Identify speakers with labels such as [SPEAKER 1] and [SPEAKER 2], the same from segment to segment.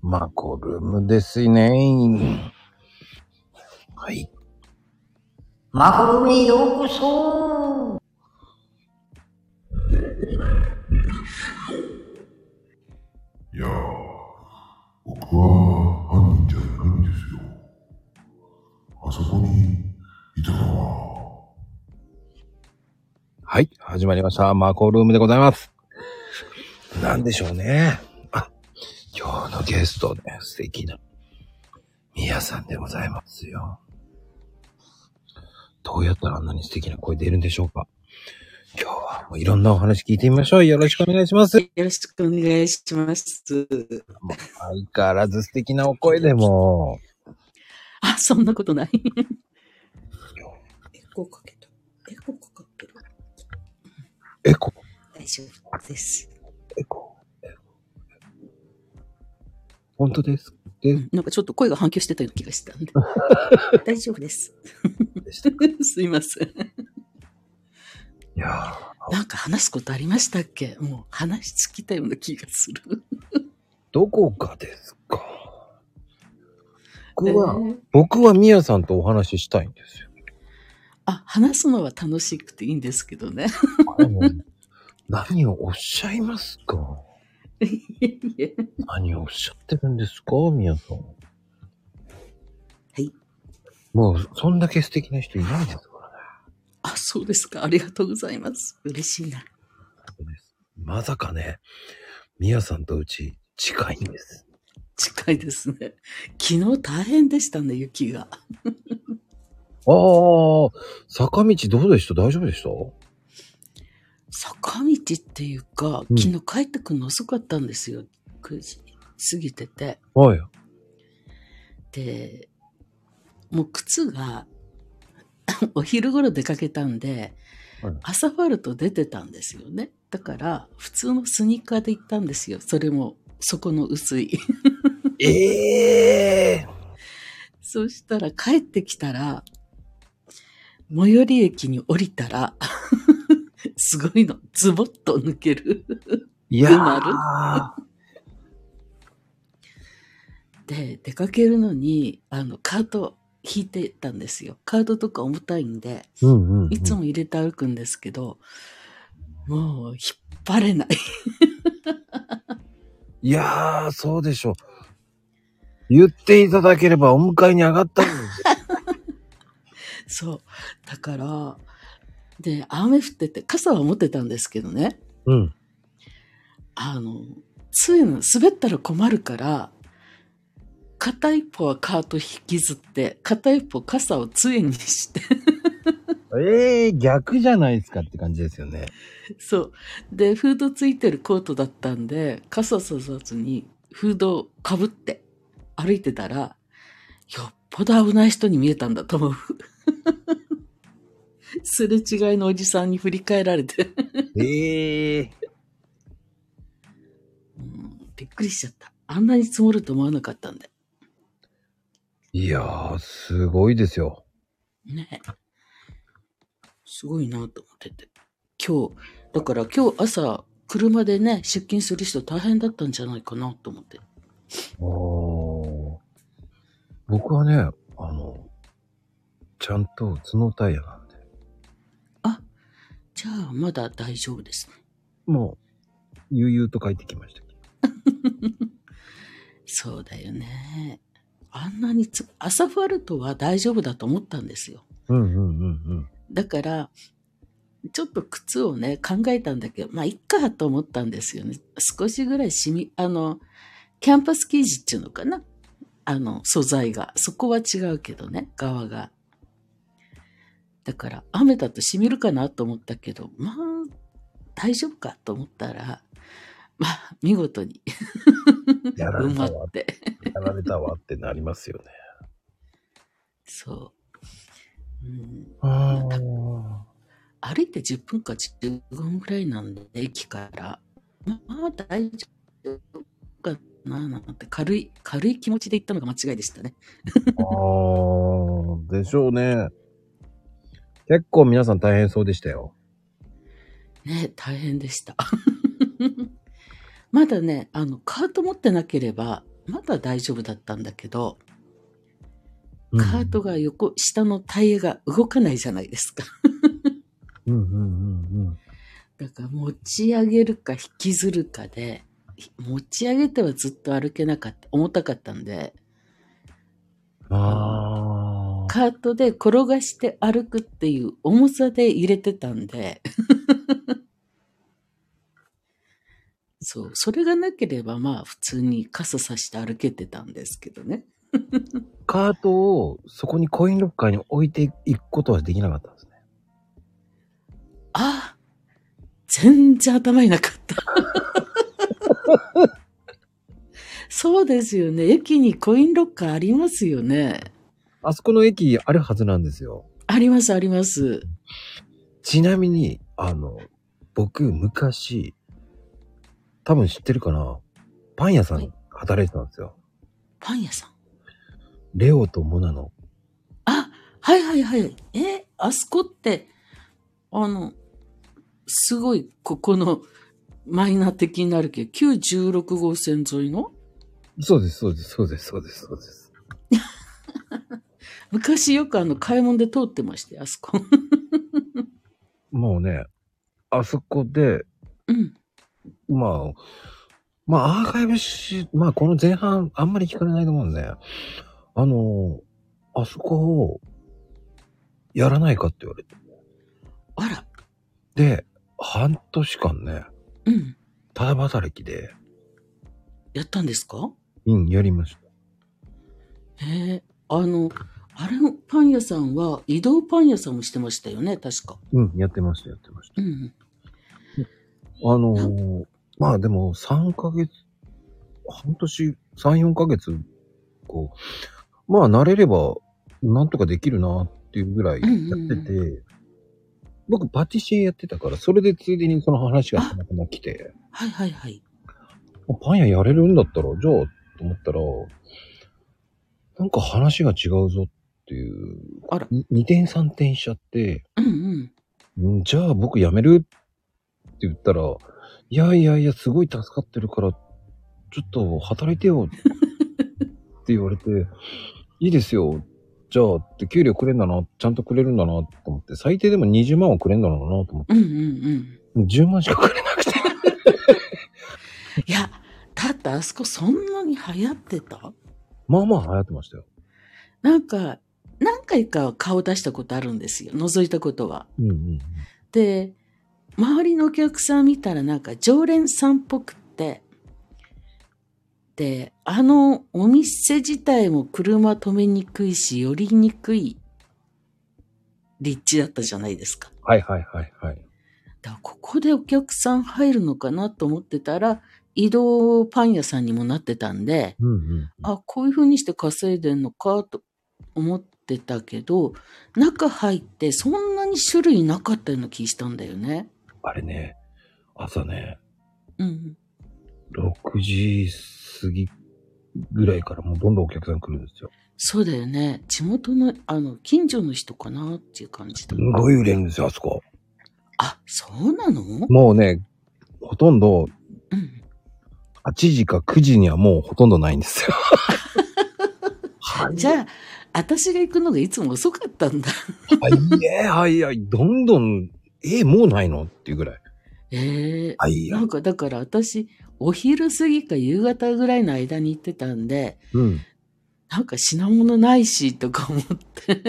[SPEAKER 1] まあ、ゴルムですね。はい。
[SPEAKER 2] マコルームへようこそ
[SPEAKER 3] いやー、僕は犯人じゃないんですよ。あそこにいたの
[SPEAKER 1] はい。始まりました。マコルームでございます。なんでしょうね。あ、今日のゲストね、素敵な、ミヤさんでございますよ。どうやったらあんなに素敵な声出るんでしょうか今日はもういろんなお話聞いてみましょう。よろしくお願いします。
[SPEAKER 4] よろしくお願いします。
[SPEAKER 1] 相変わらず素敵なお声でもう。
[SPEAKER 4] あ、そんなことない。エコーかけた。エコーかかってる。
[SPEAKER 1] エコ、
[SPEAKER 4] 大丈夫です。
[SPEAKER 1] エコ、エコ。本当です。で、
[SPEAKER 4] なんかちょっと声が反響してたような気がしたんで。 大丈夫です。 すいません。
[SPEAKER 1] いや
[SPEAKER 4] なんか話すことありましたっけもう話し尽きたような気がする。
[SPEAKER 1] どこかですか。僕は、
[SPEAKER 4] ね
[SPEAKER 1] 僕はミヤさんとお話ししたいんですよ。
[SPEAKER 4] あ、話すのは楽しくていいんですけどね。
[SPEAKER 1] 何をおっしゃいますか
[SPEAKER 4] いえいえ。。
[SPEAKER 1] 何をおっしゃってるんですかミヤさん。はいもう、そんだけ素敵な人いないですからね。
[SPEAKER 4] あ、そうですか。ありがとうございます。嬉しいな。
[SPEAKER 1] まさかね、ミヤさんとうち近いんです。
[SPEAKER 4] 近いですね。昨日大変でしたね、雪が。
[SPEAKER 1] ああ、坂道どうでした大丈夫でした
[SPEAKER 4] 坂道っていうか、
[SPEAKER 1] うん
[SPEAKER 4] 昨日帰ってくるの遅かったんですよ。9時過ぎてて。
[SPEAKER 1] はい。
[SPEAKER 4] で、もう靴が、 お昼頃出かけたんで
[SPEAKER 1] はい、
[SPEAKER 4] アスファルト出てたんですよね。だから、普通のスニーカーで行ったんですよ。それも、そこの薄い。
[SPEAKER 1] ええ
[SPEAKER 4] そしたら帰ってきたら、最寄り駅に降りたら、 すごいの、ズボッと抜ける。
[SPEAKER 1] いや
[SPEAKER 4] どう
[SPEAKER 1] ー
[SPEAKER 4] で、出かけるのに、あの、カート引いてたんですよ。カートとか重たいんで、
[SPEAKER 1] うんうんうん
[SPEAKER 4] いつも入れて歩くんですけど、もう、引っ張れない。
[SPEAKER 1] いやー、そうでしょう。言っていただければお迎えに上がったのに。
[SPEAKER 4] そう。だから、で、雨降ってて、傘は持ってたんですけどね、
[SPEAKER 1] うん。
[SPEAKER 4] あの、杖の滑ったら困るから、片一方はカート引きずって、片一方傘を杖にして、
[SPEAKER 1] ええ逆じゃないですかって感じですよね。
[SPEAKER 4] そう。で、フードついてるコートだったんで、傘ささずにフードをかぶって歩いてたら、よっぽど危ない人に見えたんだと思う。 すれ違いのおじさんに振り返られて、
[SPEAKER 1] ええ
[SPEAKER 4] うんびっくりしちゃった。あんなに積もると思わなかったんで。
[SPEAKER 1] いやー、すごいですよ。
[SPEAKER 4] ね。すごいなと思ってて。今日、だから今日朝、車でね、出勤する人大変だったんじゃないかなと思って。
[SPEAKER 1] おー僕はね、あの、ちゃんと角タイヤなんで。
[SPEAKER 4] あ、じゃあまだ大丈夫ですね。
[SPEAKER 1] もう、悠々と帰ってきました。
[SPEAKER 4] そうだよね。あんなにつ、アサファルトは大丈夫だと思ったんですよ。
[SPEAKER 1] うんうんうん
[SPEAKER 4] だから、ちょっと靴をね、考えたんだけど、まあ、いっかと思ったんですよね。少しぐらい染み、あの、キャンパス生地っていうのかなあの、素材が。そこは違うけどね、側が。だから、雨だと染みるかなと思ったけど、まあ、大丈夫かと思ったら、まあ、見事に
[SPEAKER 1] うん。やられ
[SPEAKER 4] 埋ま
[SPEAKER 1] た
[SPEAKER 4] っ
[SPEAKER 1] わ、
[SPEAKER 4] て。
[SPEAKER 1] やられたわってなりますよね。
[SPEAKER 4] そう。うん、
[SPEAKER 1] あ
[SPEAKER 4] 歩いて10分か15分ぐらいなんで、駅から。まあ、大丈夫かななんて、軽い、軽い気持ちで行ったのが間違いでしたね。
[SPEAKER 1] あー、でしょうね。結構皆さん大変そうでしたよ。
[SPEAKER 4] ね大 変でした。まだね、あの、カート持ってなければ、まだ大丈夫だったんだけど、
[SPEAKER 1] うん
[SPEAKER 4] カートが横、下のタイヤが動かないじゃないですか。
[SPEAKER 1] うんうんうんうん。
[SPEAKER 4] だから持ち上げるか引きずるかで、ひ持ち上げてはずっと歩けなかった、重たかったんで、
[SPEAKER 1] ああ。
[SPEAKER 4] カートで転がして歩くっていう重さで入れてたんで、 そう、それがなければまあ普通に傘さして歩けてたんですけどね。
[SPEAKER 1] カートをそこにコインロッカーに置いていくことはできなかったんですね。
[SPEAKER 4] ああ全然頭いなかった。 そうですよね。駅にコインロッカーありますよね。
[SPEAKER 1] あそこの駅あるはずなんですよ。
[SPEAKER 4] あります、あります。
[SPEAKER 1] ちなみに、あの、僕、昔、多分知ってるかな。パン屋さんに働いてたんですよ。
[SPEAKER 4] パン屋さん。
[SPEAKER 1] レオとモナの。
[SPEAKER 4] あ、はいはいはい。え、あそこって、あの、すごい、ここの、マイナー的になるけど、旧16号線沿いの
[SPEAKER 1] そうです、そうです、そうです、そうです、そうです。
[SPEAKER 4] 昔よくあの、買い物で通ってまして、あそこ。
[SPEAKER 1] もうね、あそこで、
[SPEAKER 4] うん。
[SPEAKER 1] まあ、まあ、アーカイブし、まあ、この前半、あんまり聞かれないと思うんで、あの、あそこを、やらないかって言われて。
[SPEAKER 4] あら、
[SPEAKER 1] で、半年間ね、
[SPEAKER 4] うん。
[SPEAKER 1] ただ働きで、
[SPEAKER 4] やったんですか
[SPEAKER 1] うん、やりました。
[SPEAKER 4] へえ、あの、あれのパン屋さんは、移動パン屋さんもしてましたよね、確か。
[SPEAKER 1] うん、やってました、やってました。
[SPEAKER 4] うん。
[SPEAKER 1] あのーまあでも3ヶ月、半年、3、4ヶ月、こう、まあ慣れればなんとかできるなっていうぐらいやってて、僕パティシエやってたから、それでついでにその話がたまたま来て、
[SPEAKER 4] はいはいはい。
[SPEAKER 1] パン屋やれるんだったら、じゃあ、と思ったら、なんか話が違うぞっていう、
[SPEAKER 4] あら
[SPEAKER 1] 2点3点しちゃって、
[SPEAKER 4] うんうん。
[SPEAKER 1] んじゃあ僕辞めるって言ったら、いやいやいや、すごい助かってるから、ちょっと働いてよって言われて、いいですよ。じゃあって給料くれんだな、ちゃんとくれるんだなと思って、最低でも20万はくれんだろうなと思って、
[SPEAKER 4] うんうんうん。
[SPEAKER 1] 10万しかくれなくて。
[SPEAKER 4] いや、だってあそこそんなに流行ってた
[SPEAKER 1] まあまあ流行ってましたよ。
[SPEAKER 4] なんか、何回か顔出したことあるんですよ。覗いたことは。
[SPEAKER 1] うんうん。
[SPEAKER 4] で、周りのお客さん見たらなんか常連さんっぽくって、で、あのお店自体も車止めにくいし、寄りにくい立地だったじゃないですか。
[SPEAKER 1] はいはいはいはい。
[SPEAKER 4] だからここでお客さん入るのかなと思ってたら、移動パン屋さんにもなってたんで、
[SPEAKER 1] うんうん。
[SPEAKER 4] あ、こういう風にして稼いでんのかと思ってたけど、中入ってそんなに種類なかったような気したんだよね。
[SPEAKER 1] あれね、朝ね、
[SPEAKER 4] うん。
[SPEAKER 1] 6時過ぎぐらいからもうどんどんお客さん来るんですよ。
[SPEAKER 4] そうだよね。地元の、あの、近所の人かなっていう感じだ
[SPEAKER 1] す。ごい売れるんですよ、あそこ。
[SPEAKER 4] あ、そうなのうん。
[SPEAKER 1] もうね、ほとんど8時か9時にはもうほとんどないんですよ。はい。
[SPEAKER 4] じゃあ、私が行くのがいつも遅かったんだ。
[SPEAKER 1] はいえ、はいはい。どんどん、え、もうないのっていうぐらい。
[SPEAKER 4] ええ
[SPEAKER 1] はいや
[SPEAKER 4] な。んかだから私、お昼過ぎか夕方ぐらいの間に行ってたんで、
[SPEAKER 1] うん。
[SPEAKER 4] なんか品物ないし、とか思って。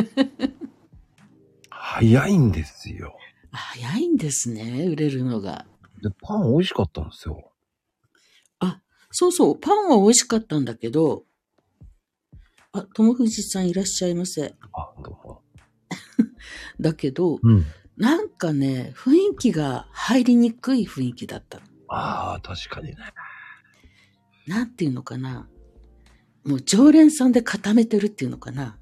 [SPEAKER 1] 早いんですよ。
[SPEAKER 4] 早いんですね、売れるのが。
[SPEAKER 1] で、パン美味しかったんですよ。
[SPEAKER 4] そうそう、パンは美味しかったんだけど、あ、友藤さんいらっしゃいませ。
[SPEAKER 1] あ、どうも。
[SPEAKER 4] だけど、
[SPEAKER 1] うん。
[SPEAKER 4] なんかね、雰囲気が入りにくい雰囲気だった。
[SPEAKER 1] ああ、確かにね。
[SPEAKER 4] なんていうのかな。もう常連さんで固めてるっていうのかな。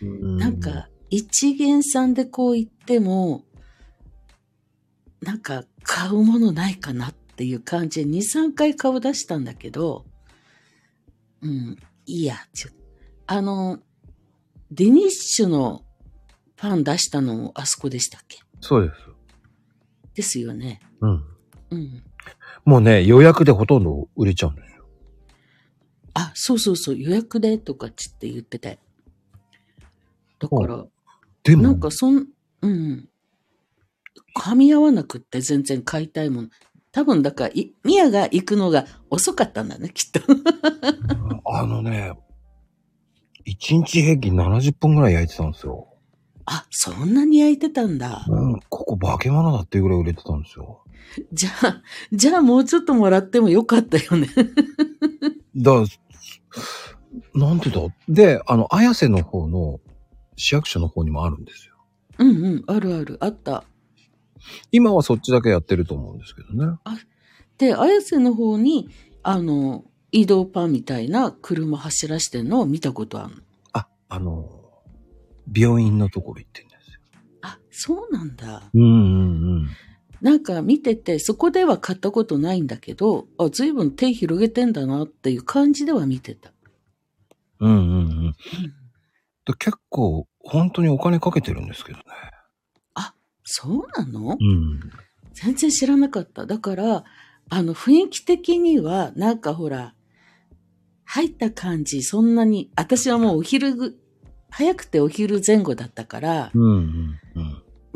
[SPEAKER 4] なんか、一元さんでこう言っても、なんか買うものないかなっていう感じで2、3回顔出したんだけど、うん、いいや、ちゅあの、デニッシュのパン出したのもあそこでしたっけ
[SPEAKER 1] そうです。
[SPEAKER 4] ですよね。
[SPEAKER 1] うん。
[SPEAKER 4] うん。
[SPEAKER 1] もうね、予約でほとんど売れちゃうんですよ。
[SPEAKER 4] あ、そうそうそう、予約でとかっちって言ってて。だから、
[SPEAKER 1] でも、
[SPEAKER 4] なんかそん、うん。噛み合わなくって全然買いたいもの。多分だから、い、ミヤが行くのが遅かったんだね、きっと。
[SPEAKER 1] あのね、1日平均70分ぐらい焼いてたんですよ。
[SPEAKER 4] あ、そんなに焼いてたんだ。
[SPEAKER 1] うん、ここ化け物だっていうぐらい売れてたんですよ。
[SPEAKER 4] じゃあ、じゃあもうちょっともらってもよかったよね。
[SPEAKER 1] だから、なんて言うんだで、あの、綾瀬の方の市役所の方にもあるんですよ。
[SPEAKER 4] うんうん、あるある、あった。
[SPEAKER 1] 今はそっちだけやってると思うんですけどね。
[SPEAKER 4] で、綾瀬の方に、あの、移動パンみたいな車走らしてんのを見たことあるの。
[SPEAKER 1] あ、あの、病院のところ行ってんですよ。
[SPEAKER 4] あ、そうなんだ。
[SPEAKER 1] うんうんうん。
[SPEAKER 4] なんか見てて、そこでは買ったことないんだけど、あ、随分手広げてんだなっていう感じでは見てた。
[SPEAKER 1] うんうんうん。で結構、本当にお金かけてるんですけどね。
[SPEAKER 4] そうなの
[SPEAKER 1] うん。
[SPEAKER 4] 全然知らなかった。だから、あの、雰囲気的には、なんかほら、入った感じ、そんなに、私はもうお昼ぐ、早くてお昼前後だったから、
[SPEAKER 1] うんうん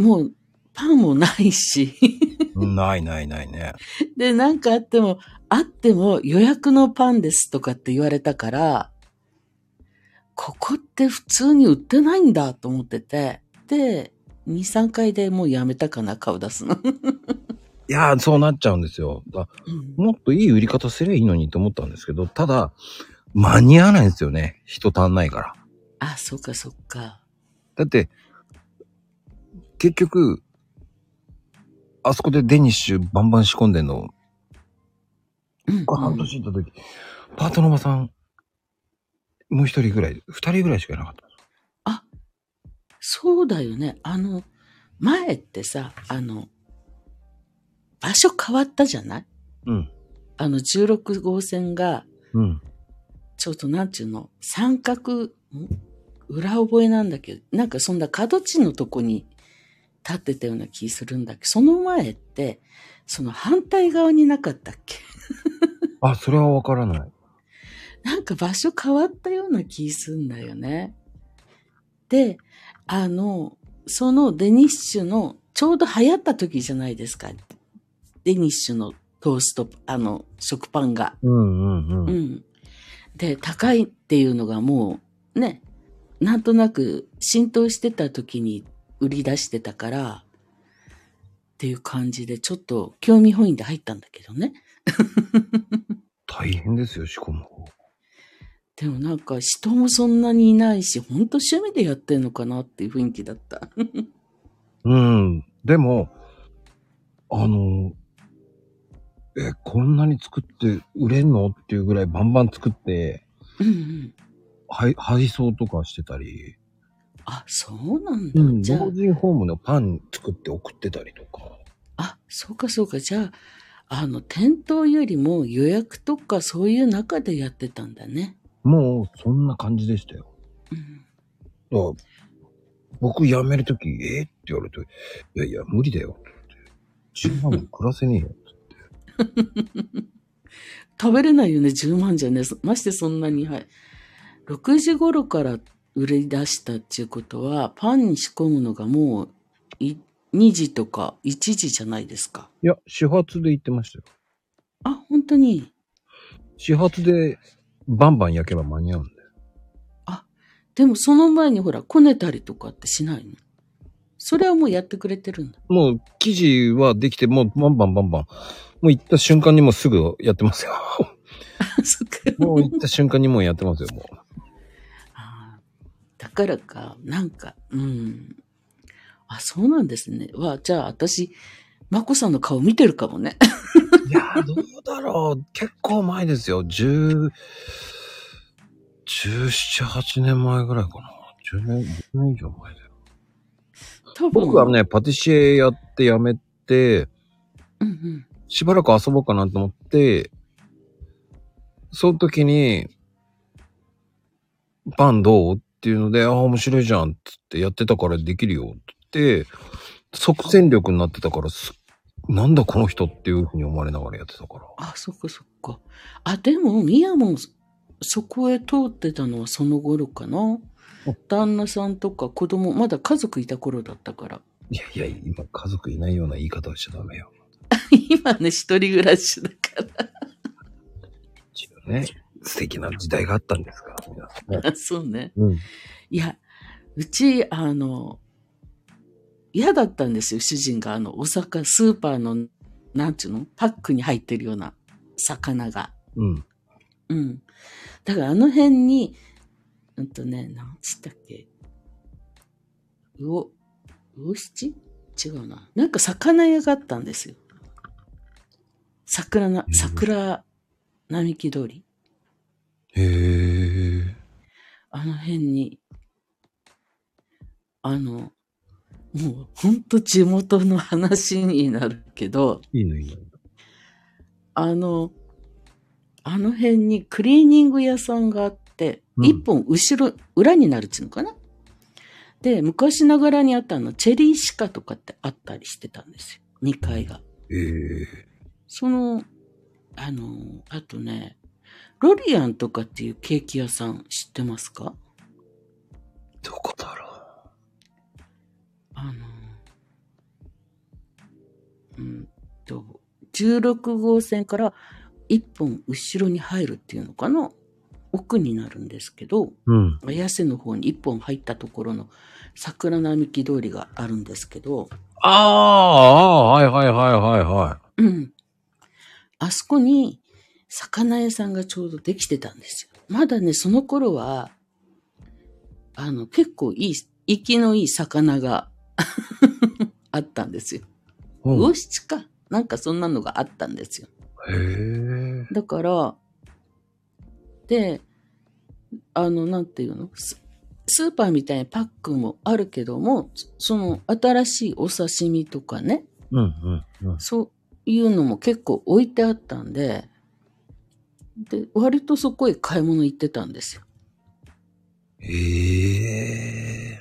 [SPEAKER 4] もうパンもないし、
[SPEAKER 1] うん。ないないないね。
[SPEAKER 4] で、なんかあっても、あっても予約のパンですとかって言われたから、ここって普通に売ってないんだと思ってて、で、2、3回でもうやめたかな、顔出すの。
[SPEAKER 1] いやー、そうなっちゃうんですよ。だ
[SPEAKER 4] うん
[SPEAKER 1] もっといい売り方すればいいのにと思ったんですけど、ただ、間に合わないんですよね。人足んないから。
[SPEAKER 4] あ、そっかそっか。
[SPEAKER 1] だって、結局、あそこでデニッシュバンバン仕込んでんの、
[SPEAKER 4] うんうん
[SPEAKER 1] 半年行った時、パートのおばさん、もう一人ぐらい、二人ぐらいしかいなかった。
[SPEAKER 4] そうだよね。あの、前ってさ、あの、場所変わったじゃない
[SPEAKER 1] うん。
[SPEAKER 4] あの、16号線が、
[SPEAKER 1] うん。
[SPEAKER 4] ちょっとなんちゅうの、三角、ん裏覚えなんだけど、なんかそんな角地のとこに立ってたような気するんだけど、その前って、その反対側になかったっけ
[SPEAKER 1] あ、それはわからない。
[SPEAKER 4] なんか場所変わったような気すんだよね。で、あの、そのデニッシュの、ちょうど流行った時じゃないですか。デニッシュのトースト、あの、食パンが。
[SPEAKER 1] うんうんう。
[SPEAKER 4] うんん。で、高いっていうのがもう、ね、なんとなく浸透してた時に売り出してたから、っていう感じで、ちょっと興味本位で入ったんだけどね。
[SPEAKER 1] 大変ですよ、仕込む方。
[SPEAKER 4] でもなんか人もそんなにいないし、ほんと趣味でやってんのかなっていう雰囲気だった。
[SPEAKER 1] うん。でも、あの、え、こんなに作って売れんのっていうぐらいバンバン作って、
[SPEAKER 4] うんうん。
[SPEAKER 1] はい配送とかしてたり、
[SPEAKER 4] あ、そうなんだ。
[SPEAKER 1] うん、
[SPEAKER 4] じゃ
[SPEAKER 1] 老人ホームのパン作って送ってたりとか。
[SPEAKER 4] あ、あ、そうかそうか。じゃあ、あの、店頭よりも予約とかそういう中でやってたんだね。
[SPEAKER 1] もう、そんな感じでしたよ。
[SPEAKER 4] うん
[SPEAKER 1] だから僕辞めるとき、えって言われて、いやいや、無理だよ。って言って10万も暮らせねえよ。
[SPEAKER 4] 食べれないよね、10万じゃね。そましてそんなに、はい。6時頃から売り出したっていうことは、パンに仕込むのがもう、い2時とか1時じゃないですか。
[SPEAKER 1] いや、始発で行ってましたよ。
[SPEAKER 4] あ、本当に。
[SPEAKER 1] 始発でバンバン焼けば間に合うんで。
[SPEAKER 4] でもその前にほら、こねたりとかってしないのそれはもうやってくれてるんだ。
[SPEAKER 1] もう生地はできて、もうバンバンバンバン。もう行った瞬間にもうすぐやってますよ。
[SPEAKER 4] そっか。
[SPEAKER 1] もう行った瞬間にもうやってますよ、も
[SPEAKER 4] あーだからか、なんか、うん。あ、そうなんですね。わ、じゃあ私、まこさんの顔見てるかもね。
[SPEAKER 1] う。いやー、どうだろう。結構前ですよ。十、十七、八年前ぐらいかな。十年、10年以上前だよ。
[SPEAKER 4] 多分。
[SPEAKER 1] 僕は。ね、パティシエやって辞めて、
[SPEAKER 4] うんうん。
[SPEAKER 1] しばらく遊ぼうかなと思って、その時に、パンどうっていうので、ああ、面白いじゃんっつってやってたからできるよってって、即戦力になってたからす、なんだこの人っていうふうに思われながらやってたから。
[SPEAKER 4] あ、そっかそっか。あ、でも、ミヤも、そこへ通ってたのはその頃かな
[SPEAKER 1] あ。
[SPEAKER 4] 旦那さんとか子供、まだ家族いた頃だったから。
[SPEAKER 1] いやいや、今家族いないような言い方をしちゃダメよ。
[SPEAKER 4] 今ね、一人暮らしだか
[SPEAKER 1] 一応ね、素敵な時代があったんですから、皆さんね。
[SPEAKER 4] ら。そうね。
[SPEAKER 1] うん。
[SPEAKER 4] いや、うち、あの、嫌だったんですよ、主人が。あの、お魚、スーパーの、なんちゅうのパックに入ってるような魚が。
[SPEAKER 1] うん。
[SPEAKER 4] うん。だからあの辺に、うんとね、なんつったっけ。魚、魚七違うな。なんか魚屋があったんですよ。桜な、桜並木通り。
[SPEAKER 1] へえ。
[SPEAKER 4] あの辺に、あの、もうほんと地元の話になるけど、
[SPEAKER 1] いいのいいの。
[SPEAKER 4] あの、あの辺にクリーニング屋さんがあって、
[SPEAKER 1] うん
[SPEAKER 4] 一本後ろ、裏になるっつうのかなで、昔ながらにあったあの、チェリーシカとかってあったりしてたんですよ。2階が。
[SPEAKER 1] へえ。
[SPEAKER 4] その、あの、あとね、ロリアンとかっていうケーキ屋さん知ってますか
[SPEAKER 1] どこだろ
[SPEAKER 4] あの、うんと、16号線から一本後ろに入るっていうのかな奥になるんですけど、
[SPEAKER 1] う。うん。
[SPEAKER 4] 綾瀬の方に一本入ったところの桜並木通りがあるんですけど、
[SPEAKER 1] ああ、はいはいはいはいは
[SPEAKER 4] うん。あそこに魚屋さんがちょうどできてたんですよ。まだね、その頃は、あの、結構いい、息のいい魚が あったんですよ。
[SPEAKER 1] い。うん
[SPEAKER 4] 魚七か。なんかそんなのがあったんですよ。
[SPEAKER 1] へえ。
[SPEAKER 4] だから、で、あの、なんていうのススーパーみたいにパックもあるけども、そその新しいお刺身とかね、
[SPEAKER 1] うんうんうん。
[SPEAKER 4] そういうのも結構置いてあったんで、で、割とそこへ買い物行ってたんですよ。
[SPEAKER 1] へえ。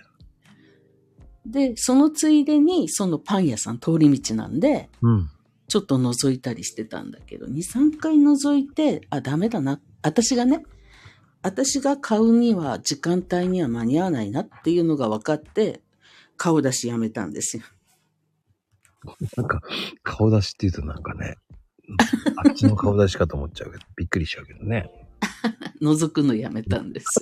[SPEAKER 4] で、そのついでに、そのパン屋さん通り道なんで、
[SPEAKER 1] うん。
[SPEAKER 4] ちょっと覗いたりしてたんだけど、2、3回覗いて、あ、ダメだな。私がね、私が買うには時間帯には間に合わないなっていうのが分かって、顔出しやめたんですよ。
[SPEAKER 1] なんか、顔出しって言うとなんかね、 あっちの顔出しかと思っちゃうけど、びっくりしちゃうけどね。
[SPEAKER 4] 覗くのやめたんです。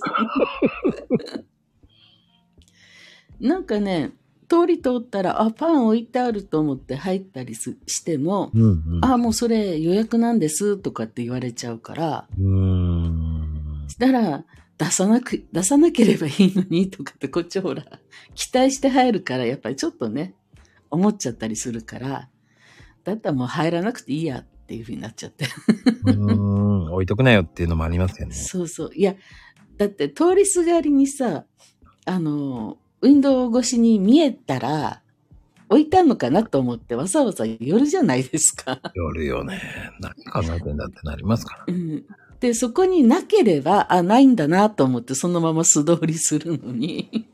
[SPEAKER 4] なんかね、通り通ったら、あ、パン置いてあると思って入ったりすしても、
[SPEAKER 1] うんうん。
[SPEAKER 4] あ、もうそれ予約なんですとかって言われちゃうから、
[SPEAKER 1] うーん。
[SPEAKER 4] したら、出さなく、出さなければいいのにとかって、こっちほら、期待して入るから、やっぱりちょっとね、思っちゃったりするから、だったらもう入らなくていいやっていうふうになっちゃって。
[SPEAKER 1] うーん。置いとくなよっていうのもありますよね。
[SPEAKER 4] そうそう。いや、だって通りすがりにさ、あの、ウィンドウ越しに見えたら、置いてあんのかなと思ってわざわざ寄るじゃないですか。
[SPEAKER 1] 夜よね。何考えてんだってなりますから。
[SPEAKER 4] うん。で、そこになければ、あ、ないんだなと思ってそのまま素通りするのに。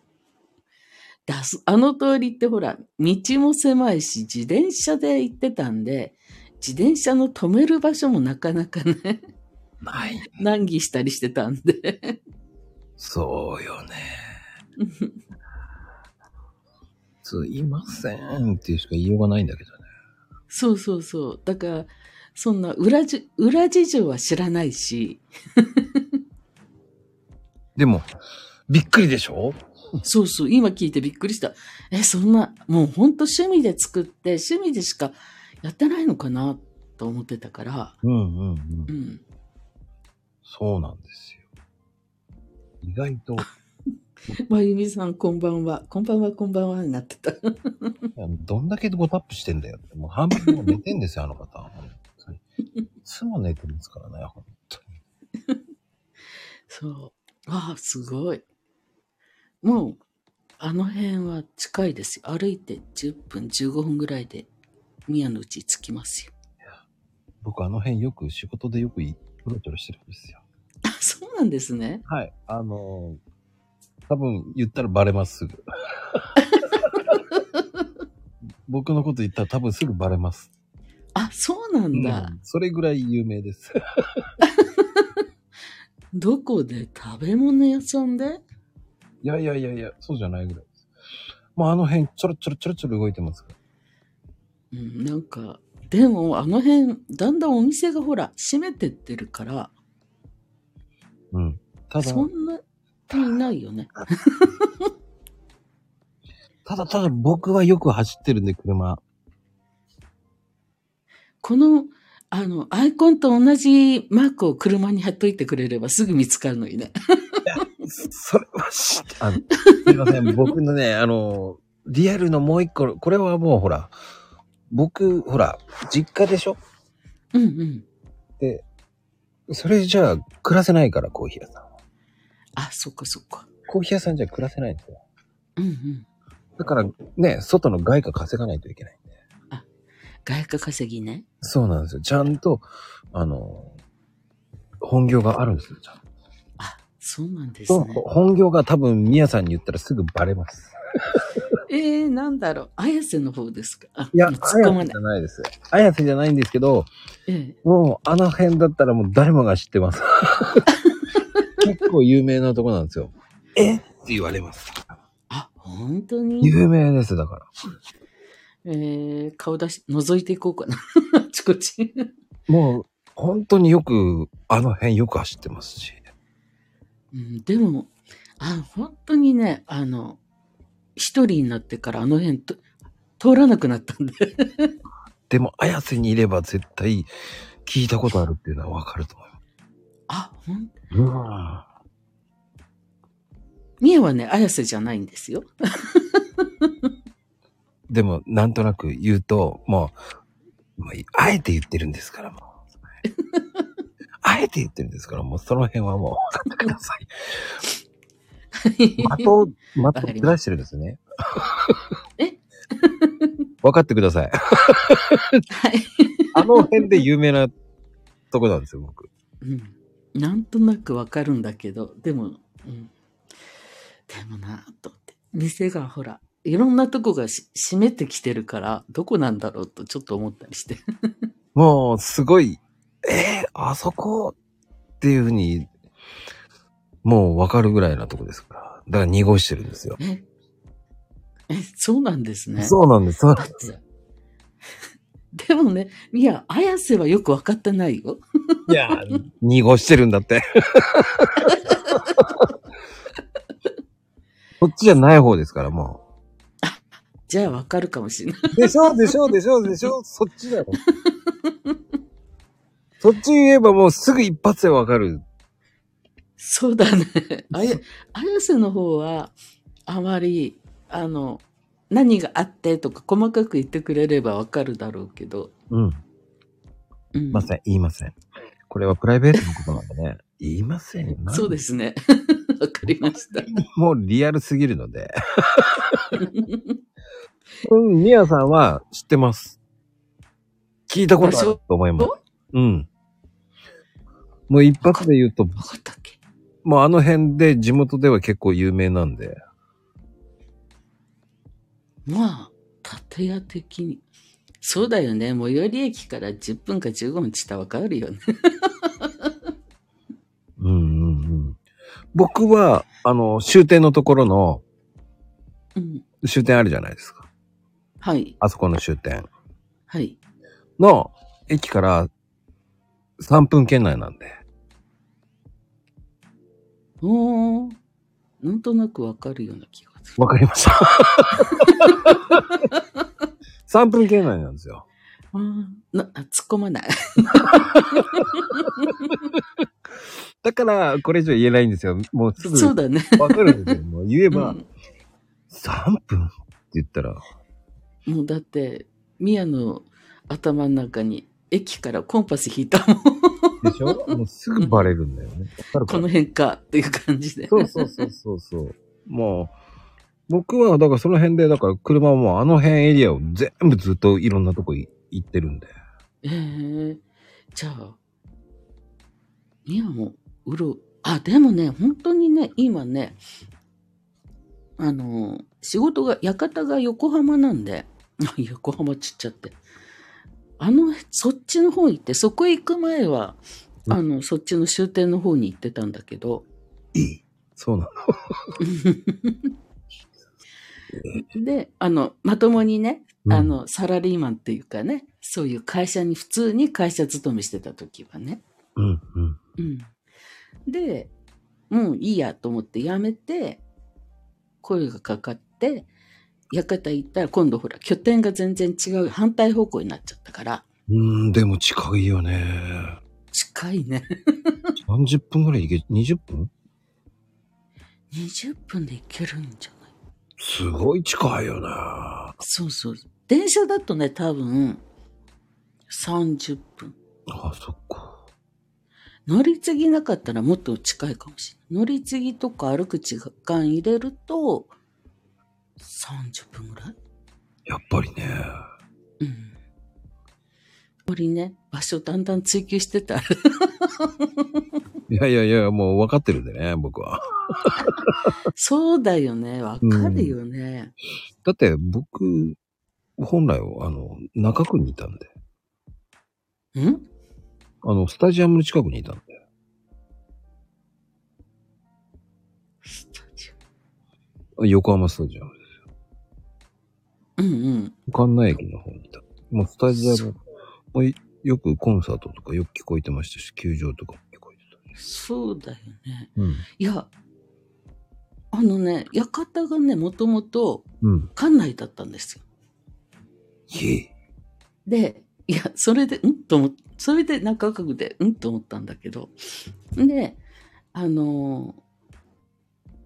[SPEAKER 4] だすあの通りってほら、道も狭いし、自転車で行ってたんで、自転車の止める場所もなかなかね、
[SPEAKER 1] ない。
[SPEAKER 4] 難儀したりしてたんで。
[SPEAKER 1] そうよね。すいませんっていうしか言いようがないんだけどね。
[SPEAKER 4] そうそうそう。だから、そんな裏じ、裏事情は知らないし、
[SPEAKER 1] でも、びっくりでしょ
[SPEAKER 4] そうそう、今聞いてびっくりした。え、そんな、もうほんと趣味で作って、趣味でしかやってないのかなと思ってたから、
[SPEAKER 1] うんうんうん
[SPEAKER 4] う。ん。
[SPEAKER 1] そうなんですよ。意外と、
[SPEAKER 4] まゆみさん、こんばんは。こんばんは、こんばんは、になってた。
[SPEAKER 1] どんだけごタップしてんだよって。もう半分もう寝てんですよ、あの方。本当にいつも寝てますからね、本当に。
[SPEAKER 4] そう。ああ、すごい。もう、あの辺は近いですよ。歩いて10分、15分ぐらいで、宮のうち着きますよ。
[SPEAKER 1] 僕あの辺よく仕事でよくいうろちょろしてるんですよ。
[SPEAKER 4] あ、そうなんですね。
[SPEAKER 1] はい。あのー多分言ったらバレます、す ぐ。僕のこと言ったら多分すぐバレます。
[SPEAKER 4] あ、そうなんだ。
[SPEAKER 1] うんそれぐらい有名です。
[SPEAKER 4] どこで食べ物屋さんで
[SPEAKER 1] いやいやいやいや、そうじゃないぐらいです。まあ、あの辺、ちょろちょろちょろちょろ動いてますから。
[SPEAKER 4] うん、なんか、でもあの辺、だんだんお店がほら、閉めてってるから、
[SPEAKER 1] うん。ただ、
[SPEAKER 4] そんなにいないよね。
[SPEAKER 1] ただただ僕はよく走ってるんで、車。
[SPEAKER 4] この、あの、アイコンと同じマークを車に貼っといてくれればすぐ見つかるのにね。
[SPEAKER 1] それはし、あの、すいません。 僕のね、あの、リアルのもう一個、これはもうほら、僕、ほら、実家でしょ
[SPEAKER 4] うんうん。
[SPEAKER 1] で、それじゃあ、暮らせないから、コーヒー屋さん。
[SPEAKER 4] あ、そっかそっか。
[SPEAKER 1] コーヒー屋さんじゃ暮らせないんですよ。
[SPEAKER 4] うんうん。
[SPEAKER 1] だから、ね、外の外貨稼がないといけないんで。
[SPEAKER 4] 外貨稼ぎね。
[SPEAKER 1] そうなんですよ。ちゃんと、あの、本業があるんですよ、ちゃんと。
[SPEAKER 4] あ、そうなんです
[SPEAKER 1] そう
[SPEAKER 4] ね。
[SPEAKER 1] 本業が多分、宮さんに言ったらすぐバレます。
[SPEAKER 4] えー、なんだろう。綾瀬の方ですか。あ
[SPEAKER 1] いや、
[SPEAKER 4] 突っ
[SPEAKER 1] 綾
[SPEAKER 4] 込ま
[SPEAKER 1] 瀬
[SPEAKER 4] な
[SPEAKER 1] じ
[SPEAKER 4] い
[SPEAKER 1] ゃ。ないです。綾瀬じゃないんですけど、
[SPEAKER 4] ええ
[SPEAKER 1] もう、あの辺だったらもう誰もが知って ます。結構有名なとこなんですよ。えって言われます。
[SPEAKER 4] あ、本当に
[SPEAKER 1] 有名です、だから。
[SPEAKER 4] えー、顔出し、覗いていこうかな。 あちこち。
[SPEAKER 1] もう、本当によく、あの辺よく走ってますし。
[SPEAKER 4] うん、でも、あ、本当にね、あの、一人になってからあの辺と通らなくなったんで。
[SPEAKER 1] でも、綾瀬にいれば絶対聞いたことあるっていうのはわかると思います。
[SPEAKER 4] あ、ほん、
[SPEAKER 1] うわ
[SPEAKER 4] 三重はね、綾瀬じゃないんですよ。
[SPEAKER 1] でも、なんとなく言うと、もう、もうあえて言ってるんです から、もう。あえて言ってるんですから、もうその辺はもう分かってくださ い。的を、的をずらしてるんですね。
[SPEAKER 4] え
[SPEAKER 1] 分かってください。
[SPEAKER 4] はい。
[SPEAKER 1] あの辺で有名なとこなんですよ、僕。
[SPEAKER 4] うん。なんとなくわかるんだけど、でも、うん。でもなぁと思って。店がほら、いろんなとこがし閉めてきてるから、どこなんだろうとちょっと思ったりして。
[SPEAKER 1] もう、すごい、えー、あそこっていうふうに、もう分かるぐらいなとこですから。だから濁してるんですよ。
[SPEAKER 4] え、え、そうなんですね。
[SPEAKER 1] そうなんです。そう
[SPEAKER 4] だって。でもね、いや、綾瀬はよくわかってないよ。
[SPEAKER 1] いや、濁してるんだ って。こっちじゃない方ですから、も
[SPEAKER 4] じゃあわかるかもしれない。
[SPEAKER 1] う。でしょでしょでしょでしょそっちだよ。そっち言えばもうすぐ一発でわかる。
[SPEAKER 4] そうだね。あや、綾瀬の方は、あまり、あの、何があってとか細かく言ってくれればわかるだろうけど。
[SPEAKER 1] うん。
[SPEAKER 4] うん
[SPEAKER 1] 言いません、言いません。これはプライベートのことなんでね。言いませんよ。。
[SPEAKER 4] そうですすね。 わかりました。
[SPEAKER 1] もうリアルすぎるので。うん、ミヤさんは知ってます。聞いたことあると思います
[SPEAKER 4] 場。
[SPEAKER 1] うん。もう一発で言うと、
[SPEAKER 4] わかったっけ
[SPEAKER 1] もうあの辺で地元では結構有名なんで。
[SPEAKER 4] まあ、建屋的に。そうだよね。最寄り駅から10分か15分したらわかるよね。
[SPEAKER 1] うんうんうん。僕は、あの、終点のところの、
[SPEAKER 4] うん。
[SPEAKER 1] 終点あるじゃないですか。
[SPEAKER 4] はい。
[SPEAKER 1] あそこの終点
[SPEAKER 4] はい。
[SPEAKER 1] の駅から3分圏内なんで。
[SPEAKER 4] おーなんとなくわかるような気がする。
[SPEAKER 1] わかりま した。3分圏内なんですよ。
[SPEAKER 4] あーなあ突っ込まない。
[SPEAKER 1] だから、これ以上言えないんですよ。もうすぐ
[SPEAKER 4] そうだね。
[SPEAKER 1] わかるんですよ。もう言え
[SPEAKER 4] うん
[SPEAKER 1] ば、3分って言ったら、
[SPEAKER 4] もうだって、宮の頭の中に駅からコンパス引いたもん。
[SPEAKER 1] でしょもうすぐバレるんだよね。わか
[SPEAKER 4] こ
[SPEAKER 1] る
[SPEAKER 4] の
[SPEAKER 1] か
[SPEAKER 4] 辺かっていう感じで。
[SPEAKER 1] そうそうそうそうそう。 もう、僕は、だからその辺で、だから車はもうあの辺エリアを全部ずっといろんなとこい行ってるんで。
[SPEAKER 4] えー、じゃあ、宮もうろう。あ、でもね、本当にね、今ね、あのー、仕事が、館が横浜なんで、 あ横浜ちっちゃって。あの、そっちの方行って、そこ行く前は、あの、そっちの終点の方に行ってたんだけど、
[SPEAKER 1] そうなの。
[SPEAKER 4] で、あの、まともにね、
[SPEAKER 1] うん
[SPEAKER 4] あ、の、サラリーマンっていうかね、そういう会社に、普通に会社勤めしてた時はね。
[SPEAKER 1] うん、うん。
[SPEAKER 4] うん。で、もういいやと思って辞めて、声がかかって、館行ったら今度ほら、拠点が全然違う、反対方向になっちゃったから、
[SPEAKER 1] うん、でも近いよね。
[SPEAKER 4] 近いね。
[SPEAKER 1] 30分ぐらい行け、20分
[SPEAKER 4] 20分で行けるんじゃない
[SPEAKER 1] すごい近いよね。
[SPEAKER 4] そうそう。電車だとね、多分、30分。
[SPEAKER 1] あ、そっか。
[SPEAKER 4] 乗り継ぎなかったらもっと近いかもしれない。乗り継ぎとか歩く時間入れると、30分ぐらい
[SPEAKER 1] やっぱりね。
[SPEAKER 4] うん。やっぱりね、場所だんだん追求してた。
[SPEAKER 1] いやいやいや、もう分かってるんでね、僕は。
[SPEAKER 4] そうだよね。わかるよね。
[SPEAKER 1] だって僕、本来は、あの、中区にいたんで。
[SPEAKER 4] うん、
[SPEAKER 1] あの、スタジアムの近くにいたんで。
[SPEAKER 4] スタジ
[SPEAKER 1] 横浜スタジアム。
[SPEAKER 4] オうんうん。
[SPEAKER 1] 関内駅の方にいた。もうスタジアム、もういよくコンサートとかよく聞こえてましたし、球場とかも聞こえてたし。
[SPEAKER 4] そうだよね。
[SPEAKER 1] うん。
[SPEAKER 4] いや、あのね、館がね、もともと
[SPEAKER 1] うん。
[SPEAKER 4] 館内だったんですよ。
[SPEAKER 1] へえ。
[SPEAKER 4] で、いや、それで、うんと思っそれで中学で、うんと思ったんだけど。で、あのー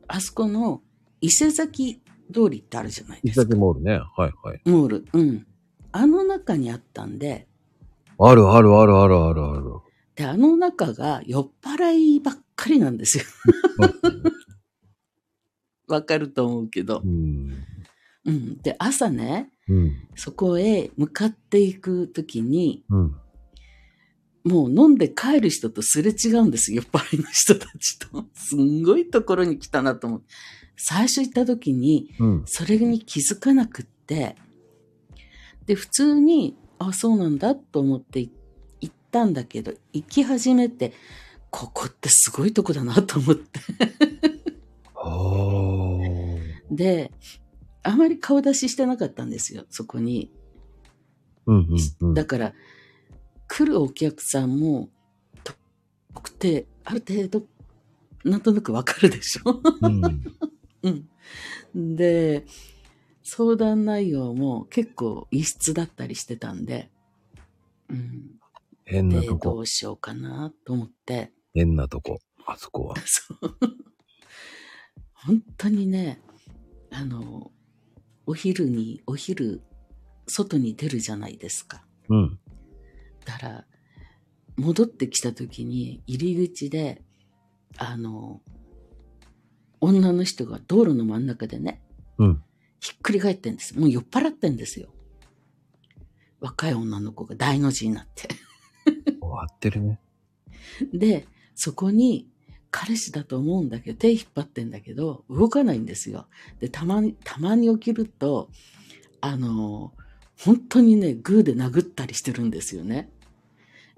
[SPEAKER 4] あそこの伊勢崎通りってあるじゃない
[SPEAKER 1] 伊勢
[SPEAKER 4] です
[SPEAKER 1] 崎
[SPEAKER 4] か。
[SPEAKER 1] モールね。はいはい。
[SPEAKER 4] モール。うん。あの中にあったんで、
[SPEAKER 1] あるあるあるあるあるある。
[SPEAKER 4] で、あの中が酔っ払いばっかりなんですよ。 わかると思うけど
[SPEAKER 1] う。ん。
[SPEAKER 4] うん。で、朝ね、
[SPEAKER 1] うん。
[SPEAKER 4] そこへ向かっていくときに、
[SPEAKER 1] うん。
[SPEAKER 4] もう飲んで帰る人とすれ違うんですよ。酔っ払いの人たちと。すんごいところに来たなと思って。最初行った時に、
[SPEAKER 1] うん。
[SPEAKER 4] それに気づかなくって、で、普通に、あ、そうなんだと思ってい行ったんだけど、行き始めて、ここってすごいとこだなと思って。
[SPEAKER 1] はあ。
[SPEAKER 4] で、あまり顔出ししてなかったんですよ、そこに。
[SPEAKER 1] うんうんうん
[SPEAKER 4] だ。から、来るお客さんも、と特定、ある程度、なんとなくわかるでしょ
[SPEAKER 1] うん
[SPEAKER 4] うん。で、相談内容も結構異質だったりしてたんで、うん。
[SPEAKER 1] 変な
[SPEAKER 4] で、
[SPEAKER 1] と
[SPEAKER 4] ど
[SPEAKER 1] こ。
[SPEAKER 4] うしようかなと思って、
[SPEAKER 1] 変なとこ。あそこは。
[SPEAKER 4] そう。本当にね、あの、お昼に、お昼、外に出るじゃないですか。
[SPEAKER 1] うん。
[SPEAKER 4] だから、戻ってきた時に入り口で、あの、女の人が道路の真ん中でね、
[SPEAKER 1] うん
[SPEAKER 4] ひっくり返ってんです。もう酔っ払ってんですよ。若い女の子が大の字になって。
[SPEAKER 1] 終わってるね。
[SPEAKER 4] で、そこに、彼氏だと思うんだけど、手引っ張ってんだけど、動かないんですよ。で、たまに、たまに起きると、あの、本当にね、グーで殴ったりしてるんですよね。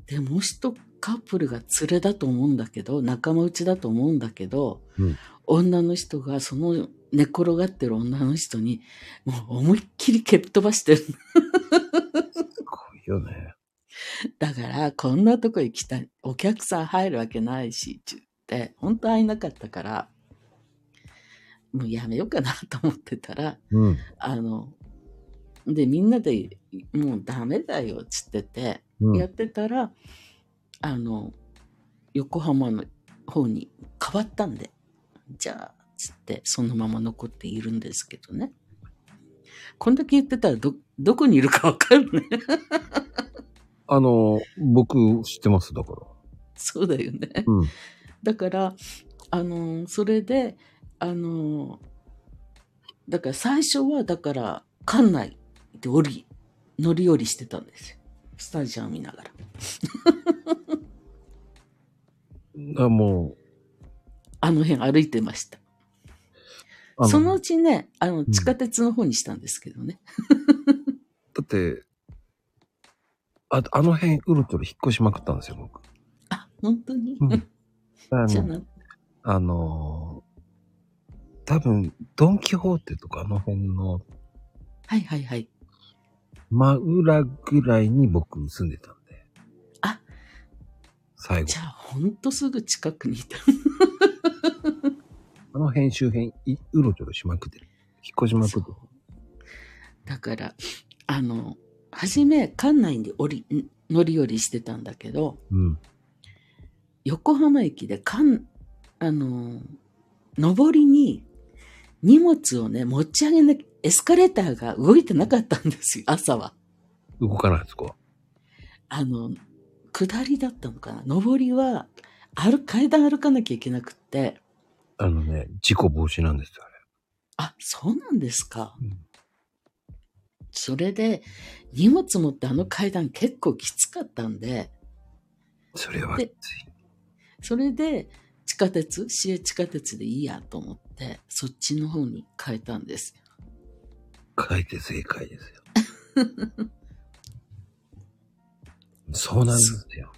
[SPEAKER 4] で、もしとカップルが連れだと思うんだけど、仲間内だと思うんだけど、
[SPEAKER 1] うん
[SPEAKER 4] 女の人がその寝転がってる女の人に、もう思いっきり蹴っ飛ばしてる
[SPEAKER 1] すごいよね。
[SPEAKER 4] だから、こんなとこ行きたい。お客さん入るわけないし、ちゅって、本当会えなかったから、もうやめようかなと思ってたら、
[SPEAKER 1] うん。
[SPEAKER 4] あの、で、みんなで、もうダメだよ、つってて、
[SPEAKER 1] う
[SPEAKER 4] やっ
[SPEAKER 1] ん。
[SPEAKER 4] てたら、あの、横浜の方に変わったんで、じゃあ、つって、そのまま残っているんですけどね。こんだけ言ってたら、ど、どこにいる かわかるね。
[SPEAKER 1] あの、僕知ってます、だから。
[SPEAKER 4] そうだよね。
[SPEAKER 1] うん。
[SPEAKER 4] だから、あのーそれで、あのーだから最初は、だから、館内で降り、乗り降りしてたんですよ。スタジアム見ながら。
[SPEAKER 1] あも
[SPEAKER 4] あの辺歩いてました。
[SPEAKER 1] う、あ
[SPEAKER 4] そのうちね、あの、
[SPEAKER 1] ん
[SPEAKER 4] 地下鉄の方にしたんですけどね。
[SPEAKER 1] だって、ああの辺、うろちょろ引っ越しまくったんですよ、僕。
[SPEAKER 4] あ、本当に、
[SPEAKER 1] うんあ
[SPEAKER 4] じゃあ
[SPEAKER 1] の、
[SPEAKER 4] な、
[SPEAKER 1] あのー多分、ドン・キホーテとかあの辺の
[SPEAKER 4] はいはいはい。
[SPEAKER 1] 真裏ぐらいに僕住んでたんで。
[SPEAKER 4] あ
[SPEAKER 1] 最後
[SPEAKER 4] じ。ゃあ、ほんとすぐ近くにいた。
[SPEAKER 1] あの辺周辺、いうろちょろしまくってる。引っ越しまくってる。
[SPEAKER 4] だから、あの、初め、館内に降り、ん乗り降りしてたんだけど、
[SPEAKER 1] うん。
[SPEAKER 4] 横浜駅で、かん、あの、上りに、荷物をね、持ち上げなきゃ、エスカレーターが動いてなかったんですよ、朝は。
[SPEAKER 1] 動かない、そこは。
[SPEAKER 4] あの、下りだったのかな上りは、歩、階段歩かなきゃいけなくって、
[SPEAKER 1] あのね、事故防止なんですよ、あれ。
[SPEAKER 4] あ、そうなんですか。
[SPEAKER 1] うん
[SPEAKER 4] それで、荷物持ってあの階段結構きつかったんで、
[SPEAKER 1] それは
[SPEAKER 4] でそれで、地下鉄、市営地下鉄でいいやと思って、そっちの方に変えたんですよ。
[SPEAKER 1] 書いて正解です よ。そうなんですよ。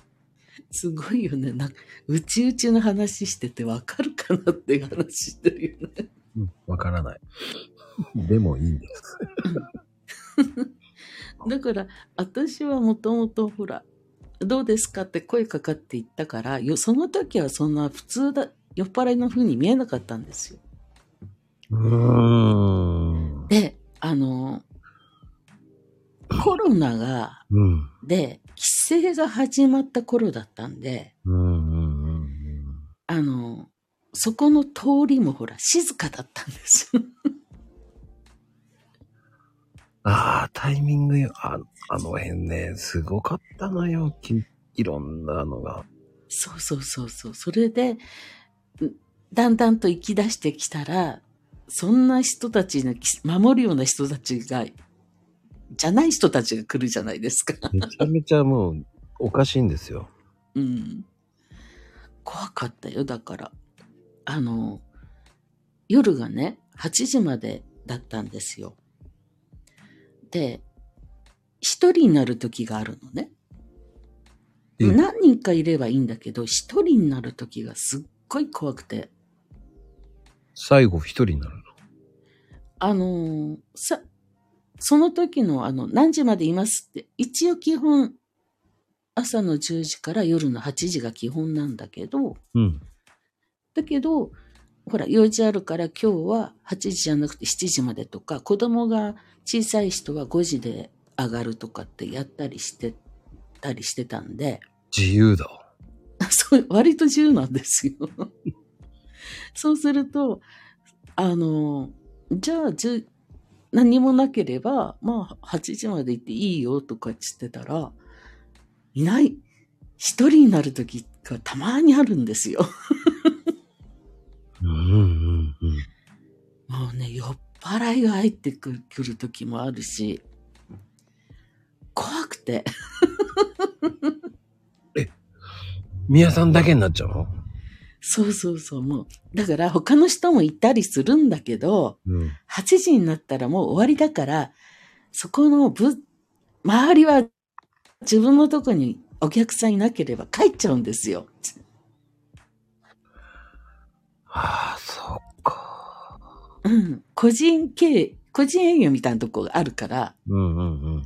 [SPEAKER 4] すごいよね。なんか、うちうちの話しててわかるかなっていう話してるよね。
[SPEAKER 1] うんわからない。でもいいんです。
[SPEAKER 4] だから私はもともとほら「どうですか?」って声かかっていったからよその時はそんな普通だ酔っ払いの風に見えなかったんですよ。
[SPEAKER 1] うーん。
[SPEAKER 4] であのコロナが
[SPEAKER 1] うん。
[SPEAKER 4] で規制が始まった頃だったんで
[SPEAKER 1] うんうんうんうん。
[SPEAKER 4] あのそこの通りもほら静かだったんですよ。
[SPEAKER 1] ああ、タイミングよ。ああの辺ね、すごかったのよ。きいろんなのが。
[SPEAKER 4] そうそうそうそう。それで、んだんだんと行き出してきたら、そんな人たちのき、守るような人たちが、じゃない人たちが来るじゃないですか。
[SPEAKER 1] めちゃめちゃもう、おかしいんですよ。
[SPEAKER 4] うん。怖かったよ、だから。あの、夜がね、8時までだったんですよ。で、一人になる時があるのね。
[SPEAKER 1] ええ
[SPEAKER 4] 何人かいればいいんだけど、一人になる時がすっごい怖くて。
[SPEAKER 1] 最後一人になるの。
[SPEAKER 4] あのーさ、その時のあの、何時までいますって、一応基本、朝の10時から夜の8時が基本なんだけど、
[SPEAKER 1] うん。
[SPEAKER 4] だけど、ほら、用事あるから今日は8時じゃなくて7時までとか、子供が小さい人は5時で上がるとかってやったりしてたりしてたんで、
[SPEAKER 1] 自由だ。
[SPEAKER 4] そう、割と自由なんですよ。 そうすると、あの、じゃあ、じゅ何もなければ、まあ、8時まで行っていいよとか言ってたら、いない。一人になる時がたまにあるんですよ。
[SPEAKER 1] うんうんうん。
[SPEAKER 4] もうね、酔っ払いが入ってくるくる時もあるし、怖くて。
[SPEAKER 1] 宮さんだけになっちゃうの
[SPEAKER 4] そうそうそう、もう。だから他の人もいたりするんだけど、
[SPEAKER 1] うん。
[SPEAKER 4] 8時になったらもう終わりだから、そこのぶ、周りは自分のとこにお客さんいなければ帰っちゃうんですよ。
[SPEAKER 1] ああ、そっか。
[SPEAKER 4] うん。個人経営、個人営業みたいなとこがあるから、
[SPEAKER 1] うんうんうん。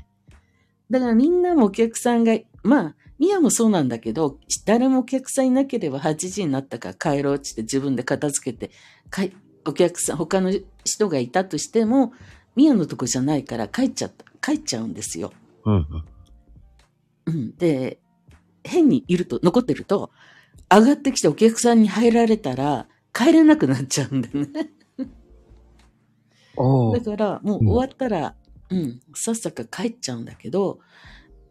[SPEAKER 4] だからみんなもお客さんが、まあ、ミヤもそうなんだけど、誰もお客さんいなければ8時になったから帰ろうってって自分で片付けて、かいお客さん、他の人がいたとしても、ミヤのとこじゃないから帰っちゃった、帰っちゃうんですよ。
[SPEAKER 1] うんうん。
[SPEAKER 4] うん、で、変にいると、残ってると、上がってきてお客さんに入られたら、帰れなくなっちゃうんだよね。
[SPEAKER 1] お
[SPEAKER 4] だ
[SPEAKER 1] ー
[SPEAKER 4] から、も
[SPEAKER 1] う
[SPEAKER 4] うん終わったら、うん、さっさか帰っちゃうんだけど、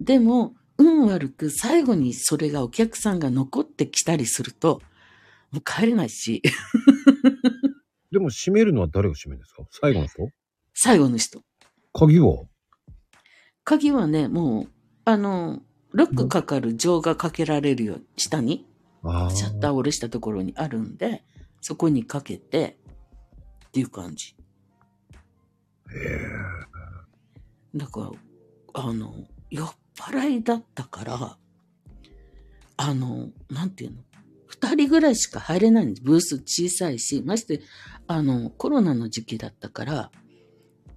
[SPEAKER 4] でも、運悪く最後にそれがお客さんが残ってきたりすると、もう帰れないし、
[SPEAKER 1] でも閉めるのは誰が閉めるんですか最後の人
[SPEAKER 4] 最後の人。
[SPEAKER 1] 鍵は
[SPEAKER 4] 鍵はね、もう、あの、ロックかかる錠がかけられるように、下に、
[SPEAKER 1] あ
[SPEAKER 4] シャッ
[SPEAKER 1] あ。
[SPEAKER 4] ターを下ろしたところにあるんで、そこにかけて、っていう感じ。だから、あの、酔っ払いだったから、あの、なんていうの二人ぐらいしか入れないんです。ブース小さいし、まして、あの、コロナの時期だったから、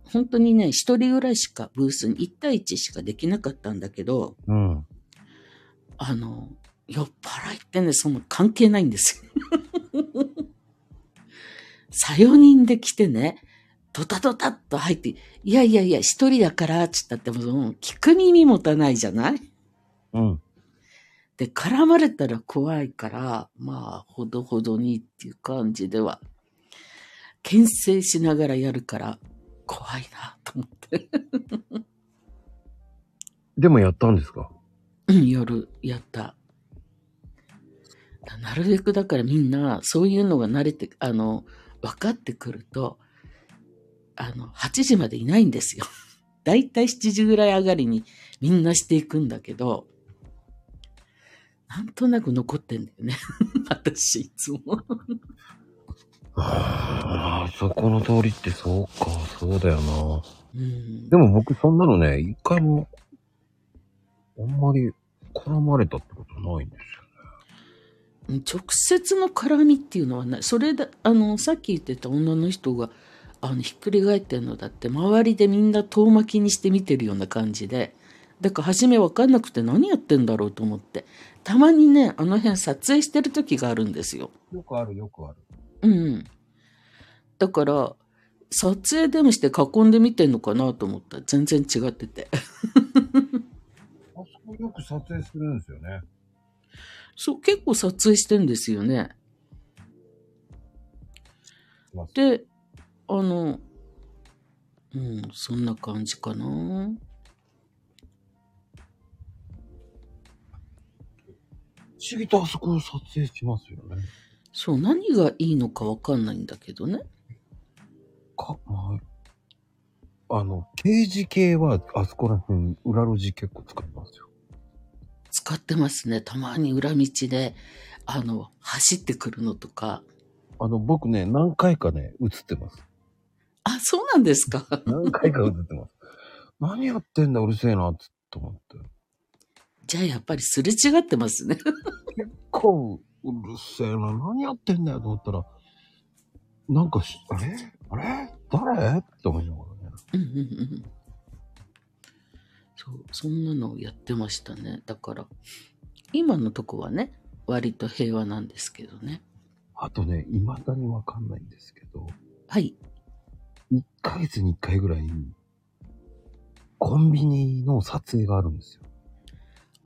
[SPEAKER 4] 本当にね、一人ぐらいしかブースに、一対一しかできなかったんだけど、
[SPEAKER 1] うん。
[SPEAKER 4] あの、酔っ払いってね、その関係ないんですよ。 さよ人で来てね、ドタドタっと入って、いやいやいや、一人だから、つったっても、もう聞く耳持たないじゃない
[SPEAKER 1] うん。
[SPEAKER 4] で、絡まれたら怖いから、まあ、ほどほどにっていう感じでは、牽制しながらやるから、怖いなと思って。
[SPEAKER 1] でもやったんですか
[SPEAKER 4] うん、 夜、やった。だなるべくだからみんな、そういうのが慣れて、あの、分かってくると、あの、8時までいないんですよ。 だいたい7時ぐらい上がりにみんなしていくんだけど、なんとなく残ってんだよね。 私、いつも。
[SPEAKER 1] ああ、そこの通りってそうか、そうだよな。
[SPEAKER 4] うん
[SPEAKER 1] でも僕そんなのね、一回も、あんまり絡まれたってことないんです
[SPEAKER 4] 直接の絡みっていうのはないそれだあのさっき言ってた女の人があのひっくり返ってんのだって周りでみんな遠巻きにして見てるような感じでだから初め分かんなくて何やってんだろうと思ってたまにねあの辺撮影してる時があるんですよ。
[SPEAKER 1] よ。よくある、よくある。
[SPEAKER 4] うん。だから撮影でもして囲んで見てんのかなと思ったら全然違ってて。
[SPEAKER 1] あそこよく撮影するんですよね。
[SPEAKER 4] そう結構撮影してんですよね。
[SPEAKER 1] まあ、
[SPEAKER 4] で、あの、うん、そんな感じかな。
[SPEAKER 1] 不思議とあそこを撮影しますよね。
[SPEAKER 4] そう、何がいいのかわかんないんだけどね。
[SPEAKER 1] か、まあ、あの、刑事系はあそこら辺、裏路地結構使いますよ。
[SPEAKER 4] 使ってますね。たまに裏道で、あの、走ってくるのとか。
[SPEAKER 1] あの、僕ね、何回かね、映ってます。
[SPEAKER 4] あ、そうなんですか。
[SPEAKER 1] 何回か映ってます。何やってんだ、うるせえな、つって思って。
[SPEAKER 4] じゃあやっぱりすれ違ってますね。
[SPEAKER 1] こう、うるせえな、何やってんだよと思ったら、なんかし、あれあれ誰って思いながらね。
[SPEAKER 4] うんうんうん。そう、そんなのをやってましたね。だから、今のとこはね、割と平和なんですけどね。
[SPEAKER 1] あとね、未だにわかんないんですけど、
[SPEAKER 4] はい。
[SPEAKER 1] 1ヶ月に1回ぐらい、コンビニの撮影があるんですよ。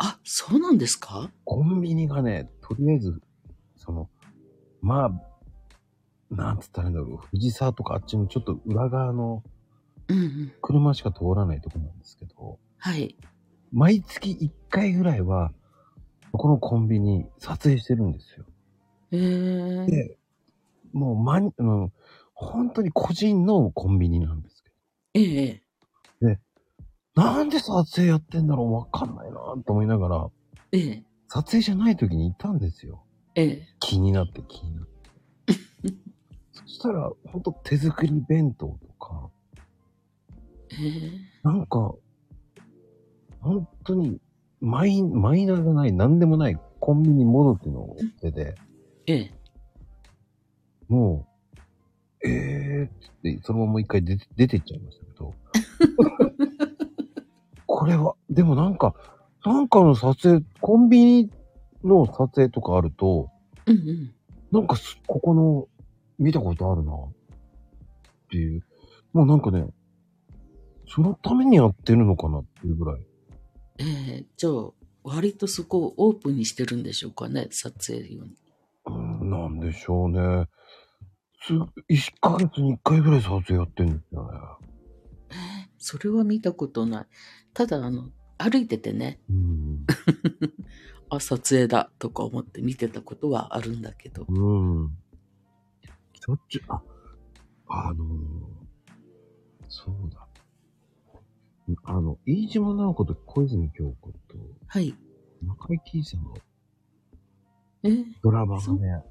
[SPEAKER 4] あ、そうなんですか
[SPEAKER 1] コンビニがね、とりあえず、その、まあ、なんつったらいいんだろう、藤沢とかあっちのちょっと裏側の
[SPEAKER 4] うんうん。
[SPEAKER 1] 車しか通らないとこなんですけど、
[SPEAKER 4] はい。
[SPEAKER 1] 毎月1回ぐらいは、このコンビニ撮影してるんですよ。
[SPEAKER 4] えー、
[SPEAKER 1] で、もう、まに、あの、本当に個人のコンビニなんですけ
[SPEAKER 4] ええ。
[SPEAKER 1] ど、なんで撮影やってんだろうわかんないなと思いながら、
[SPEAKER 4] ええ。
[SPEAKER 1] 撮影じゃない時にいたんですよ。
[SPEAKER 4] ええ。
[SPEAKER 1] 気になって気になって。そしたら、ほんと手作り弁当とか、
[SPEAKER 4] ええ。
[SPEAKER 1] なんか、本当に、マイ、マイナーがない、なんでもない、コンビニ戻っての手で、
[SPEAKER 4] ええ。
[SPEAKER 1] もう、えーって、そのまま一回出て、出てっちゃいましたけ ど。これは、でもなんか、なんかの撮影、コンビニの撮影とかあると、
[SPEAKER 4] うんうん。
[SPEAKER 1] なんかす、ここの、見たことあるな、っていう。もうなんかね、そのためにやってるのかなっていうぐらい。
[SPEAKER 4] ええ。じゃあ、割とそこをオープンにしてるんでしょうかね、撮影用に。
[SPEAKER 1] うん、なんでしょうね。す、1ヶ月に1回ぐらい撮影やってるんですよね。
[SPEAKER 4] ええ。それは見たことない。ただ、あの、歩いててね、
[SPEAKER 1] うん。
[SPEAKER 4] あ、撮影だとか思って見てたことはあるんだけど。
[SPEAKER 1] うん。しょっちゅう、あ、あのーそうだ。あの、飯島直子と小泉京子と
[SPEAKER 4] はい。
[SPEAKER 1] 中井貴一さんの
[SPEAKER 4] ええ。
[SPEAKER 1] ドラマがね、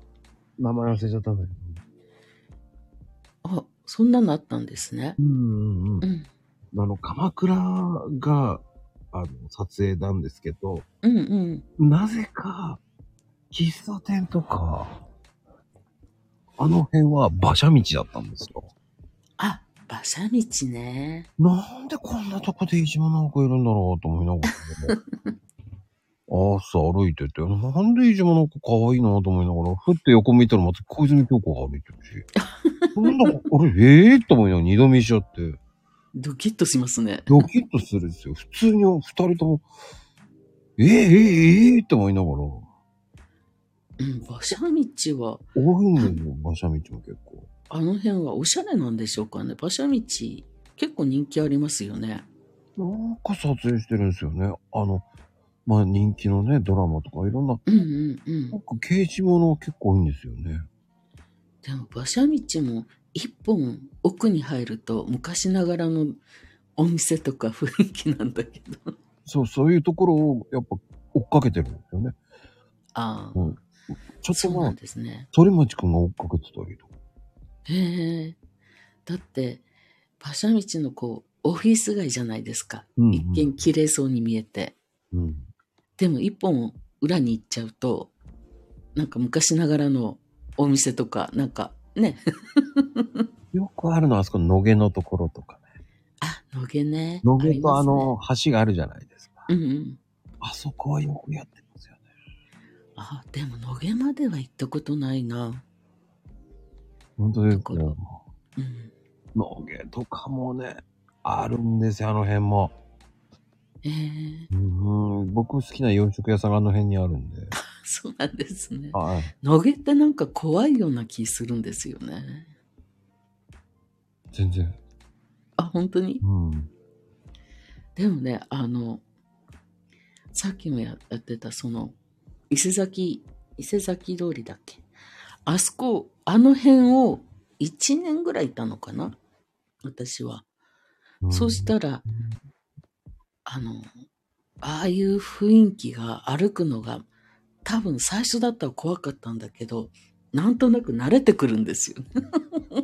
[SPEAKER 1] 名前忘れちゃったんだけど。
[SPEAKER 4] あ、そんなのあったんですね
[SPEAKER 1] う。んうんう。
[SPEAKER 4] うんん。
[SPEAKER 1] あの、鎌倉があの、撮影なんですけど、
[SPEAKER 4] うんうん。
[SPEAKER 1] なぜか、喫茶店とか、あの辺は馬車道だったんですよ。
[SPEAKER 4] あ、馬車道ね。
[SPEAKER 1] なんでこんなとこで飯島直子いるんだろうと思いながら、ね、朝歩いてて、なんで飯島直子可愛いなと思いながら、ふって横向いたらまた小泉京子が歩いてるし、なんだか、あれ、ええー、と思いながら二度見しちゃって、
[SPEAKER 4] ドキッとしますね。
[SPEAKER 1] ドキッとするんですよ。普通に二人とも、えー、えー、ええー、と思いながら、
[SPEAKER 4] うん、馬車道は、
[SPEAKER 1] 多いんだよ、馬車道も結構。
[SPEAKER 4] あの辺はおしゃれなんでしょうかね。馬車道、結構人気ありますよね。
[SPEAKER 1] なんか撮影してるんですよね。あの、まあ人気のね、ドラマとかいろんな、
[SPEAKER 4] うんうんうん
[SPEAKER 1] なん。か刑事もの結構多いんですよね。
[SPEAKER 4] でも馬車道も一本奥に入ると昔ながらのお店とか雰囲気なんだけど。
[SPEAKER 1] そう、そういうところをやっぱ追っかけてるんですよね。
[SPEAKER 4] あ
[SPEAKER 1] うんちょ
[SPEAKER 4] あ、
[SPEAKER 1] っと
[SPEAKER 4] そう
[SPEAKER 1] ま
[SPEAKER 4] な
[SPEAKER 1] あ
[SPEAKER 4] ん、ですね。
[SPEAKER 1] 鳥町くんが追っかけてたりとか。
[SPEAKER 4] へえ。だって、馬車道のこう、オフィス街じゃないですか。
[SPEAKER 1] うん、
[SPEAKER 4] 一見綺麗そうに見えて。
[SPEAKER 1] うん。
[SPEAKER 4] でも一本裏に行っちゃうと、なんか昔ながらのお店とか、なんかね、
[SPEAKER 1] よくあるのはあそこの野毛のところとかね。
[SPEAKER 4] あ、野毛ね。
[SPEAKER 1] 野毛とあ
[SPEAKER 4] りますね
[SPEAKER 1] の橋があるじゃないですか。
[SPEAKER 4] うんうん。
[SPEAKER 1] あそこはよくやってますよね。
[SPEAKER 4] あ、でも野毛までは行ったことないな。
[SPEAKER 1] 本当です
[SPEAKER 4] とこ
[SPEAKER 1] よ
[SPEAKER 4] ろ。うん。
[SPEAKER 1] 野毛とかもね、あるんですよ、あの辺も。
[SPEAKER 4] ええ、
[SPEAKER 1] うん、僕好きな洋食屋さんがあの辺にあるんで。
[SPEAKER 4] そうなんですね。
[SPEAKER 1] はい。
[SPEAKER 4] 野毛ってなんか怖いような気するんですよね。
[SPEAKER 1] 全然。
[SPEAKER 4] あ、本当に
[SPEAKER 1] うん。
[SPEAKER 4] でもね、あの、さっきもややってた、その、伊勢崎、伊勢崎通りだっけあそこ、あの辺を1年ぐらいいたのかな私は。
[SPEAKER 1] うん
[SPEAKER 4] そうしたら、あの、ああいう雰囲気が歩くのが、多分最初だったら怖かったんだけど、なんとなく慣れてくるんですよね。
[SPEAKER 1] あ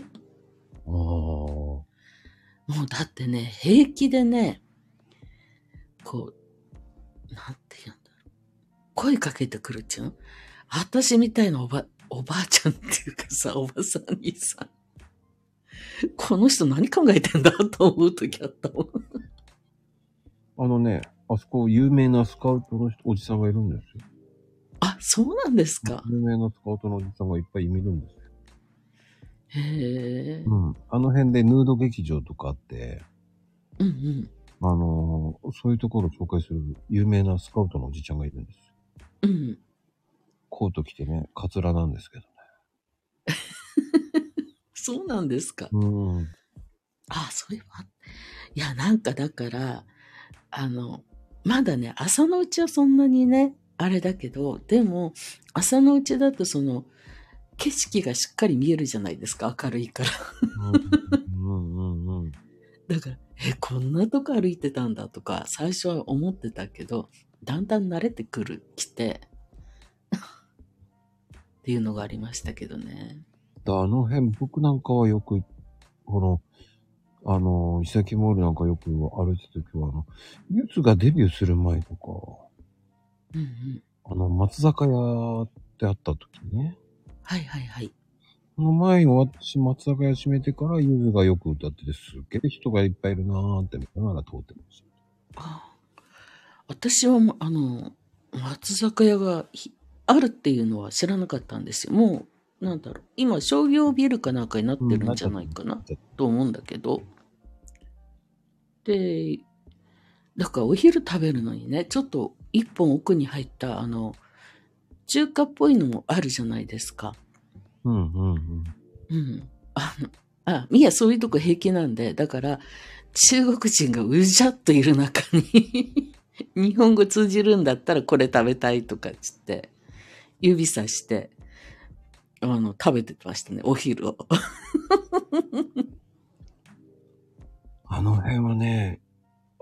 [SPEAKER 1] あ。
[SPEAKER 4] もうだってね、平気でね、こう、なんて言うんだろう。声かけてくるっちゃう私みたいなおば、おばあちゃんっていうかさ、おばさんにさ、この人何考えてんだと思う時あったもん。
[SPEAKER 1] あのね、あそこ有名なスカウトの人おじさんがいるんですよ。
[SPEAKER 4] あ、そうなんですか。
[SPEAKER 1] 有名なスカウトのおじさんがいっぱいいるんですよ。
[SPEAKER 4] へえ。
[SPEAKER 1] うん。あの辺でヌード劇場とかあって、
[SPEAKER 4] うんうん。
[SPEAKER 1] あのーそういうところを紹介する有名なスカウトのおじちゃんがいるんですよ。
[SPEAKER 4] うん。
[SPEAKER 1] コート着てね、カツラなんですけどね。
[SPEAKER 4] そうなんですか。
[SPEAKER 1] うん。
[SPEAKER 4] あ、そういえば。いや、なんかだから、あの、まだね、朝のうちはそんなにね、あれだけど、でも、朝のうちだとその、景色がしっかり見えるじゃないですか、明るいから。
[SPEAKER 1] うんうんうん。
[SPEAKER 4] だから、え、こんなとこ歩いてたんだとか、最初は思ってたけど、だんだん慣れてくる、来て、 っていうのがありましたけどね。
[SPEAKER 1] だあの辺、僕なんかはよく、この、あの、伊勢崎モールなんかよく歩いてた時は、あの、ゆずがデビューする前とか、
[SPEAKER 4] うんうん。
[SPEAKER 1] あの、松坂屋ってあった時ね。
[SPEAKER 4] はいはいはい。
[SPEAKER 1] その前に私、松坂屋閉めてから、ゆずがよく歌ってて、すっげえ人がいっぱいいるなーって見ながら通ってまし
[SPEAKER 4] あ私はもうあの松坂屋がひあるっていうのは知らなかったんですよもうなんだろう今商業ビルかなんかになってるんじゃないかな、
[SPEAKER 1] た。
[SPEAKER 4] と思うんだけどでだからお昼食べるのにねちょっと一本奥に入ったあの中華っぽいのもあるじゃないですか
[SPEAKER 1] うんうんうん。
[SPEAKER 4] うん。あの、あ、ミヤそういうとこ平気なんで、だから、中国人がうじゃっといる中に、 日本語通じるんだったらこれ食べたいとかっつって、指さして、あの、食べてましたね、お昼を。
[SPEAKER 1] あの辺はね、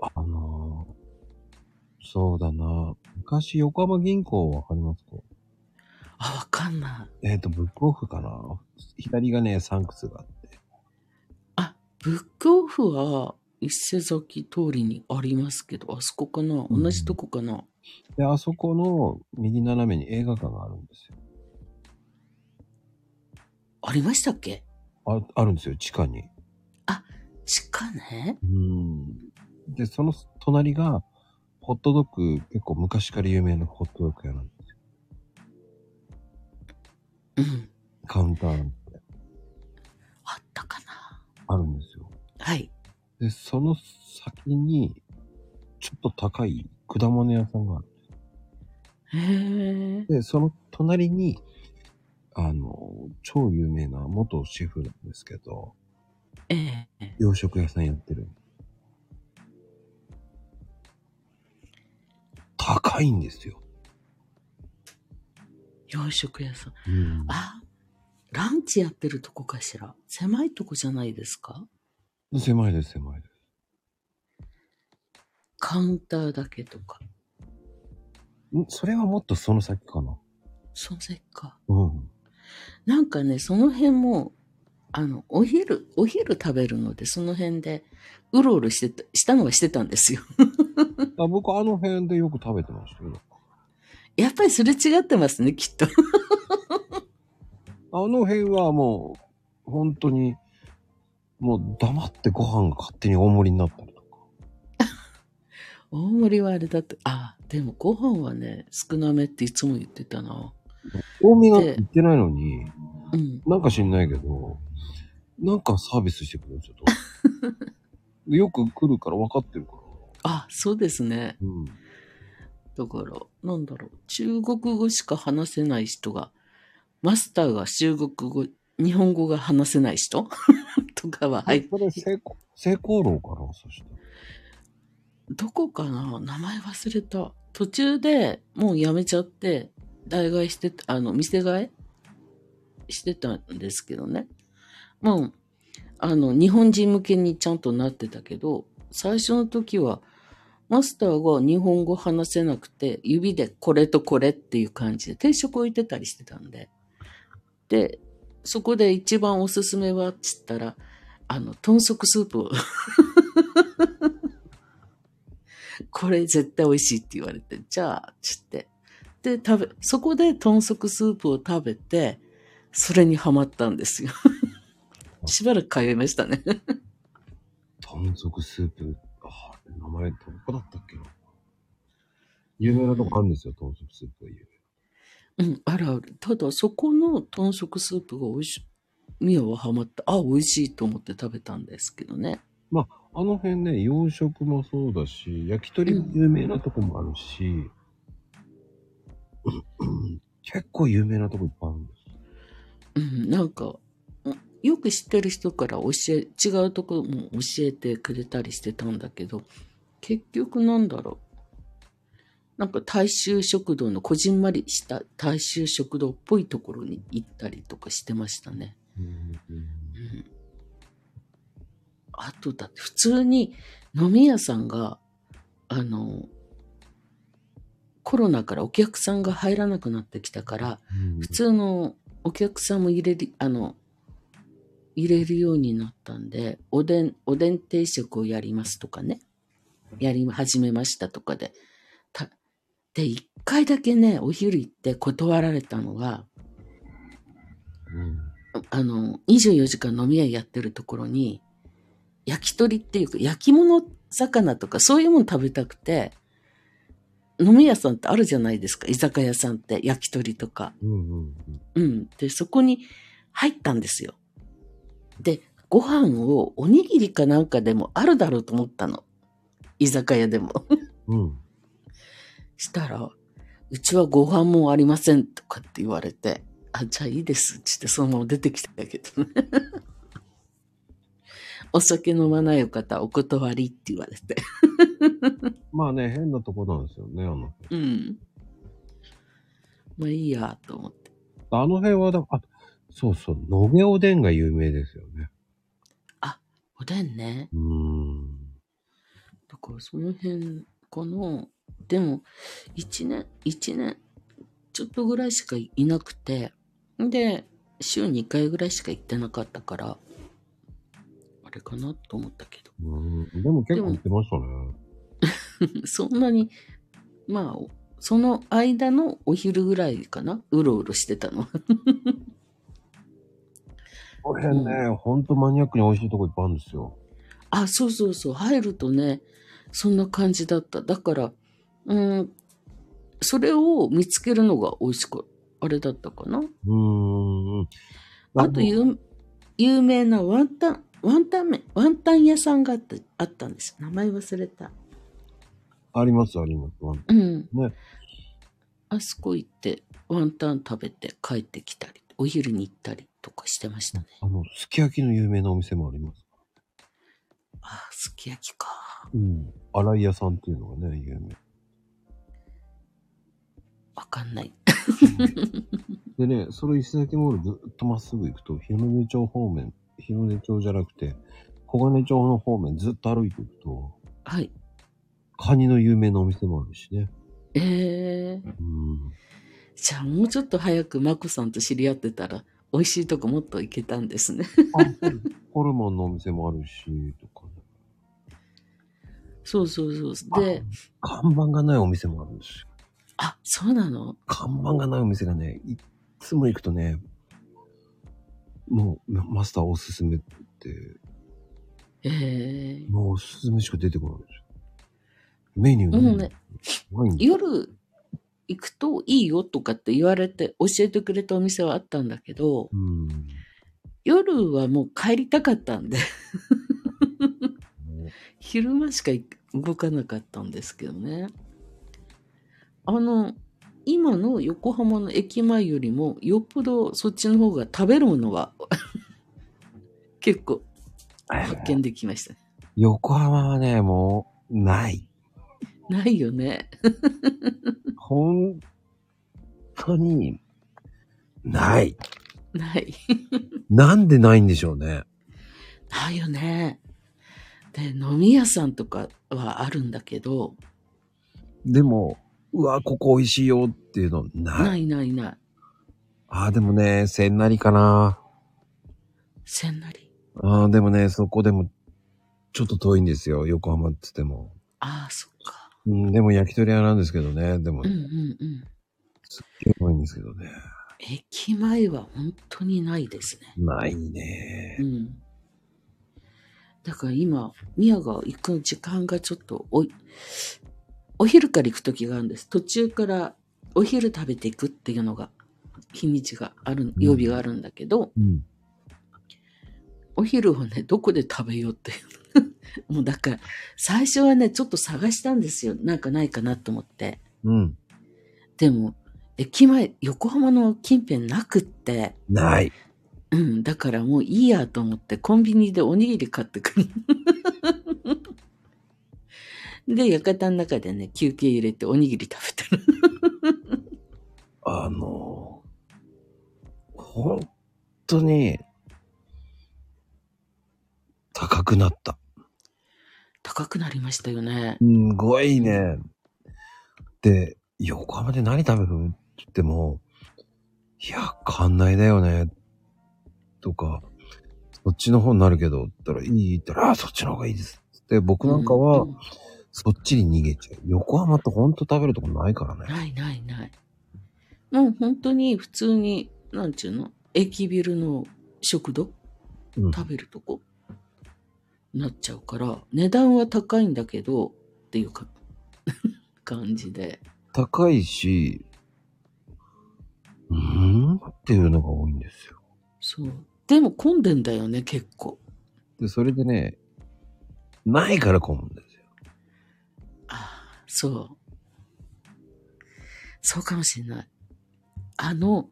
[SPEAKER 1] あのーそうだな。昔、横浜銀行わかりますか
[SPEAKER 4] あ、わかんない。
[SPEAKER 1] えっ、と、ブックオフかな左がね、サンクスがあって。
[SPEAKER 4] ブックオフは、伊勢崎通りにありますけど、あそこかな
[SPEAKER 1] うん
[SPEAKER 4] 同じとこかな、
[SPEAKER 1] で、あそこの右斜めに映画館があるんですよ。
[SPEAKER 4] ありましたっけ
[SPEAKER 1] ああるんですよ、地下に。
[SPEAKER 4] 地下ね。
[SPEAKER 1] うん。で、その隣が、ホットドッグ、結構昔から有名なホットドッグ屋なんです。
[SPEAKER 4] うん。
[SPEAKER 1] カウンター
[SPEAKER 4] あったかな
[SPEAKER 1] あるんですよ。
[SPEAKER 4] はい。
[SPEAKER 1] で、その先に、ちょっと高い果物屋さんがある。
[SPEAKER 4] へえ。
[SPEAKER 1] で、その隣に、あの、超有名な元シェフなんですけど、
[SPEAKER 4] ええ
[SPEAKER 1] 洋食屋さんやってる。高いんですよ。
[SPEAKER 4] 洋食屋さん。
[SPEAKER 1] うん
[SPEAKER 4] あ、ランチやってるとこかしら狭いとこじゃないですか
[SPEAKER 1] 狭いです、狭いです。
[SPEAKER 4] カウンターだけとか。
[SPEAKER 1] んそれはもっとその先かな。
[SPEAKER 4] そのせっか。
[SPEAKER 1] うん。
[SPEAKER 4] なんかね、その辺も、あの、お昼、お昼食べるので、その辺で、うろうろしてた、したのはしてたんですよ。
[SPEAKER 1] あ僕、あの辺でよく食べてましたけど。
[SPEAKER 4] やっぱりすれ違ってますね、きっと。
[SPEAKER 1] あの辺はもう、本当に、もう黙ってご飯が勝手に大盛りになったりとか。
[SPEAKER 4] 大盛りはあれだって、あ、でもご飯はね、少なめっていつも言ってたな。
[SPEAKER 1] 大見が行ってないのに、
[SPEAKER 4] うん。
[SPEAKER 1] なんか知んないけど、なんかサービスしてくれるちょっと。 でよく来るから分かってるから。
[SPEAKER 4] あ、そうですね。
[SPEAKER 1] うん。
[SPEAKER 4] だから、なんだろう。中国語しか話せない人が、マスターが中国語、日本語が話せない人 とかは、はい。
[SPEAKER 1] これ成功、成功論かな、そして。
[SPEAKER 4] どこかな名前忘れた。途中でもう辞めちゃって、代替えしてた、あの、店替えしてたんですけどね。もう、あの、日本人向けにちゃんとなってたけど、最初の時は、マスターが日本語話せなくて、指でこれとこれっていう感じで定食置いてたりしてたんで。で、そこで一番おすすめはっつったら、あの、豚足スープをこれ絶対美味しいって言われて、じゃあ、つって。で、食べ、そこで豚足スープを食べて、それにハマったんですよ。しばらく通いましたね。
[SPEAKER 1] 豚足スープ。あー、名前どこだったっけな。有名なとこあるんですよ、豚足スープが有名。
[SPEAKER 4] うん、あるある。ただ、そこの豚足スープが美味しい。ミヤはハマった。あ、美味しいと思って食べたんですけどね。
[SPEAKER 1] あの辺ね、洋食もそうだし、焼き鳥も有名なとこもある し、結構有名なとこいっぱいあるんです。
[SPEAKER 4] うん、なんか、うんよく知ってる人から教え、違うところも教えてくれたりしてたんだけど、結局なんだろう。なんか大衆食堂のこじんまりした大衆食堂っぽいところに行ったりとかしてましたね。うん。あとだって普通に飲み屋さんが、あの、コロナからお客さんが入らなくなってきたから、普通のお客さんも入れる、あの、入れるようになったんで、おでん、おでん定食をやりますとかね。やり、始めましたとかで。たで、一回だけね、お昼行って断られたのが、あの、24時間飲み屋やってるところに、焼き鳥っていうか、焼き物魚とかそういうもの食べたくて、飲み屋さんってあるじゃないですか。居酒屋さんって焼き鳥とか。
[SPEAKER 1] うんうんうん
[SPEAKER 4] うん。で、そこに入ったんですよ。で、ご飯をおにぎりかなんかでもあるだろうと思ったの。居酒屋でも。
[SPEAKER 1] うんうん。
[SPEAKER 4] したら、うちはご飯もありませんとかって言われて、あ、じゃあいいですってってそのまま出てきたけどね。 お酒飲まないお方お断りって言われて。
[SPEAKER 1] まあね、変なとこなんですよね、あの辺。
[SPEAKER 4] うん。まあいいやと思って。
[SPEAKER 1] あの辺はだ、あ、そうそう、野毛おでんが有名ですよね。
[SPEAKER 4] おでんね。
[SPEAKER 1] うーん。
[SPEAKER 4] だからその辺かな。でも、一年、一年、ちょっとぐらいしかいなくて、で、週2回ぐらいしか行ってなかったから、あれかなと思ったけど。
[SPEAKER 1] うん。でも結構売ってましたね。
[SPEAKER 4] そんなに、まあ、その間のお昼ぐらいかなうろうろしてたのは。
[SPEAKER 1] これね、ほんとマニアックに美味しいとこいっぱいあるんですよ。
[SPEAKER 4] あ、そうそうそう。入るとね、そんな感じだった。だから、うん、それを見つけるのが美味しく、あれだったかな
[SPEAKER 1] うーん。
[SPEAKER 4] あと
[SPEAKER 1] う。
[SPEAKER 4] 有、有名なワンタン、ワンタン麺、ワンタン屋さんがあった、あったんです。名前忘れた。
[SPEAKER 1] ありますあります。う
[SPEAKER 4] うん。
[SPEAKER 1] ね
[SPEAKER 4] あそこ行って、ワンタン食べて帰ってきたり、お昼に行ったりとかしてましたね。
[SPEAKER 1] あの、すき焼きの有名なお店もあります。
[SPEAKER 4] あー、すき焼きか。
[SPEAKER 1] うん。洗い屋さんっていうのがね、有名。
[SPEAKER 4] わかんない。
[SPEAKER 1] でね、それ伊勢崎モールずっとまっすぐ行くと、広根町方面、広根町じゃなくて、小金町の方面ずっと歩いていくと、
[SPEAKER 4] はい。
[SPEAKER 1] カニの有名なお店もあるしね。
[SPEAKER 4] え ー、
[SPEAKER 1] うん。
[SPEAKER 4] じゃあもうちょっと早くマコさんと知り合ってたら、美味しいとこもっと行けたんですね。
[SPEAKER 1] あホルモンのお店もあるし、とかね。
[SPEAKER 4] そうそうそう。で、
[SPEAKER 1] 看板がないお店もあるんですよ。
[SPEAKER 4] あ、そうなの
[SPEAKER 1] 看板がないお店がね、いっつも行くとね、もう、ママスターおすすめって、
[SPEAKER 4] えー、
[SPEAKER 1] もうおすすめしか出てこないんですよ。メニュー
[SPEAKER 4] もうね、
[SPEAKER 1] ないんですよ。
[SPEAKER 4] 夜行くといいよとかって言われて教えてくれたお店はあったんだけど、
[SPEAKER 1] うん。
[SPEAKER 4] 夜はもう帰りたかったんで、
[SPEAKER 1] ね
[SPEAKER 4] 昼間しか行く動かなかったんですけどね。あの、今の横浜の駅前よりもよっぽどそっちの方が食べるものは 結構発見できましたね。
[SPEAKER 1] 横浜はね、もう、ない。
[SPEAKER 4] ないよね。
[SPEAKER 1] 本当に、ない。
[SPEAKER 4] ない。
[SPEAKER 1] なんでないんでしょうね。
[SPEAKER 4] ないよね。で、飲み屋さんとかはあるんだけど、
[SPEAKER 1] でも、うわ、ここ美味しいよっていうの、ない。
[SPEAKER 4] ないないない。
[SPEAKER 1] ああ、でもね、千なりかな。
[SPEAKER 4] せんなり。
[SPEAKER 1] ああ、でもね、そこでも、ちょっと遠いんですよ。横浜って言っても。
[SPEAKER 4] ああ、そっか。
[SPEAKER 1] うん、でも焼き鳥屋なんですけどね。でも
[SPEAKER 4] うんう、んうん。
[SPEAKER 1] 結構いいんですけどね。
[SPEAKER 4] 駅前は本当にないですね。
[SPEAKER 1] ないね
[SPEAKER 4] う。ん。だから今、宮が行く時間がちょっとおい、お昼から行く時があるんです。途中からお昼食べていくっていうのが、日にちがある、曜日があるんだけど、
[SPEAKER 1] うん。
[SPEAKER 4] お昼をね、どこで食べよう っていう。もうだから、最初はね、ちょっと探したんですよ。なんかないかなと思って。
[SPEAKER 1] うん。
[SPEAKER 4] でも、駅前、横浜の近辺なくって、
[SPEAKER 1] ない。
[SPEAKER 4] うん、だからもういいやと思って、コンビニでおにぎり買ってくる。 で、館の中でね、休憩入れておにぎり食べてる。
[SPEAKER 1] あの、本当に、高くなった。
[SPEAKER 4] 高くなりましたよね。
[SPEAKER 1] すんごいね。で、横浜で何食べるって言っても、いや、館内だよね。とか、そっちの方になるけど、ったらいいって言ったら、あ、そっちの方がいいです。で、僕なんかは
[SPEAKER 4] う、ん
[SPEAKER 1] そっちに逃げちゃう。横浜ってほんと食べるとこないからね。
[SPEAKER 4] ないないない。もう本当に普通に、なんちゅうの駅ビルの食堂
[SPEAKER 1] うん。
[SPEAKER 4] 食べるとこなっちゃうから、値段は高いんだけど、っていうか、 感じで。
[SPEAKER 1] 高いし、うーんっていうのが多いんですよ。
[SPEAKER 4] そう。でも混んでんだよね、結構。
[SPEAKER 1] で、それでね、ないから混むんですよ。
[SPEAKER 4] ああ、そう。そうかもしれない。あの、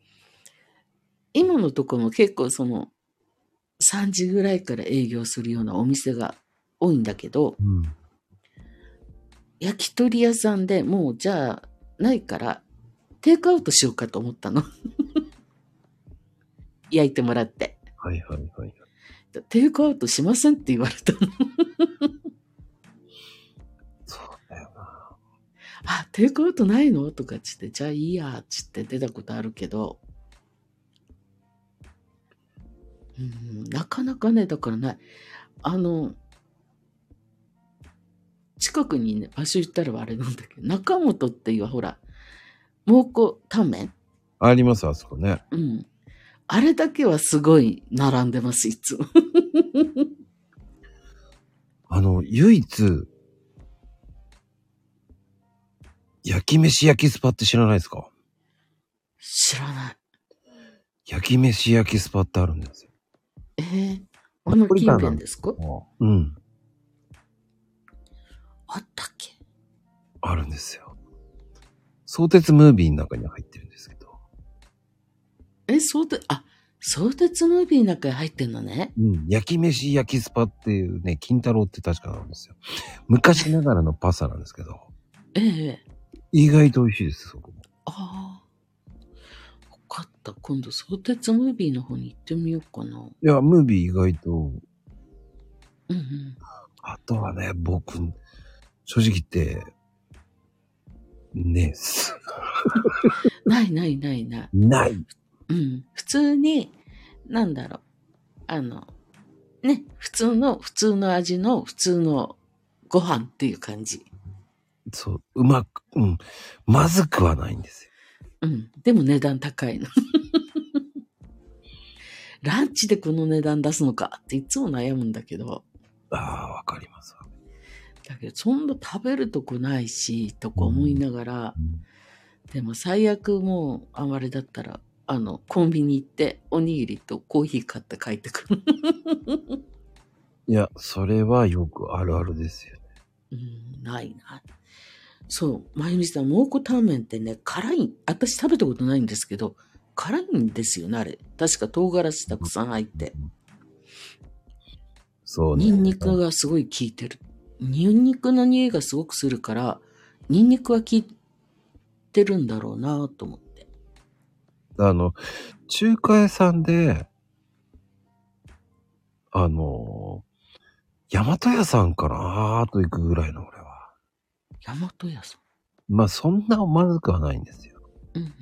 [SPEAKER 4] 今のとこも結構その、3時ぐらいから営業するようなお店が多いんだけど、
[SPEAKER 1] うん。
[SPEAKER 4] 焼き鳥屋さんでもうじゃあないから、テイクアウトしようかと思ったの。 焼いてもらって。
[SPEAKER 1] はいはいはい。
[SPEAKER 4] テイクアウトしませんって言われたの。
[SPEAKER 1] そうだよな。
[SPEAKER 4] あ、テイクアウトないのとかっつって、じゃあいいやっつって出たことあるけど、うん、なかなかね、だからない。あの、近くにね、場所行ったらあれなんだけど、中本っていうほら、蒙古タンメン
[SPEAKER 1] あります、あそこね。
[SPEAKER 4] うん。あれだけはすごい並んでます、いつも。
[SPEAKER 1] あの、唯一、焼き飯焼きスパって知らないですか
[SPEAKER 4] 知らない。
[SPEAKER 1] 焼き飯焼きスパってあるんですよ。
[SPEAKER 4] えー、あの近辺
[SPEAKER 1] す
[SPEAKER 4] ですか
[SPEAKER 1] うん。
[SPEAKER 4] あったっけ
[SPEAKER 1] あるんですよ。相鉄ムービーの中に入ってるんですけど。
[SPEAKER 4] え、相鉄、あ、相鉄ムービーの中に入ってんのね。
[SPEAKER 1] うん。焼き飯焼きスパっていうね、金太郎って確かなんですよ。昔ながらのパスタなんですけど、
[SPEAKER 4] ええ
[SPEAKER 1] 意外と美味しいです、そこも。
[SPEAKER 4] ああ。わかった。今度相鉄ムービーの方に行ってみようかな。
[SPEAKER 1] いや、ムービー意外と、
[SPEAKER 4] うんうん。
[SPEAKER 1] あとはね、僕、正直言って、ねえっす。
[SPEAKER 4] ないないないない。
[SPEAKER 1] ない。
[SPEAKER 4] うん。普通に、なんだろう。あの、ね、普通の、普通の味の、普通のご飯っていう感じ。
[SPEAKER 1] そう、うまく、うん、まずくはないんですよ。
[SPEAKER 4] うん。でも値段高いの。 ランチでこの値段出すのかっていつも悩むんだけど。
[SPEAKER 1] ああ、わかります。
[SPEAKER 4] だけど、そんな食べるとこないし、とか思いながら、でも最悪もう、あまりだったら、あの、コンビニ行って、おにぎりとコーヒー買って帰ってくる。
[SPEAKER 1] いや、それはよくあるあるですよね。
[SPEAKER 4] うん、ないな。そう、まゆみさん、蒙古タンメンってね、辛い、私食べたことないんですけど、辛いんですよね、あれ。確か唐辛子たくさん入って。
[SPEAKER 1] そうね。
[SPEAKER 4] ニンニクがすごい効いてる。ニンニクの匂いがすごくするから、ニンニクは効いてるんだろうなと思って。
[SPEAKER 1] あの、中華屋さんで、あの、大和屋さんかなーと行くぐらいの俺は。
[SPEAKER 4] 大和屋さ
[SPEAKER 1] まあそんなまずくはないんですよ。
[SPEAKER 4] ん。うんうん。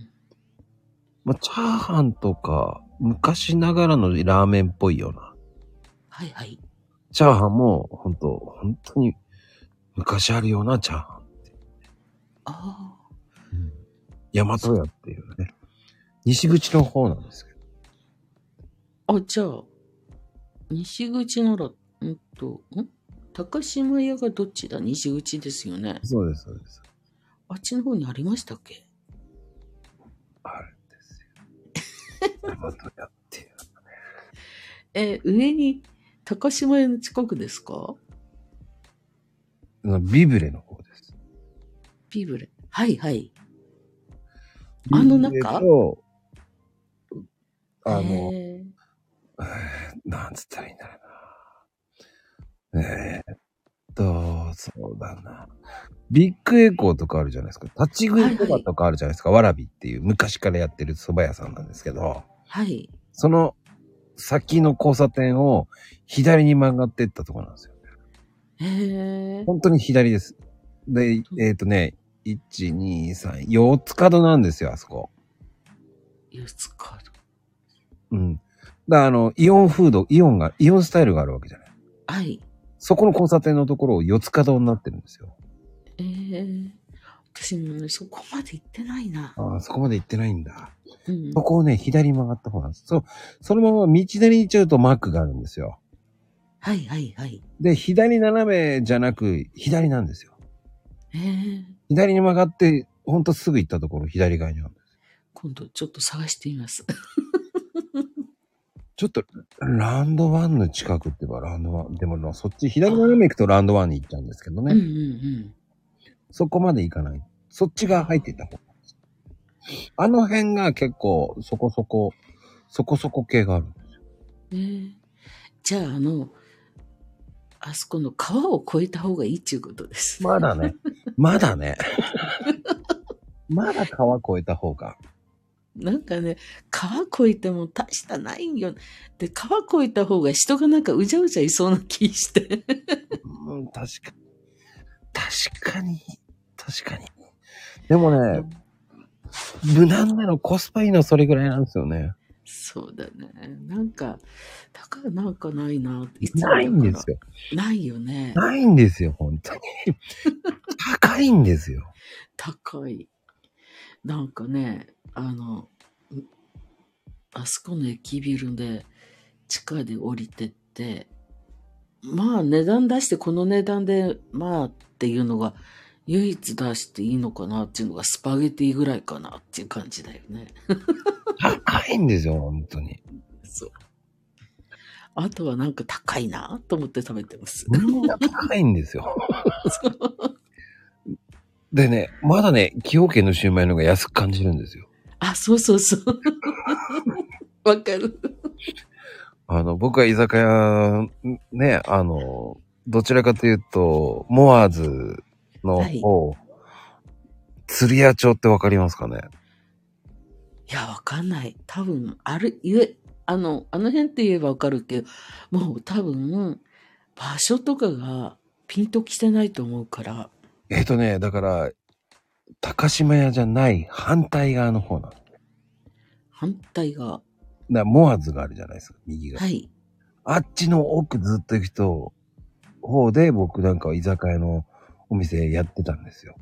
[SPEAKER 1] まあチャーハンとか、昔ながらのラーメンっぽいような。
[SPEAKER 4] はいはい。
[SPEAKER 1] チャーハンも、本当本当に、昔あるようなチャーハン。
[SPEAKER 4] ああ。
[SPEAKER 1] 大和屋っていうね。西口の方なんですけど。
[SPEAKER 4] あ、じゃあ、西口なら、んと、ん高島屋がどっちだ西口ですよね。
[SPEAKER 1] そうです、そうです。
[SPEAKER 4] あっちの方にありましたっけ
[SPEAKER 1] あるんですよ。大和屋っていう。
[SPEAKER 4] えー上に高島屋の近くですか
[SPEAKER 1] あの ビブレの方です。
[SPEAKER 4] ビブレ。はいはい。あの中
[SPEAKER 1] ビブレとあの、
[SPEAKER 4] えー
[SPEAKER 1] なんつったらいいんだろうな。えーっと、そうだな。ビッグエコーとかあるじゃないですか。立ち食いそばとかあるじゃないですか。わらびっていう昔からやってる蕎麦屋さんなんですけど、
[SPEAKER 4] はい。
[SPEAKER 1] その先の交差点を左に曲がってったところなんですよ。
[SPEAKER 4] えー、
[SPEAKER 1] 本当に左です。で、えーっとね、1、2、3、4つ角なんですよ、あそこ。
[SPEAKER 4] 四つ角。
[SPEAKER 1] うん。だからあの、イオンフード、イオンが、イオンスタイルがあるわけじゃない。
[SPEAKER 4] はい。
[SPEAKER 1] そこの交差点のところを四つ角になってるんですよ。
[SPEAKER 4] えー、私もね、そこまで行ってないな。
[SPEAKER 1] ああ、そこまで行ってないんだ。
[SPEAKER 4] うん
[SPEAKER 1] そ。こをね、左に曲がった方なんです。そう、そのまま道なりに行っちゃうとマークがあるんですよ。
[SPEAKER 4] はいはいはい。
[SPEAKER 1] で、左斜めじゃなく、左なんですよ。
[SPEAKER 4] えー、
[SPEAKER 1] 左に曲がって、ほんとすぐ行ったところ、左側にある。
[SPEAKER 4] 今度ちょっと探してみます。
[SPEAKER 1] ちょっと、ランドワンの近くって言えばランドワン。でもな、そっち、左斜め行くとランドワンに行っちゃうんですけど
[SPEAKER 4] うん
[SPEAKER 1] ね。
[SPEAKER 4] うんうん。
[SPEAKER 1] そこまで行かない。そっちが入っていった方がいいです。あの辺が結構そこそこ、そこそこ系がある。
[SPEAKER 4] えー、じゃあ、あの、あそこの川を越えた方がいいっていうことです。
[SPEAKER 1] まだね。 まだね。 まだ川越えた方が。
[SPEAKER 4] なんかね、川越えても大したないんよ。で、川越えた方が人がなんかうじゃうじゃいそうな気して。
[SPEAKER 1] うん、確か確かに。確かに。でもね、無難なのコスパいいのそれぐらいなんですよね。
[SPEAKER 4] そうだね。なんか、だからなんかないな。いつもだから
[SPEAKER 1] ないんですよ。
[SPEAKER 4] ないよね。
[SPEAKER 1] ないんですよ、本当に。 高いんですよ。
[SPEAKER 4] 高い。なんかね、あの、うあそこの駅ビルで地下で降りてって、まあ値段出してこの値段で、まあっていうのが唯一出していいのかなっていうのがスパゲティぐらいかなっていう感じだよね。
[SPEAKER 1] 高いんですよ、本当に。
[SPEAKER 4] そう。あとはなんか高いなと思って食べてます。
[SPEAKER 1] みんな高いんですよ。でね、まだね、崎陽軒のシューマイの方が安く感じるんですよ。
[SPEAKER 4] あ、そうそうそう。 わかる。
[SPEAKER 1] あの、僕は居酒屋、ね、あの、どちらかというと、モアーズの方、釣り屋町ってわかりますかね
[SPEAKER 4] いや、わかんない。多分、ある、ゆえ、あの、あの辺って言えばわかるけど、もう多分、場所とかがピンときてないと思うから、
[SPEAKER 1] えっ、とね、だから、高島屋じゃない反対側の方なの。だか
[SPEAKER 4] 反対が、
[SPEAKER 1] らモアーズがあるじゃないですか、右が。
[SPEAKER 4] はい。
[SPEAKER 1] あっちの奥ずっと行くと、方で僕なんかは居酒屋のお店やってたんですよ。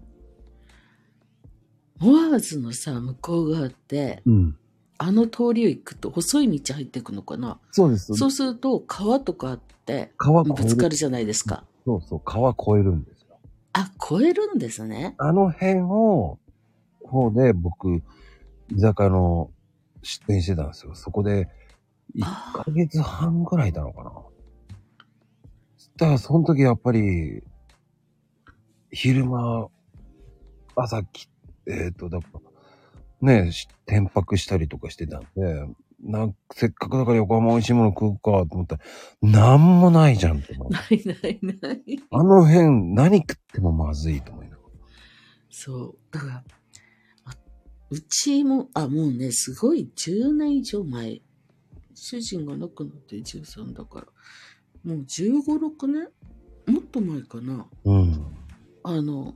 [SPEAKER 4] モアーズのさ、向こう側って、
[SPEAKER 1] うん。
[SPEAKER 4] あの通りを行くと細い道入っていくのかな
[SPEAKER 1] そうです。
[SPEAKER 4] そうすると、川とかあって、
[SPEAKER 1] 川越え
[SPEAKER 4] ぶ
[SPEAKER 1] る
[SPEAKER 4] つかるじゃないですか。
[SPEAKER 1] そうそう、川越えるんですよ。
[SPEAKER 4] あ、越えるんですね。
[SPEAKER 1] あの辺を、方で僕、居酒屋の出店してたんですよ。そこで、1ヶ月半ぐらいいたのかな。だからその時やっぱり、昼間、朝き、えっ、と、だから、ね、し転泊したりとかしてたんで、なんせっかくだから横浜美味しいもの食うかと思ったら、なんもないじゃんって思って
[SPEAKER 4] ないないない。
[SPEAKER 1] あの辺何食ってもまずいと思いなが
[SPEAKER 4] そう。だから、あうちも、あ、もうね、すごい10年以上前。主人が亡くなって13だから。もう15、6年もっと前かな。
[SPEAKER 1] ら。うん。
[SPEAKER 4] あの、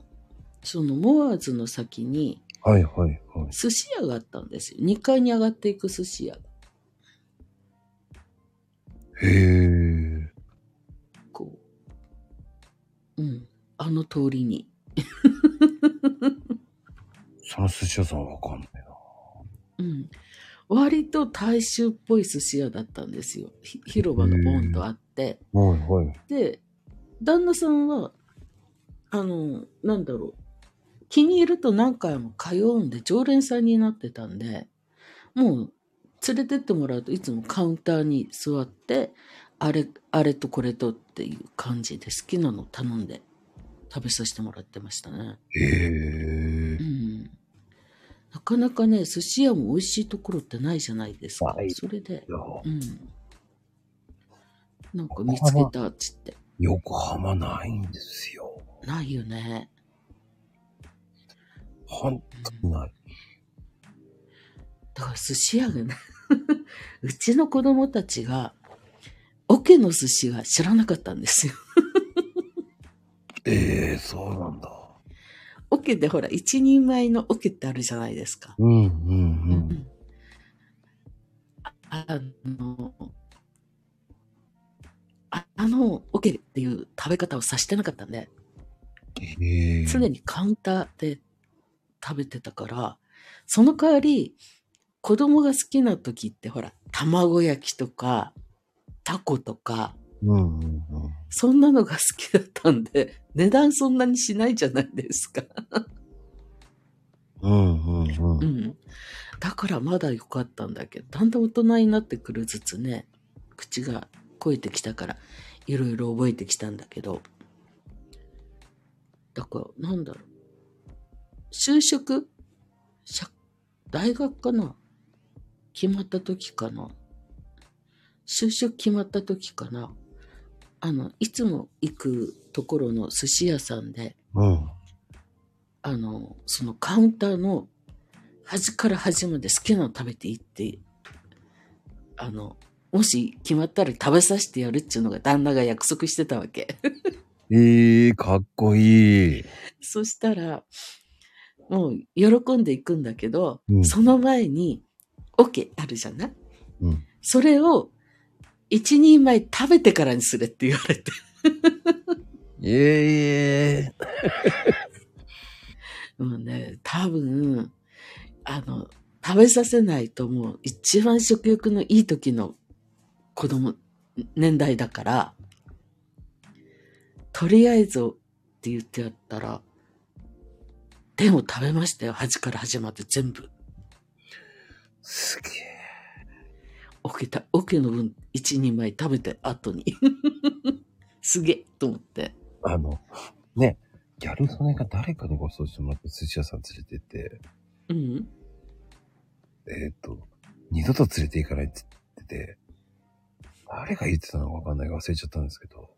[SPEAKER 4] そのモアーズの先に
[SPEAKER 1] はいはいはい。
[SPEAKER 4] 寿司屋があったんですよ。2階に上がっていく寿司屋。
[SPEAKER 1] へえ。
[SPEAKER 4] こう。うん。あの通りに。
[SPEAKER 1] その寿司屋さんわかんないな。
[SPEAKER 4] うん、割と大衆っぽい寿司屋だったんですよ。ひ広場がボンとあって。
[SPEAKER 1] はいはい。
[SPEAKER 4] で、旦那さんは、あの、なんだろう。気に入ると何回も通うんで、常連さんになってたんで、もう連れてってもらうといつもカウンターに座って、あれ、あれとこれとっていう感じで好きなの頼んで食べさせてもらってましたね。
[SPEAKER 1] へえ
[SPEAKER 4] う。んなかなかね、寿司屋も美味しいところってないじゃないですか。
[SPEAKER 1] はい
[SPEAKER 4] それで、
[SPEAKER 1] いや
[SPEAKER 4] うん。なんか見つけたっつって。
[SPEAKER 1] 横浜ないんですよ。
[SPEAKER 4] ないよね。
[SPEAKER 1] 本当にない。
[SPEAKER 4] だから寿司屋がね、 うちの子供たちが、桶の寿司は知らなかったんですよ。
[SPEAKER 1] ええそうなんだ。
[SPEAKER 4] 桶でほら、一人前の桶ってあるじゃないですか。
[SPEAKER 1] うんうん
[SPEAKER 4] う
[SPEAKER 1] うん。
[SPEAKER 4] んああの、ああの、オケっていう食べ方をさしてなかったんで、
[SPEAKER 1] へえ。
[SPEAKER 4] 常にカウンターで食べてたから、その代わり、子供が好きな時ってほら、卵焼きとか、タコとか、
[SPEAKER 1] うんうんうん。
[SPEAKER 4] そんなのが好きだったんで、値段そんなにしないじゃないですか。
[SPEAKER 1] うんうんう。
[SPEAKER 4] うんん。だからまだ良かったんだけど、だんだん大人になってくるずつね、口が肥えてきたから、いろいろ覚えてきたんだけど、だから、なんだろう。就職社大学かな決まった時かな就職決まった時かなあの、いつも行くところの寿司屋さんで、
[SPEAKER 1] うん。
[SPEAKER 4] あの、そのカウンターの端から端まで好きなの食べていいって、あの、もし決まったら食べさせてやるっていうのが旦那が約束してたわけ。
[SPEAKER 1] ええかっこいい。
[SPEAKER 4] そしたら、もう喜んでいくんだけど、
[SPEAKER 1] うん
[SPEAKER 4] その前に、オケあるじゃない
[SPEAKER 1] うん
[SPEAKER 4] それを一人前食べてからにすれって言われて。
[SPEAKER 1] いえいえ。
[SPEAKER 4] もうね、多分、あの、食べさせないともう一番食欲のいい時の子供、年代だから、とりあえずって言ってやったら、でも食べましたよ。端から端まで全部。
[SPEAKER 1] すげえ。
[SPEAKER 4] オケた、オケの分一人前食べて後に。 すげえと思って。
[SPEAKER 1] あの、ね、ギャル曽根が誰かにご馳走してもらって寿司屋さん連れてって、
[SPEAKER 4] うん。
[SPEAKER 1] えっ、と、二度と連れて行かないって言ってて、誰が言ってたのかわかんないが忘れちゃったんですけど、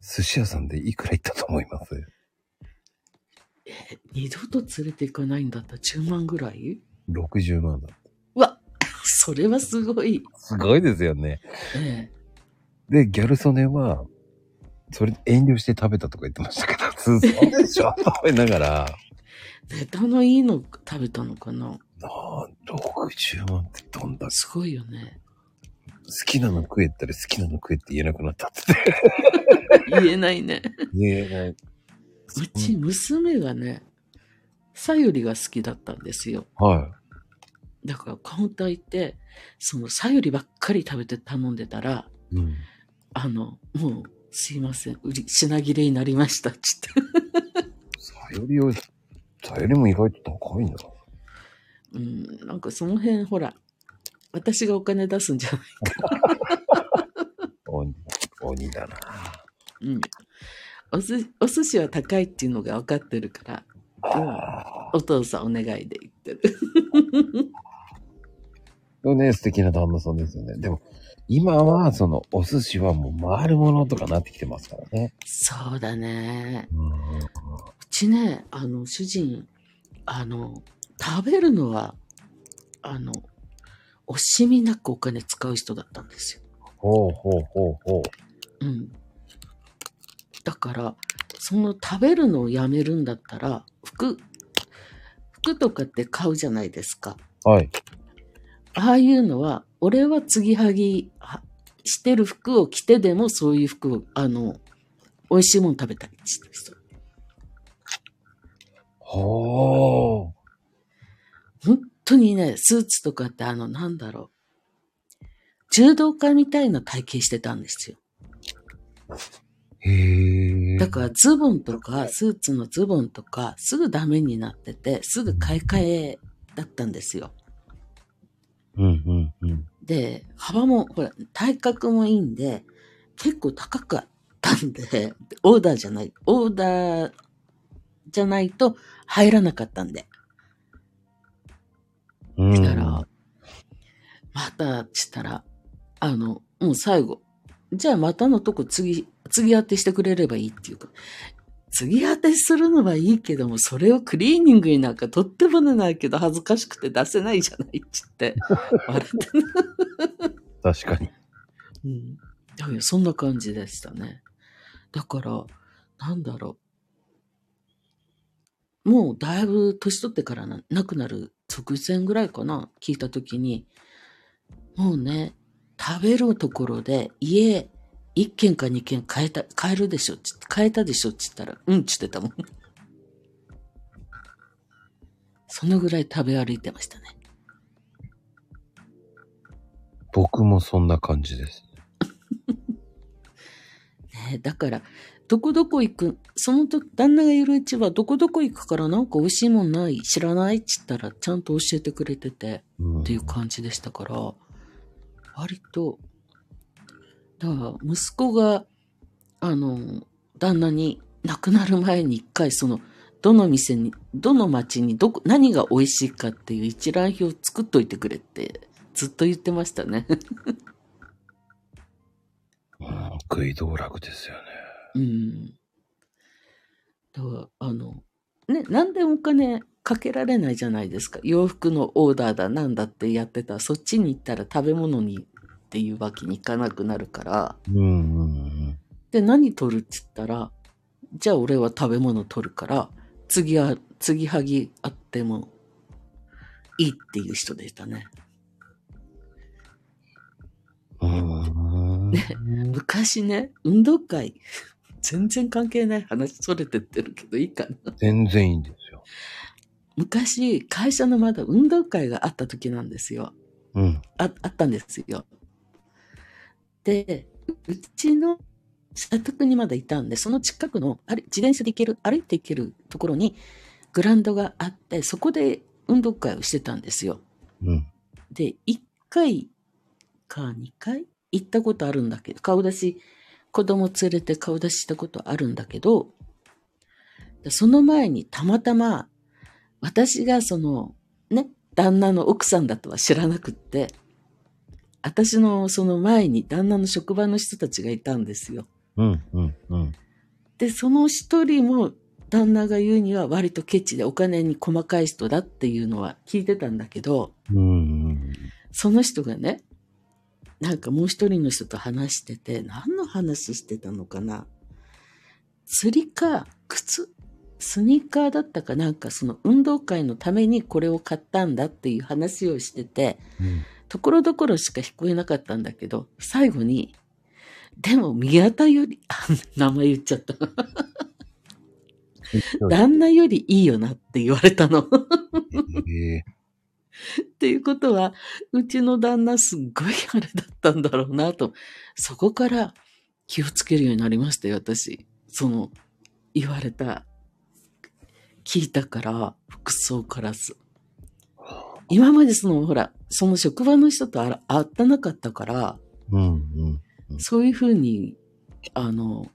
[SPEAKER 1] 寿司屋さんでいくら行ったと思います
[SPEAKER 4] え二度と連れて行かないんだったら10万ぐらい
[SPEAKER 1] ?60 万だ。
[SPEAKER 4] それはすごい。
[SPEAKER 1] すごいですよね。
[SPEAKER 4] え
[SPEAKER 1] で、ギャル曽根は、それ遠慮して食べたとか言ってましたけど、 そうでしょと思いながら、
[SPEAKER 4] えネタのいいの食べたのかな
[SPEAKER 1] なあ、60万ってどんだ
[SPEAKER 4] すごいよね。
[SPEAKER 1] 好きなの食えったら好きなの食えって言えなくなったっつって。
[SPEAKER 4] 言えない ね。
[SPEAKER 1] 言えないう
[SPEAKER 4] ち娘がね、さゆりが好きだったんですよ。
[SPEAKER 1] は
[SPEAKER 4] だからカウンター行って、そのさゆりばっかり食べて頼んでたら、
[SPEAKER 1] い。うん。
[SPEAKER 4] あの、もう、すいません、売り、品切れになりました、つって。
[SPEAKER 1] さよりを、さよりも意外と高いんだな。
[SPEAKER 4] うん、なんかその辺、ほら、私がお金出すんじゃない
[SPEAKER 1] 鬼、鬼だな。
[SPEAKER 4] うん。おす、お寿司は高いっていうのが分かってるから、
[SPEAKER 1] ああ。
[SPEAKER 4] お父さんお願いで言ってる。
[SPEAKER 1] でもね、素敵な旦那さんですよね。でも、今は、その、お寿司はもう回るものとかなってきてますからね。
[SPEAKER 4] そうだね。
[SPEAKER 1] うん。
[SPEAKER 4] うちね、あの、主人、あの、食べるのは、あの、惜しみなくお金使う人だったんですよ。
[SPEAKER 1] ほうほうほうほう。
[SPEAKER 4] うん。だから、その食べるのをやめるんだったら、服、服とかって買うじゃないですか。
[SPEAKER 1] はい。
[SPEAKER 4] ああいうのは、俺は継ぎはぎはしてる服を着てでもそういう服を、あの、美味しいもの食べたりしてる人。
[SPEAKER 1] ほう。
[SPEAKER 4] 本当にね、スーツとかってあの、なんだろう。柔道家みたいな体型してたんですよ。
[SPEAKER 1] へえ。
[SPEAKER 4] だからズボンとか、スーツのズボンとか、すぐダメになってて、すぐ買い替えだったんですよ。
[SPEAKER 1] うんうんうん。
[SPEAKER 4] で、幅も、ほら、体格もいいんで、結構高かったんで、 オーダーじゃない、オーダーじゃないと入らなかったんで。
[SPEAKER 1] うん
[SPEAKER 4] したら、また、したら、あの、もう最後、じゃあまたのとこ次、次当てしてくれればいいっていうか、次当てするのはいいけども、それをクリーニングになんかとってもないけど恥ずかしくて出せないじゃないっつ って、笑って
[SPEAKER 1] 確かに。
[SPEAKER 4] うん。だよそんな感じでしたね。だから、なんだろう。もうだいぶ年取ってからななくなる直前ぐらいかな、聞いたときに、もうね、食べるところで家、一軒か二軒変えた、変えるでしょっつって、変えたでしょっつったら、うんっつってたもん。そのぐらい食べ歩いてましたね。
[SPEAKER 1] 僕もそんな感じです。
[SPEAKER 4] ね、だから、どこどこ行く、その時、旦那がいるうちは、どこどこ行くからなんか美味しいもんない、知らないっつったら、ちゃんと教えてくれてて、
[SPEAKER 1] うん
[SPEAKER 4] っていう感じでしたから、割と、だから、息子が、あの、旦那に、亡くなる前に一回、その、どの店に、どの町に、どこ、何が美味しいかっていう一覧表を作っといてくれって、ずっと言ってましたね。
[SPEAKER 1] うん食い道楽ですよね。
[SPEAKER 4] うん。だから、あの、ね、何でもお金かけられないじゃないですか。洋服のオーダーだなんだってやってたら、そっちに行ったら食べ物にっていうわけにいかなくなるから。
[SPEAKER 1] うんうんうん。
[SPEAKER 4] で、何取るって言ったら、じゃあ俺は食べ物取るから、次は、継ぎはぎあってもいいっていう人でしたね。
[SPEAKER 1] ね
[SPEAKER 4] 昔ね、運動会、 全然関係ない話、それてってるけどいいかな。
[SPEAKER 1] 全然いいんですよ。
[SPEAKER 4] 昔、会社のまだ運動会があった時なんですよ。
[SPEAKER 1] うん。
[SPEAKER 4] ああったんですよ。で、うちの社宅にまだいたんで、その近くのあれ自転車で行ける、歩いて行けるところにグラウンドがあって、そこで運動会をしてたんですよ。
[SPEAKER 1] うん。
[SPEAKER 4] で、1回か2回行ったことあるんだけど、顔出し、子供連れて顔出ししたことあるんだけど、でその前にたまたま、私がその、ね、旦那の奥さんだとは知らなくって、私のその前に旦那の職場の人たちがいたんですよ。
[SPEAKER 1] うん。うん。うん。
[SPEAKER 4] で、その一人も旦那が言うには割とケチでお金に細かい人だっていうのは聞いてたんだけど、
[SPEAKER 1] うん。
[SPEAKER 4] その人がね、なんかもう一人の人と話してて、何の話してたのかな釣りか、靴、スニーカーだったかなんかその運動会のためにこれを買ったんだっていう話をしてて、
[SPEAKER 1] うん
[SPEAKER 4] ところどころしか聞こえなかったんだけど、最後に、でも宮田より、あ名前言っちゃった。旦那よりいいよなって言われたの。
[SPEAKER 1] え
[SPEAKER 4] っていうことは、うちの旦那すっごいあれだったんだろうなと、そこから気をつけるようになりましたよ、私。その、言われた、聞いたから、服装からす。今までその、ほら、その職場の人とあら会ったなかったから、
[SPEAKER 1] うん。うん。
[SPEAKER 4] そういうふうに、あの、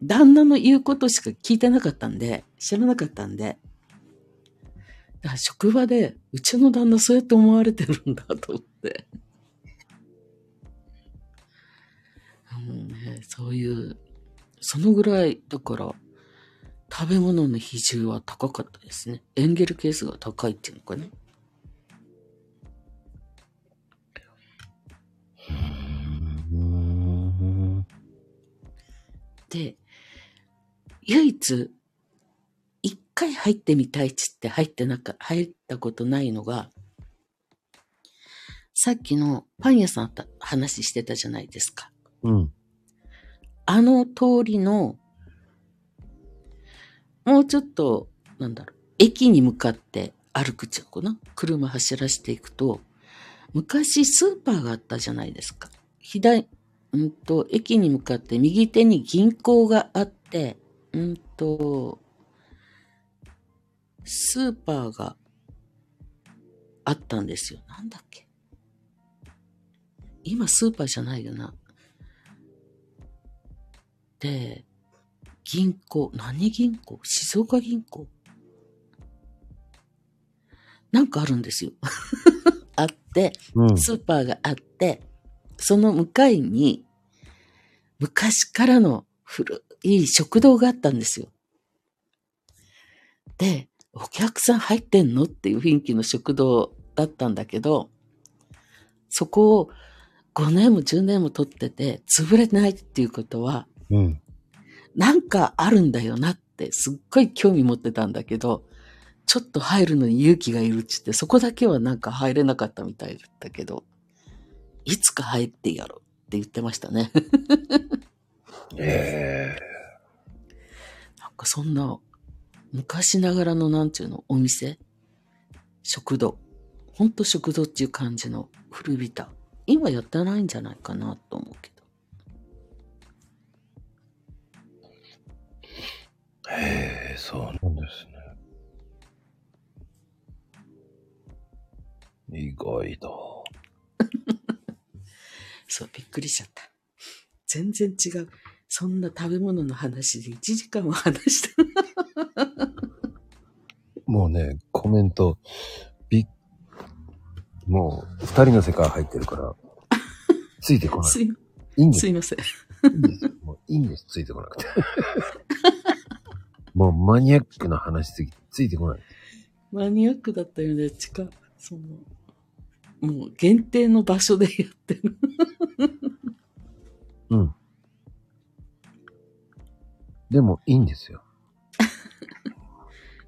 [SPEAKER 4] 旦那の言うことしか聞いてなかったんで、知らなかったんで、だから職場で、うちの旦那そうやって思われてるんだと思って。うんね、そういう、そのぐらい、だから、食べ物の比重は高かったですね。エンゲル係数が高いっていうのかな。
[SPEAKER 1] うん。
[SPEAKER 4] で、唯一、一回入ってみたいっつって入ってなか、入ったことないのが、さっきのパン屋さんあった話してたじゃないですか。
[SPEAKER 1] うん。
[SPEAKER 4] あの通りの、もうちょっと、なんだろう、駅に向かって歩くっちゃうかな。車走らせていくと、昔スーパーがあったじゃないですか。左、うんと、駅に向かって右手に銀行があって、うんと、スーパーがあったんですよ。なんだっけ。今スーパーじゃないよな。で、銀行、何銀行静岡銀行なんかあるんですよ。 あって、
[SPEAKER 1] うん。
[SPEAKER 4] スーパーがあって、その向かいに、昔からの古い食堂があったんですよ。で、お客さん入ってんのっていう雰囲気の食堂だったんだけど、そこを5年も10年も取ってて、潰れてないっていうことは、
[SPEAKER 1] うん。
[SPEAKER 4] なんかあるんだよなって、すっごい興味持ってたんだけど、ちょっと入るのに勇気がいるっちって、そこだけはなんか入れなかったみたいだったけど、いつか入ってやろうって言ってましたね。
[SPEAKER 1] ええ
[SPEAKER 4] なんかそんな、昔ながらのなんちゅうの、お店食堂。ほんと食堂っていう感じの古びた。今やってないんじゃないかなと思うけど。
[SPEAKER 1] ええそうなんですね。意外だ。
[SPEAKER 4] そう、びっくりしちゃった。全然違う。そんな食べ物の話で1時間も話した。
[SPEAKER 1] もうね、コメント、び、もう、二人の世界入ってるから、 ついてこない。
[SPEAKER 4] すい
[SPEAKER 1] いいんです
[SPEAKER 4] すいません。
[SPEAKER 1] いいんです。もういいんです、ついてこなくて。 もうマニアックな話すぎて、ついてこない。
[SPEAKER 4] マニアックだったよね、近い。その、もう限定の場所でやってる。
[SPEAKER 1] うん。でも、いいんですよ。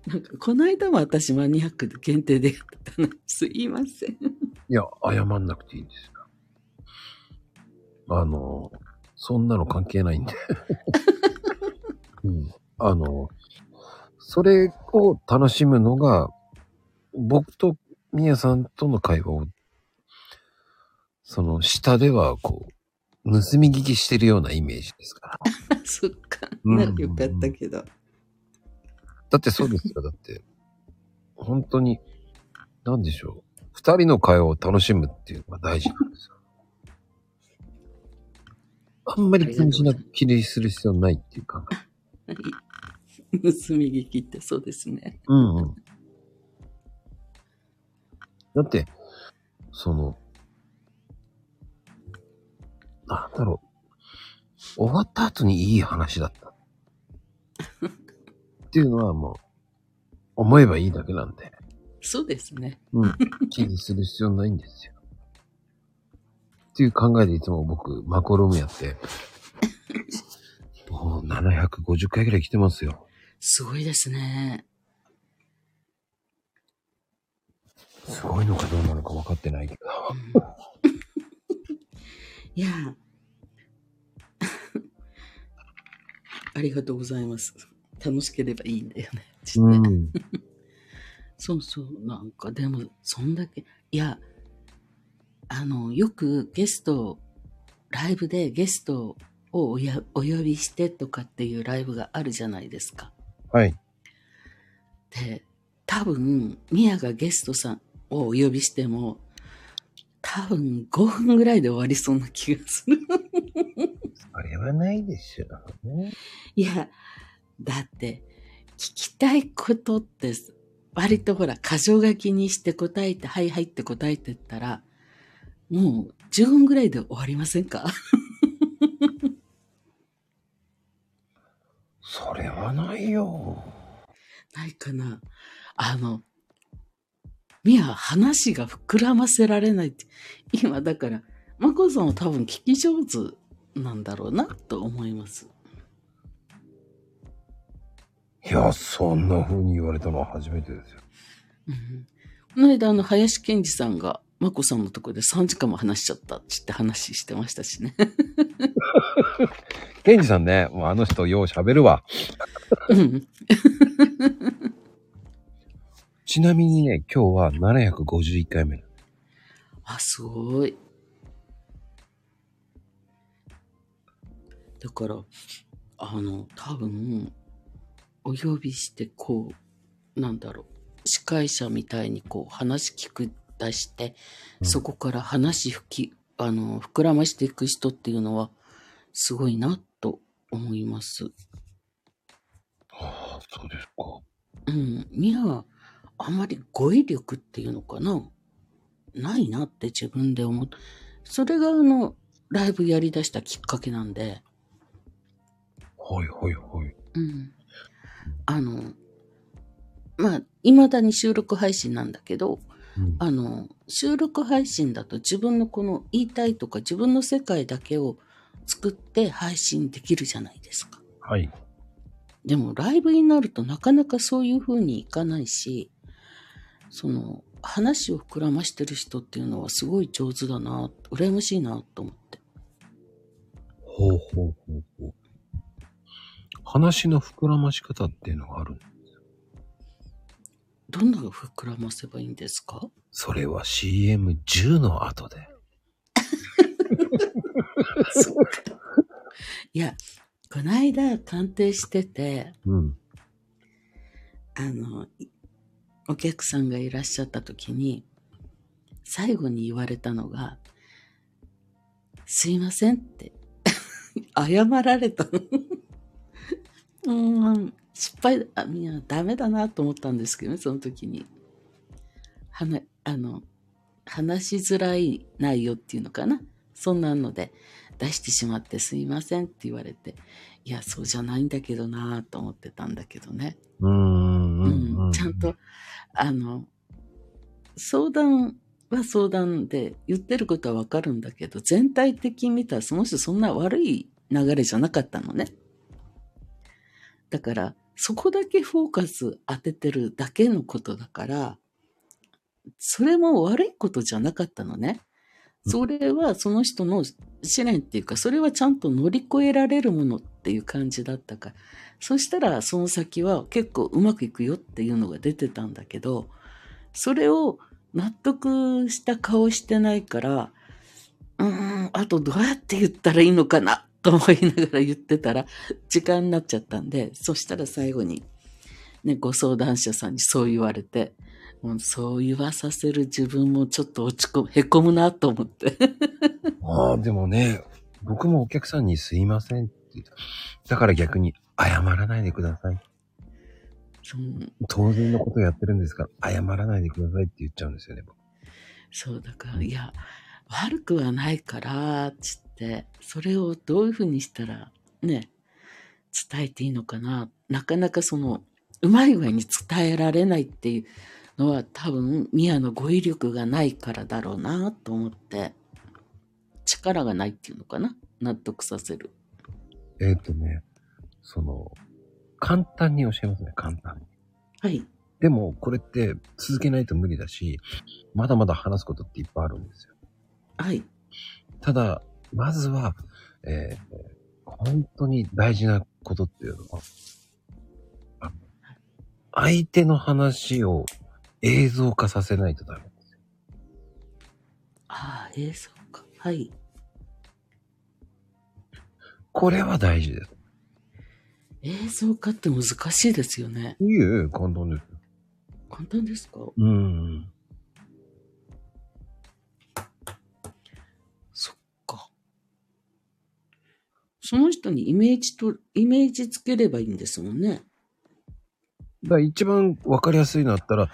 [SPEAKER 4] なんか、この間も私マニアックで限定でやってたの。すいません。
[SPEAKER 1] いや、謝んなくていいんですよ。あの、そんなの関係ないんで。うん、あの、それを楽しむのが、僕とみやさんとの会話を、その下ではこう、盗み聞きしてるようなイメージですから。
[SPEAKER 4] そっか。
[SPEAKER 1] うん
[SPEAKER 4] なよかったけど。
[SPEAKER 1] だってそうですよ。だって、本当に、なんでしょう。二人の会話を楽しむっていうのが大事なんですよ。あんまり気にしなく気にする必要ないっていうか。
[SPEAKER 4] はい盗み聞きってそうですね。
[SPEAKER 1] うんうん。だって、その、なんだろう。終わった後にいい話だった。っていうのはもう、思えばいいだけなんで。
[SPEAKER 4] そうですね。
[SPEAKER 1] うん。気にする必要ないんですよ。っていう考えでいつも僕、マコロムやって、もう750回ぐらい来てますよ。
[SPEAKER 4] すごいですね。
[SPEAKER 1] すごいのかどうなのか分かってないけど。
[SPEAKER 4] いや ーありがとうございます。楽しければいいんだよね。実は
[SPEAKER 1] うん。
[SPEAKER 4] そうそう。なんかでも、そんだけ、いや、あの、よくゲストを、ライブでゲストをおやお呼びしてとかっていうライブがあるじゃないですか。
[SPEAKER 1] はい。
[SPEAKER 4] で、多分、ミヤがゲストさんをお呼びしても、多分5分ぐらいで終わりそうな気がする。
[SPEAKER 1] あれはないでしょうね。
[SPEAKER 4] いや、だって、聞きたいことって、割とほら、箇条書きにして答えて、はいはいって答えてったら、もう10分ぐらいで終わりませんか
[SPEAKER 1] それはないよ。
[SPEAKER 4] ないかなあの、ミア、話が膨らませられないって、今だから、マコさんは多分聞き上手なんだろうなと思います。
[SPEAKER 1] いや、そんな風に言われたのは初めてですよ。
[SPEAKER 4] うんこの間、あの、林健二さんが、まこさんのとこで3時間も話しちゃったってって話してましたしね。
[SPEAKER 1] ケンジさんね、もうあの人よう喋るわ。
[SPEAKER 4] うん。
[SPEAKER 1] ちなみにね、今日は751回目。
[SPEAKER 4] あ、すごい。だから、あの、多分、お呼びして、こう、なんだろう、司会者みたいに、こう、話聞く、出して、
[SPEAKER 1] うん
[SPEAKER 4] そこから話吹き、あの、膨らましていく人っていうのは、すごいな、と思います。
[SPEAKER 1] ああ、そうですか。
[SPEAKER 4] うん、ミアはあんまり語彙力っていうのかなないなって自分で思っそれがあの、ライブやり出したきっかけなんで、
[SPEAKER 1] はいはいはい。
[SPEAKER 4] うん。あの、まあ、未だに収録配信なんだけど、
[SPEAKER 1] うん
[SPEAKER 4] あの、収録配信だと自分のこの言いたいとか自分の世界だけを作って配信できるじゃないですか。
[SPEAKER 1] はい。
[SPEAKER 4] でもライブになるとなかなかそういう風にいかないし、その話を膨らましてる人っていうのはすごい上手だな、羨ましいなと思って。
[SPEAKER 1] ほうほうほうほう。話の膨らまし方っていうのがある。
[SPEAKER 4] どんなの膨らませばいいんですか
[SPEAKER 1] それは CM10 の後で。
[SPEAKER 4] いや、こないだ鑑定してて、
[SPEAKER 1] うん。
[SPEAKER 4] あの、いお客さんがいらっしゃった時に、最後に言われたのが、すいませんって、 謝られたの。うーん、失敗だ、あ、みんなダメだなと思ったんですけどね、その時に。はな、あの、話しづらい内容っていうのかな。そんなので出してしまってすいませんって言われて、いや、そうじゃないんだけどなと思ってたんだけどね。
[SPEAKER 1] うーん。う
[SPEAKER 4] うんちゃんと。、あの、相談は相談で言ってることはわかるんだけど、全体的に見たらその人そんな悪い流れじゃなかったのね。だから、そこだけフォーカス当ててるだけのことだから、それも悪いことじゃなかったのね。それはその人の試練っていうか、それはちゃんと乗り越えられるものっていう感じだったから、そしたらその先は結構うまくいくよっていうのが出てたんだけど、それを納得した顔してないから、うーん、あとどうやって言ったらいいのかなと思いながら言ってたら、時間になっちゃったんで、そしたら最後に、ね、ご相談者さんにそう言われて、もうそう言わさせる自分もちょっと落ち込む、へこむなと思って。
[SPEAKER 1] ああ、でもね、僕もお客さんにすいませんって言った。だから逆に謝らないでください。
[SPEAKER 4] そう
[SPEAKER 1] 当然のことやってるんですから、謝らないでくださいって言っちゃうんですよね。僕
[SPEAKER 4] そうだからいや悪くはないからつってそれをどういうふうにしたらね伝えていいのかななかなかそのうまい具合に伝えられないっていうのは多分ミアの語彙力がないからだろうなと思って力がないっていうのかな納得させる
[SPEAKER 1] えっ、とね、その、簡単に教えますね、簡単に。
[SPEAKER 4] はい
[SPEAKER 1] でも、これって続けないと無理だし、まだまだ話すことっていっぱいあるんですよ。
[SPEAKER 4] はい
[SPEAKER 1] ただ、まずは、えー本当に大事なことっていうのは、あ相手の話を映像化させないとダメ。
[SPEAKER 4] ああええそうかはい
[SPEAKER 1] これは大事です。
[SPEAKER 4] 映像化って難しいですよね
[SPEAKER 1] いえ、簡単です。
[SPEAKER 4] 簡単ですか
[SPEAKER 1] うん。
[SPEAKER 4] そっか。その人にイメージと、イメージつければいいんですもんね。
[SPEAKER 1] だから一番わかりやすいのだったら、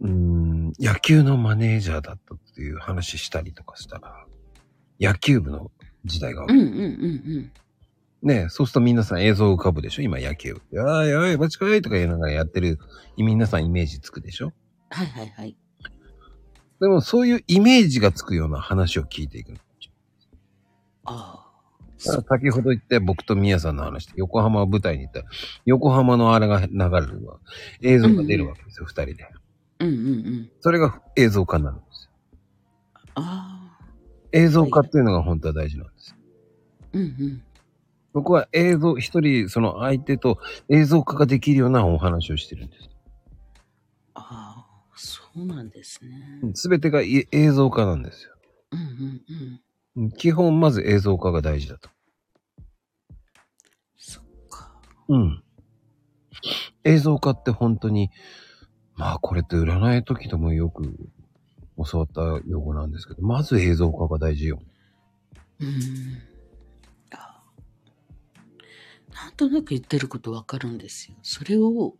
[SPEAKER 1] うーん、野球のマネージャーだったっていう話したりとかしたら、野球部の時代が、
[SPEAKER 4] うんうんうんうん。
[SPEAKER 1] ねえそうすると皆さん映像浮かぶでしょ今野球部。やーいやーい、バチカイとか言いながらやってる、皆さんイメージつくでしょ
[SPEAKER 4] はいはいはい。
[SPEAKER 1] でもそういうイメージがつくような話を聞いていくの。
[SPEAKER 4] ああ。
[SPEAKER 1] だ
[SPEAKER 4] そ
[SPEAKER 1] から先ほど言った僕と宮さんの話で横浜を舞台に行ったら、横浜のあれが流れるわ。映像が出るわけですよ、二、人で。
[SPEAKER 4] うんうんうん。
[SPEAKER 1] それが映像化になるんですよ。
[SPEAKER 4] ああ。
[SPEAKER 1] 映像化っていうのが本当は大事なんです。
[SPEAKER 4] うんうん。
[SPEAKER 1] 僕は映像、一人その相手と映像化ができるようなお話をしてるんです。
[SPEAKER 4] ああ。そうなんですね。
[SPEAKER 1] すべてがい映像化なんですよ。
[SPEAKER 4] うんうんうん。
[SPEAKER 1] うん基本まず映像化が大事だと。
[SPEAKER 4] そっか。
[SPEAKER 1] うん。映像化って本当に、まあこれって占い時でもよく教わった用語なんですけど、まず映像化が大事よ。
[SPEAKER 4] うん。ああなんとなく言ってることわかるんですよ。それを、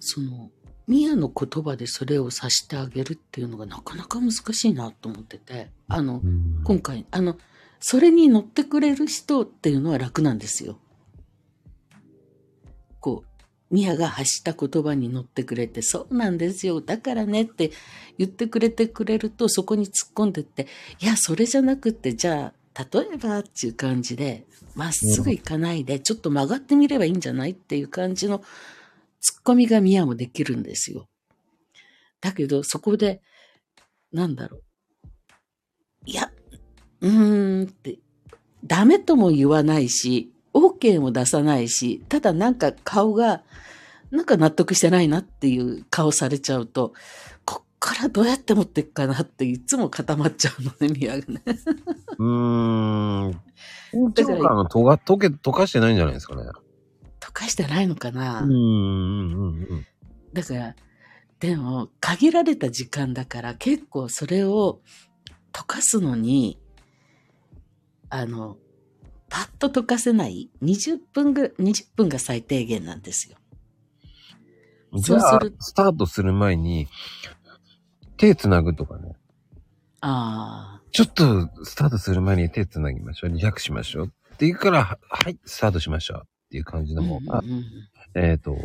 [SPEAKER 4] その、ミアの言葉でそれをさしてあげるっていうのがなかなか難しいなと思ってて、あの、今回、あの、それに乗ってくれる人っていうのは楽なんですよ。こう、ミヤが発した言葉に乗ってくれて、そうなんですよ、だからねって言ってくれてくれると、そこに突っ込んでって、いや、それじゃなくって、じゃあ、例えばっていう感じで、まっすぐ行かないで、ちょっと曲がってみればいいんじゃないっていう感じの突っ込みがミヤもできるんですよ。だけど、そこで、なんだろう。いや、うーんって、ダメとも言わないし、OK も出さないし、ただなんか顔が、なんか納得してないなっていう顔されちゃうと、こっからどうやって持っていくかなっていつも固まっちゃうのね、宮がね。
[SPEAKER 1] うん。うーん。緊
[SPEAKER 4] だから
[SPEAKER 1] 張感がとが溶け、溶かしてないんじゃないですかね。
[SPEAKER 4] 溶かしてないのかな、
[SPEAKER 1] うんうんうんうん。
[SPEAKER 4] だから、でも、限られた時間だから、結構それを溶かすのに、あの、パッと溶かせない20分ぐらい、20分が最低限なんですよ。
[SPEAKER 1] じ
[SPEAKER 4] そう
[SPEAKER 1] ゃ
[SPEAKER 4] す
[SPEAKER 1] あ
[SPEAKER 4] る、
[SPEAKER 1] スタートする前に、手つなぐとかね。
[SPEAKER 4] あ
[SPEAKER 1] ちょっと、スタートする前に手つなぎましょう。リラックスしましょう。っていうから、ははい、スタートしましょう。っていう感じ
[SPEAKER 4] あ、
[SPEAKER 1] の方が
[SPEAKER 4] うん、うんうん
[SPEAKER 1] えっ、と、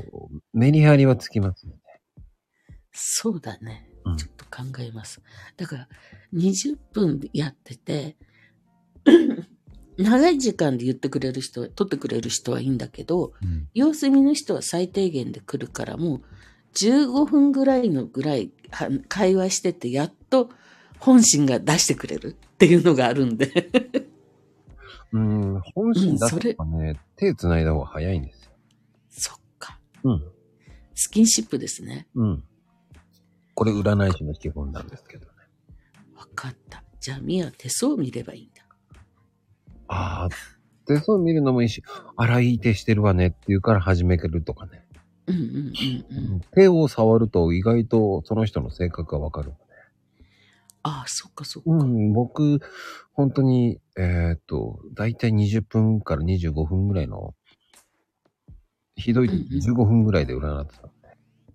[SPEAKER 1] メリハリはつきますね。
[SPEAKER 4] そうだね
[SPEAKER 1] うん。
[SPEAKER 4] ちょっと考えます。だから、20分やってて、長い時間で言ってくれる人、取ってくれる人はいいんだけど、様子見の人は最低限で来るからもう15分ぐらいのぐらいは会話してて、やっと本心が出してくれるっていうのがあるんで。
[SPEAKER 1] うん、本心出すとかね、手繋いだ方が早いんですよ。
[SPEAKER 4] そっか。
[SPEAKER 1] うん。
[SPEAKER 4] スキンシップですね。
[SPEAKER 1] うん。これ占い師の基本なんですけどね。
[SPEAKER 4] わかった。じゃあ、ミア手相を見ればいいんだ。
[SPEAKER 1] ああ、手相見るのもいいし、あら、いい手してるわねっていうから始めるとかね。
[SPEAKER 4] うんうんうんうん。
[SPEAKER 1] 手を触ると意外とその人の性格がわかる。
[SPEAKER 4] ああ、そっかそっか。
[SPEAKER 1] うん、僕、本当に、えーっと、だいたい20分から25分ぐらいの、ひどいと
[SPEAKER 4] うんうん
[SPEAKER 1] 15分ぐらいで占ってた。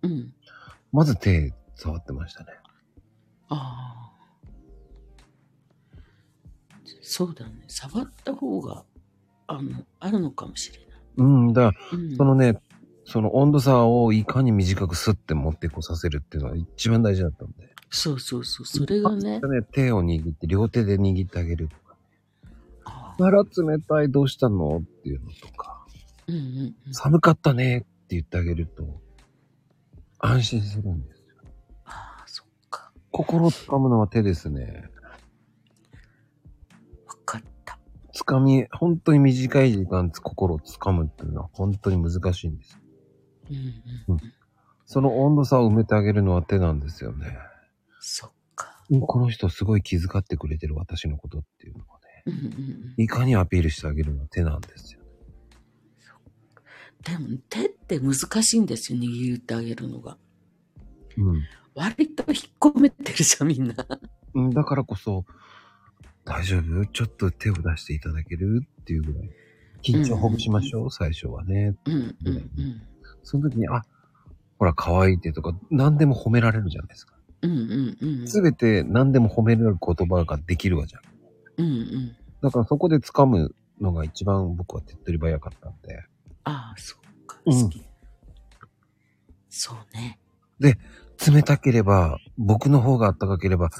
[SPEAKER 4] うん。
[SPEAKER 1] まず手触ってましたね。
[SPEAKER 4] ああ。そうだね。触った方が、あの、あるのかもしれない。
[SPEAKER 1] うん、だから、
[SPEAKER 4] うん、
[SPEAKER 1] そのね、その温度差をいかに短くスッて持ってこさせるっていうのが一番大事だったんで。
[SPEAKER 4] そうそうそう。それがね。
[SPEAKER 1] 手を握って、両手で握ってあげるとか。
[SPEAKER 4] ああ
[SPEAKER 1] あら、冷たい、どうしたのっていうのとか、
[SPEAKER 4] うんうんうん。
[SPEAKER 1] 寒かったねって言ってあげると、安心するんです。
[SPEAKER 4] ああ、そっか。
[SPEAKER 1] 心をつかむのは手ですね。
[SPEAKER 4] わかった。
[SPEAKER 1] つかみ、本当に短い時間、心をつかむっていうのは本当に難しいんです。
[SPEAKER 4] うんうん。
[SPEAKER 1] その温度差を埋めてあげるのは手なんですよね。
[SPEAKER 4] そっか。
[SPEAKER 1] この人すごい気遣ってくれてる私のことっていうのをね、
[SPEAKER 4] うんうんうん。
[SPEAKER 1] いかにアピールしてあげるのは手なんですよ。
[SPEAKER 4] でも、手って難しいんですよ。握ってあげるのが。
[SPEAKER 1] うん。
[SPEAKER 4] 割と引っ込めてるじゃん、みんな。
[SPEAKER 1] うん、だからこそ、大丈夫ちょっと手を出していただけるっていうぐらい。緊張をほぐしましょう、最初はね。
[SPEAKER 4] うんうんうん。
[SPEAKER 1] その時に、あ、ほら、可愛いってとか、何でも褒められるじゃないですか。
[SPEAKER 4] うんうんうん。
[SPEAKER 1] すべて何でも褒められる言葉ができるわじゃん。
[SPEAKER 4] うんうん。
[SPEAKER 1] だからそこで掴むのが一番僕は手っ取り早かったんで。
[SPEAKER 4] ああ、そっか。
[SPEAKER 1] うん
[SPEAKER 4] 好き。そうね。
[SPEAKER 1] 冷たければ、僕の方が暖かければ、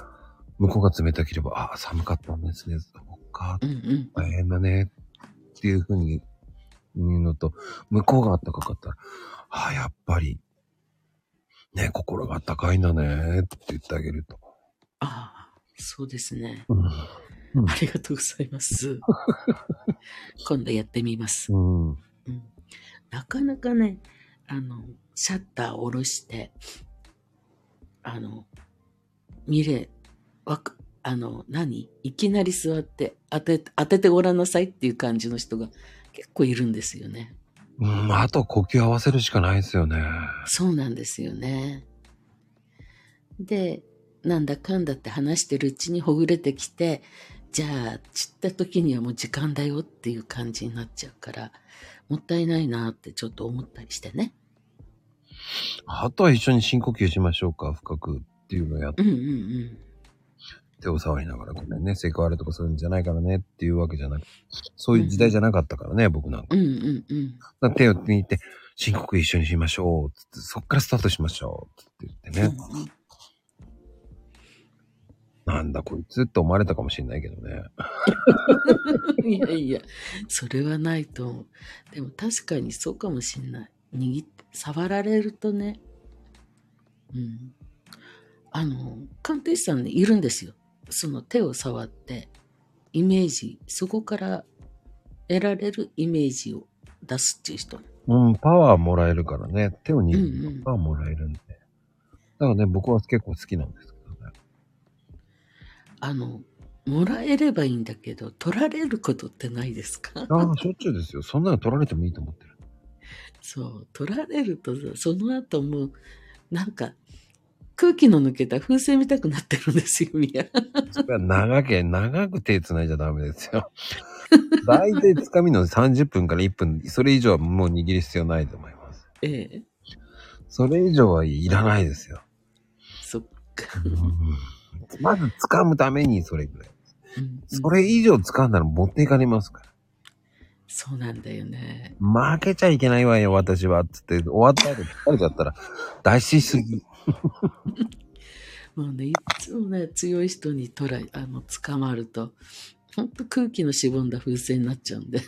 [SPEAKER 1] 向こうが冷たければ、ああ、寒かったんですね。そっか、
[SPEAKER 4] うんうん。
[SPEAKER 1] 大変だね。っていうふうに言うのと、向こうが暖かかったら、ああ、やっぱり、ね、心が暖かいんだね。って言ってあげると。
[SPEAKER 4] ああ、そうですね。
[SPEAKER 1] うん
[SPEAKER 4] ありがとうございます。今度やってみます。
[SPEAKER 1] うん。
[SPEAKER 4] うんなかなかね、あの、シャッターを下ろして、あの、見れ、わく、あの、何いきなり座って当て、当ててごらんなさいっていう感じの人が結構いるんですよね。
[SPEAKER 1] うん、あと呼吸合わせるしかないですよね。
[SPEAKER 4] そうなんですよね。で、なんだかんだって話してるうちにほぐれてきて、じゃあ、散った時にはもう時間だよっていう感じになっちゃうから、もったいないなってちょっと思ったりしてね。
[SPEAKER 1] あとは一緒に深呼吸しましょうか、深くっていうのをやっ
[SPEAKER 4] うんうんうん。
[SPEAKER 1] 手を触りながら、ごめんね、セクハラとかそういうんじゃないからねっていうわけじゃなく、そういう時代じゃなかったからね、僕なんか。
[SPEAKER 4] うんうんうん。
[SPEAKER 1] だから手を握って、深呼吸一緒にしましょう、つって、そっからスタートしましょう、つって言ってね、なんだこいつって思われたかもしれないけどね。
[SPEAKER 4] うんいや いや、それはないと思う。でも確かにそうかもしんない。握って、触られるとね。うん。あの、鑑定士さんね、いるんですよ。その手を触って、イメージ、そこから得られるイメージを出すっていう人。
[SPEAKER 1] うん、パワーもらえるからね、手を
[SPEAKER 4] うん
[SPEAKER 1] 握
[SPEAKER 4] う
[SPEAKER 1] る
[SPEAKER 4] ん
[SPEAKER 1] とパワーもらえるんで。だからね、僕は結構好きなんですけどね。
[SPEAKER 4] あの、もらえればいいんだけど、取られることってないですか
[SPEAKER 1] ああ、しょっちゅうですよ。そんなの取られてもいいと思ってる。
[SPEAKER 4] そう、取られるとさ、その後もう、なんか、空気の抜けた風船見たくな ってるんですよ、ミヤ。
[SPEAKER 1] それは長け、長く手繋いじゃダメですよ。大体掴みの30分から1分、それ以上はもう握る必要ないと思います。
[SPEAKER 4] ええ、
[SPEAKER 1] それ以上はいらないですよ。
[SPEAKER 4] そっか。
[SPEAKER 1] まず掴むためにそれぐらい。
[SPEAKER 4] うん
[SPEAKER 1] それ以上掴んだら持っていかれますから。
[SPEAKER 4] そうなんだよね。
[SPEAKER 1] 負けちゃいけないわよ、私は。つって、終わった後疲れちゃったら、出しすぎ。
[SPEAKER 4] もうね、いつもね、強い人に取ら、あの、捕まると、ほんと空気のしぼんだ風船になっちゃうんで。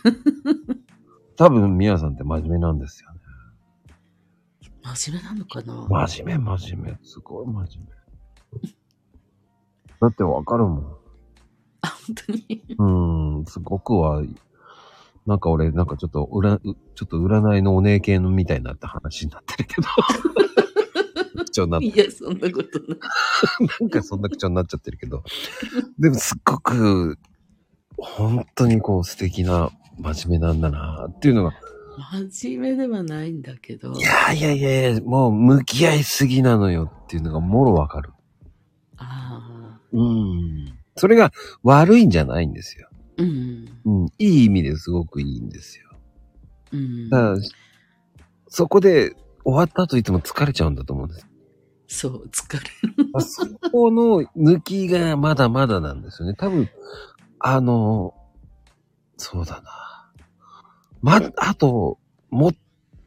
[SPEAKER 1] 多分、みやさんって真面目なんですよね。
[SPEAKER 4] 真面目なのかな
[SPEAKER 1] 真面目、真面目。すごい真面目。だってわかるも
[SPEAKER 4] あ、本当に。
[SPEAKER 1] ん。うーん、すごくは、なんか俺、なんかちょっと、うら、うちょっと占いのお姉系のみたいになって話になってるけど。口調になって
[SPEAKER 4] いや、そんなことない。
[SPEAKER 1] なんかそんな口調になっちゃってるけど。でもすっごく、本当にこう素敵な、真面目なんだなっていうのが。
[SPEAKER 4] 真面目ではないんだけど
[SPEAKER 1] い。やいやいやいや、もう向き合いすぎなのよっていうのがもろわかる。
[SPEAKER 4] ああ。
[SPEAKER 1] うん。それが悪いんじゃないんですよ。
[SPEAKER 4] うん。
[SPEAKER 1] うん。いい意味ですごくいいんですよ。
[SPEAKER 4] うん。
[SPEAKER 1] だから、そこで終わったと言っても疲れちゃうんだと思うん です。
[SPEAKER 4] そう、疲れる。
[SPEAKER 1] あそこの抜きがまだまだなんですよね。多分、あの、そうだな。ま、あと、も、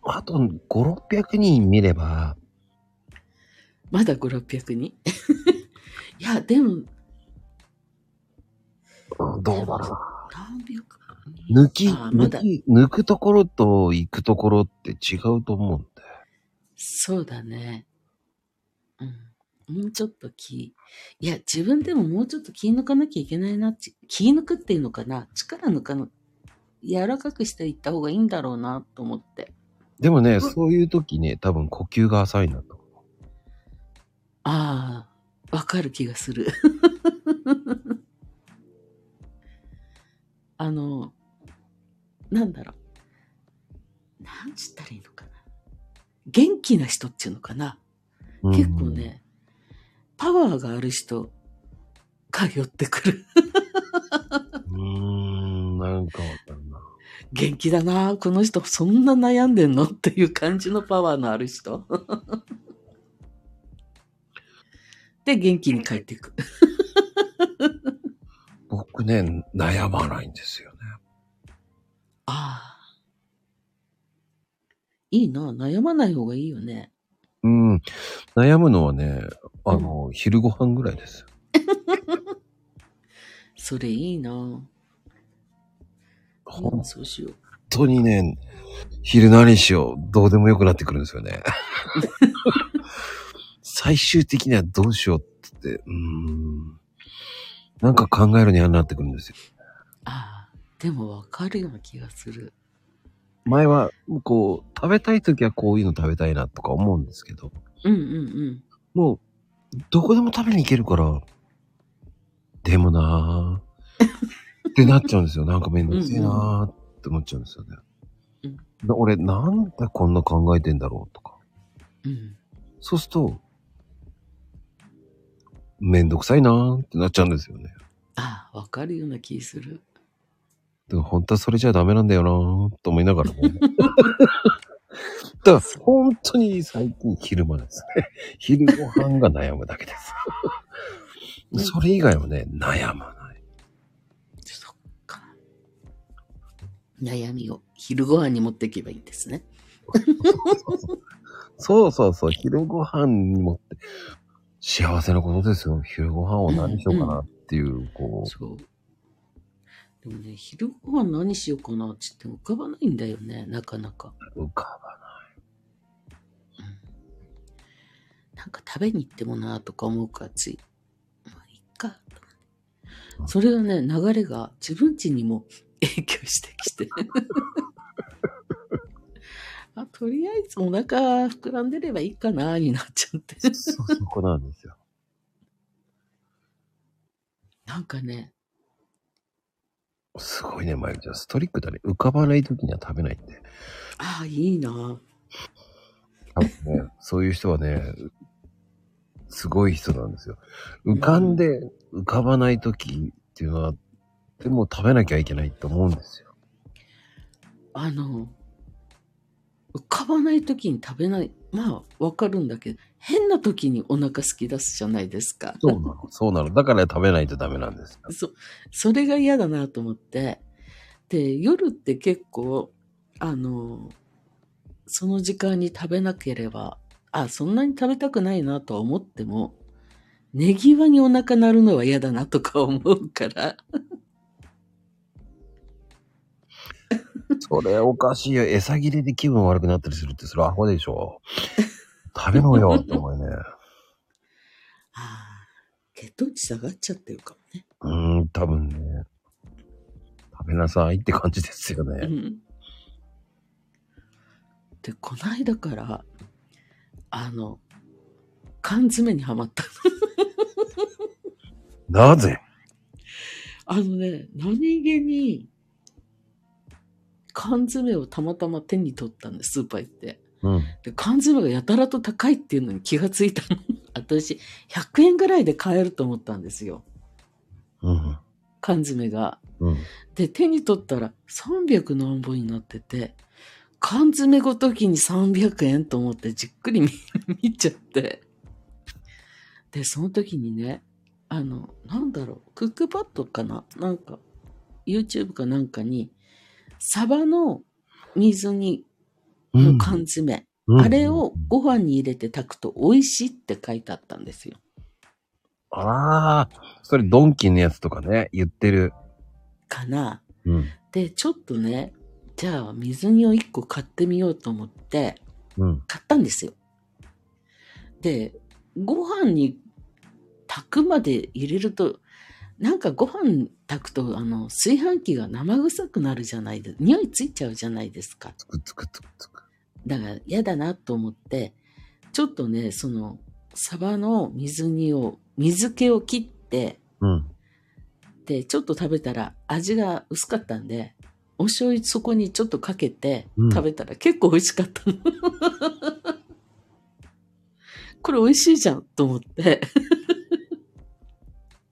[SPEAKER 1] あと5、600人見れば、
[SPEAKER 4] まだ5、600人 いや、でも、
[SPEAKER 1] うんどうだろ
[SPEAKER 4] 何秒か。
[SPEAKER 1] う。抜き、
[SPEAKER 4] あま
[SPEAKER 1] 抜
[SPEAKER 4] だ
[SPEAKER 1] き、抜くところと行くところって違うと思うんだよ。
[SPEAKER 4] そうだね。うん。もうちょっと気、いや、自分でももうちょっと気抜かなきゃいけないな、ち気抜くっていうのかな、力抜かな、柔らかくしていった方がいいんだろうな、と思って。
[SPEAKER 1] でもね、そういう時ね、多分呼吸が浅いなと。
[SPEAKER 4] ああ、わかる気がする。 あの、なんだろう。なんつったらいいのかな。元気な人っていうのかな。
[SPEAKER 1] うん
[SPEAKER 4] 結構。ね、パワーがある人が寄ってくる。
[SPEAKER 1] うーん、なんかわかるな。
[SPEAKER 4] 元気だなあこの人そんな悩んでんのっていう感じのパワーのある人。 で、元気に帰っていく。
[SPEAKER 1] 僕ね、悩まないんですよね。
[SPEAKER 4] ああ。いいな悩まない方がいいよね。
[SPEAKER 1] うん。悩むのはね、あの、昼ご飯ぐらいです。
[SPEAKER 4] それいいな
[SPEAKER 1] 本
[SPEAKER 4] そうしよう。
[SPEAKER 1] 当にね、昼何しよう、どうでもよくなってくるんですよ ね。最終的にはどうしようって言って、うーん。なんか考えるにあんなってくるんですよ。
[SPEAKER 4] ああ。でもわかるような気がする。
[SPEAKER 1] 前は、こう、食べたい時はこういうの食べたいなとか思うんですけど、
[SPEAKER 4] うんうん
[SPEAKER 1] もう、どこでも食べに行けるから、でもなぁ、ってなっちゃうんですよ。なんかめんどくせえなぁって思っちゃうんですよね。
[SPEAKER 4] うん
[SPEAKER 1] だ俺、なんでこんな考えてんだろうとか。
[SPEAKER 4] うん。うん。
[SPEAKER 1] そうすると、めんどくさいなぁってなっちゃうんですよね。
[SPEAKER 4] ああ、わかるような気する。
[SPEAKER 1] でも本当はそれじゃダメなんだよなぁと思いながら も。だから、本当に最近昼間ですね。昼ご飯が悩むだけです。それ以外はね、悩まない。
[SPEAKER 4] そっか。悩みを昼ご飯に持っていけばいいんですね。
[SPEAKER 1] そうそうそう、昼ご飯にもって、幸せなことですよ。昼ご飯を何しようかなっていう、こ
[SPEAKER 4] そう。でもね、昼ご飯何しようかなって言っても浮かばないんだよね、なかなか。
[SPEAKER 1] う、浮かば
[SPEAKER 4] なんか食べに行ってもなとか思うからつい。まあ、いっか。それがね、流れが自分家にも影響してきて。あとりあえずお腹膨らんでればいいかなになっちゃって。
[SPEAKER 1] そうそこなんですよ。
[SPEAKER 4] なんかね、
[SPEAKER 1] すごいね、まゆみちゃん。ストリックだね。浮かばない時には食べないって。
[SPEAKER 4] ああ、いいな
[SPEAKER 1] 多分 ね、そういう人はね、すごい人なんですよ。浮かんで、浮かばない時っていうのは、でも食べなきゃいけないと思うんですよ。
[SPEAKER 4] あの、浮かばない時に食べない。まあ、わかるんだけど、変な時にお腹空き出すじゃないですか。
[SPEAKER 1] そうなの。 そうなの。だから食べないとダメなんですよ。
[SPEAKER 4] そ、それが嫌だなと思って。で、夜って結構、あの、その時間に食べなければ、あ、そんなに食べたくないなとは思っても、寝際にお腹鳴るのは嫌だなとか思うから。
[SPEAKER 1] それおかしいよ。餌切れで気分悪くなったりするって、それアホでしょ。 食べろよって思いね。
[SPEAKER 4] ああ、血糖値下がっちゃってるかもね。
[SPEAKER 1] うーん、多分ね。食べなさいって感じですよ
[SPEAKER 4] う
[SPEAKER 1] ね。
[SPEAKER 4] ん。で、こないだから、あの、缶詰にはまった。
[SPEAKER 1] なぜ
[SPEAKER 4] あのね、何気に、缶詰をたまたま手に取ったんです、スーパー行って。
[SPEAKER 1] うん。
[SPEAKER 4] で、缶詰がやたらと高いっていうのに気がついたの。 私、100円ぐらいで買えると思ったんですよ。
[SPEAKER 1] うん。
[SPEAKER 4] 缶詰が。
[SPEAKER 1] うん。
[SPEAKER 4] で、手に取ったら300何本になってて、缶詰ごときに300円と思ってじっくり見 見ちゃって。で、その時にね、あの、なんだろう、クックパッドかななんか、YouTube かなんかに、サバの水煮の缶詰、
[SPEAKER 1] うん
[SPEAKER 4] あれをご飯に入れて炊くと美味しいって書いてあったんですよ。
[SPEAKER 1] ああ、それドンキのやつとかね、言ってる。
[SPEAKER 4] かな
[SPEAKER 1] うん。
[SPEAKER 4] で、ちょっとね、じゃあ水煮を1個買ってみようと思って、
[SPEAKER 1] うん。
[SPEAKER 4] 買ったんですよ。で、ご飯に炊くまで入れると、なんかご飯炊くと、あの、炊飯器が生臭くなるじゃないです匂いついちゃうじゃないですか。
[SPEAKER 1] つくつくつくつく。
[SPEAKER 4] だから嫌だなと思って、ちょっとね、その、サバの水煮を、水気を切って、
[SPEAKER 1] うん。
[SPEAKER 4] で、ちょっと食べたら味が薄かったんで、お醤油そこにちょっとかけて
[SPEAKER 1] うん
[SPEAKER 4] 食べたら結構美味しかったの。 これ美味しいじゃんと思って。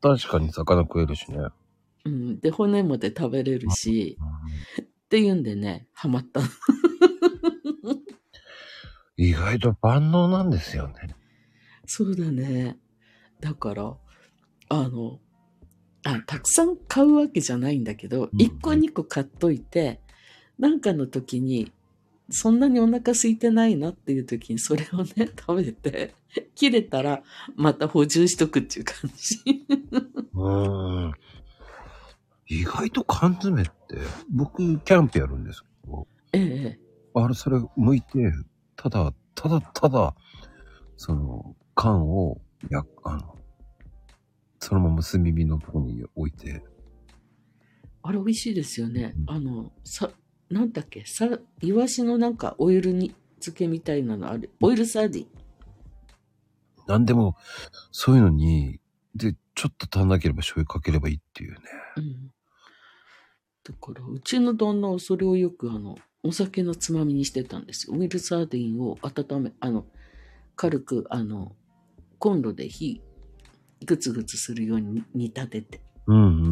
[SPEAKER 1] 確かに魚食えるしね。
[SPEAKER 4] うん、で、骨まで食べれるし、っていうんでね、ハマったの。
[SPEAKER 1] 意外と万能なんですよね。
[SPEAKER 4] そうだね。だから、あの、あ、たくさん買うわけじゃないんだけど、
[SPEAKER 1] うん
[SPEAKER 4] 1個2個買っといて、なんかの時に、そんなにお腹空いてないなっていう時にそれをね、 食べて、切れたらまた補充しとくっていう感じ。
[SPEAKER 1] うーん。意外と缶詰って、僕、キャンプやるんですけど、
[SPEAKER 4] え え、
[SPEAKER 1] あれ、それ、剥いて、ただ、ただ、ただ、その、缶を、や、あの、そのまま炭火のとこに置いて、
[SPEAKER 4] あれ美味しいですよね。あの、さ、なんだっけ、さ、イワシのなんかオイルに漬けみたいなのある。オイルサーディン。
[SPEAKER 1] なんでも、そういうのに、で、ちょっと足んなければ醤油かければいいっていうね。
[SPEAKER 4] うんだからうちの旦那はそれをよくあのお酒のつまみにしてたんですよ。ウィルサーディンを温めあの軽くあのコンロで火グツグツするように煮立てて
[SPEAKER 1] うんう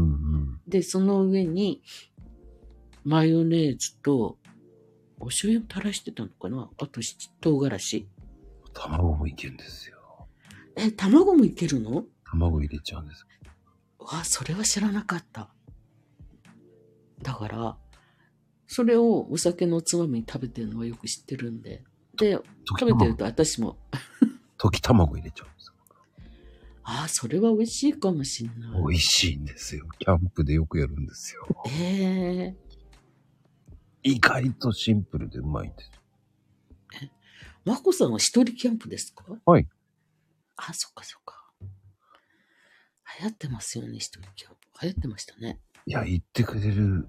[SPEAKER 1] ん
[SPEAKER 4] でその上にマヨネーズとお醤油を垂らしてたのかなあと七唐辛子
[SPEAKER 1] うん。卵もいけるんですよ。
[SPEAKER 4] え卵もいけるの
[SPEAKER 1] 卵入れちゃうんです。
[SPEAKER 4] わあそれは知らなかっただからそれをお酒のおつまみに食べてるのはよく知ってるんでで
[SPEAKER 1] 溶
[SPEAKER 4] 食
[SPEAKER 1] き
[SPEAKER 4] べて
[SPEAKER 1] 卵、
[SPEAKER 4] ると私も
[SPEAKER 1] 溶き卵入れちゃうんですよ。
[SPEAKER 4] ああそれは美味しいかもしんない
[SPEAKER 1] 美味しいんですよ。キャンプでよくやるんですよ。
[SPEAKER 4] ええ
[SPEAKER 1] 意外とシンプルでうまいんです。
[SPEAKER 4] まこさんは一人キャンプですか
[SPEAKER 1] はい
[SPEAKER 4] あそっかそっか流行ってますよね一人キャンプ流行ってましたね
[SPEAKER 1] いや、言ってくれる、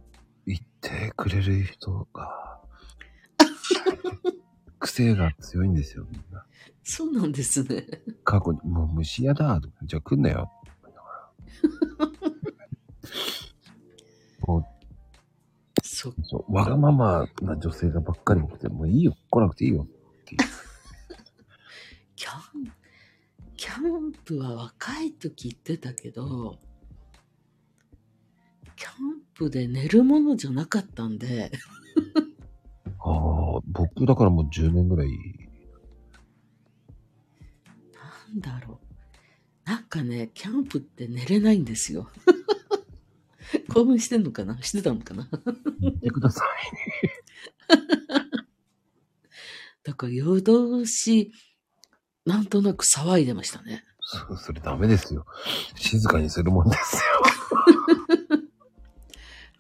[SPEAKER 1] 言ってくれる人 が、癖が強いんですよ、みんな。
[SPEAKER 4] そうなんですね
[SPEAKER 1] 過去に、もう虫嫌だ、とか、じゃあ来んなよ、だから。も
[SPEAKER 4] そう
[SPEAKER 1] うそう、わがままな女性がばっかり多くて、もういいよ、来なくていいよ。
[SPEAKER 4] キャン、キャンプは若い時行ってたけど、キャンプで寝るものじゃなかったんで、
[SPEAKER 1] ああ、僕だからもう10年ぐらい、
[SPEAKER 4] なんだろう。なんかね、キャンプって寝れないんですよ。 興奮してんのかなしてたのかな
[SPEAKER 1] 言ってください。
[SPEAKER 4] だから夜通し、なんとなく騒いでましたね。
[SPEAKER 1] そそれダメですよ。静かにするもんですよ。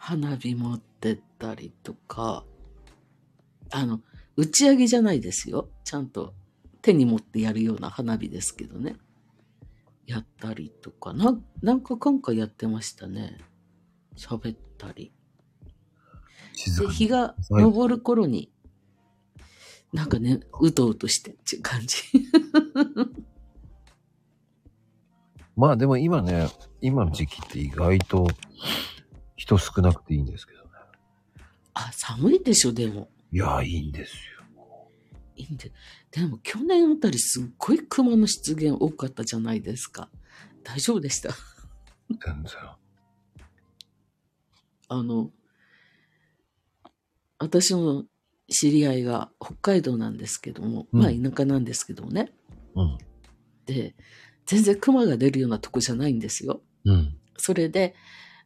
[SPEAKER 4] 花火持っってったりとか、あの、打ち上げじゃないですよ。ちゃんと手に持ってやるような花火ですけどね。やったりとか、な、なんかかんかやってましたね。喋ったり。
[SPEAKER 1] 静
[SPEAKER 4] で、
[SPEAKER 1] かに。
[SPEAKER 4] 日が昇る頃に、なんかね、うとうとしてっていう感じ。
[SPEAKER 1] まあでも今ね、今の時期って意外と人少なくていいんですけどね。
[SPEAKER 4] あ、寒いでしょ、でも。
[SPEAKER 1] いやー、いいんですよ。
[SPEAKER 4] いいんで。でも去年あたりすっごい熊の出現多かったじゃないですか。大丈夫でした。
[SPEAKER 1] 全然。
[SPEAKER 4] あの、私の知り合いが北海道なんですけども、
[SPEAKER 1] うん
[SPEAKER 4] まあ田舎なんですけどもね。
[SPEAKER 1] うん。
[SPEAKER 4] で、全然熊が出るようなとこじゃないんですよ。
[SPEAKER 1] うん。
[SPEAKER 4] それで、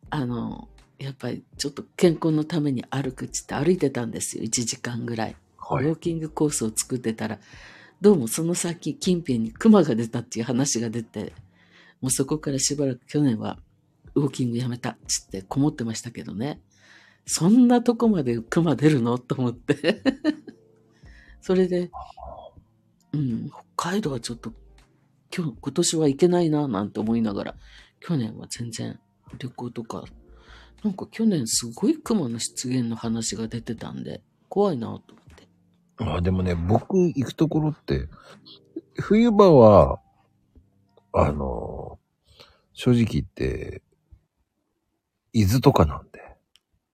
[SPEAKER 4] あの、やっぱりちょっと健康のために歩くっつって歩いてたんですよ。1時間ぐらい。ウ
[SPEAKER 1] はい
[SPEAKER 4] ォ。ーキングコースを作ってたら、どうもその先近辺に熊が出たっていう話が出て、もうそこからしばらく去年はウォーキングやめたっつってこもってましたけどね。そんなとこまで熊出るのと思って。 それで、うん、北海道はちょっと今日、今年はいけないななんて思いながら、去年は全然旅行とか、なんか去年すごい熊の出現の話が出てたんで、怖いなと思って。
[SPEAKER 1] あでもね、僕行くところって、冬場は、あの、正直言って、伊豆とかなんで。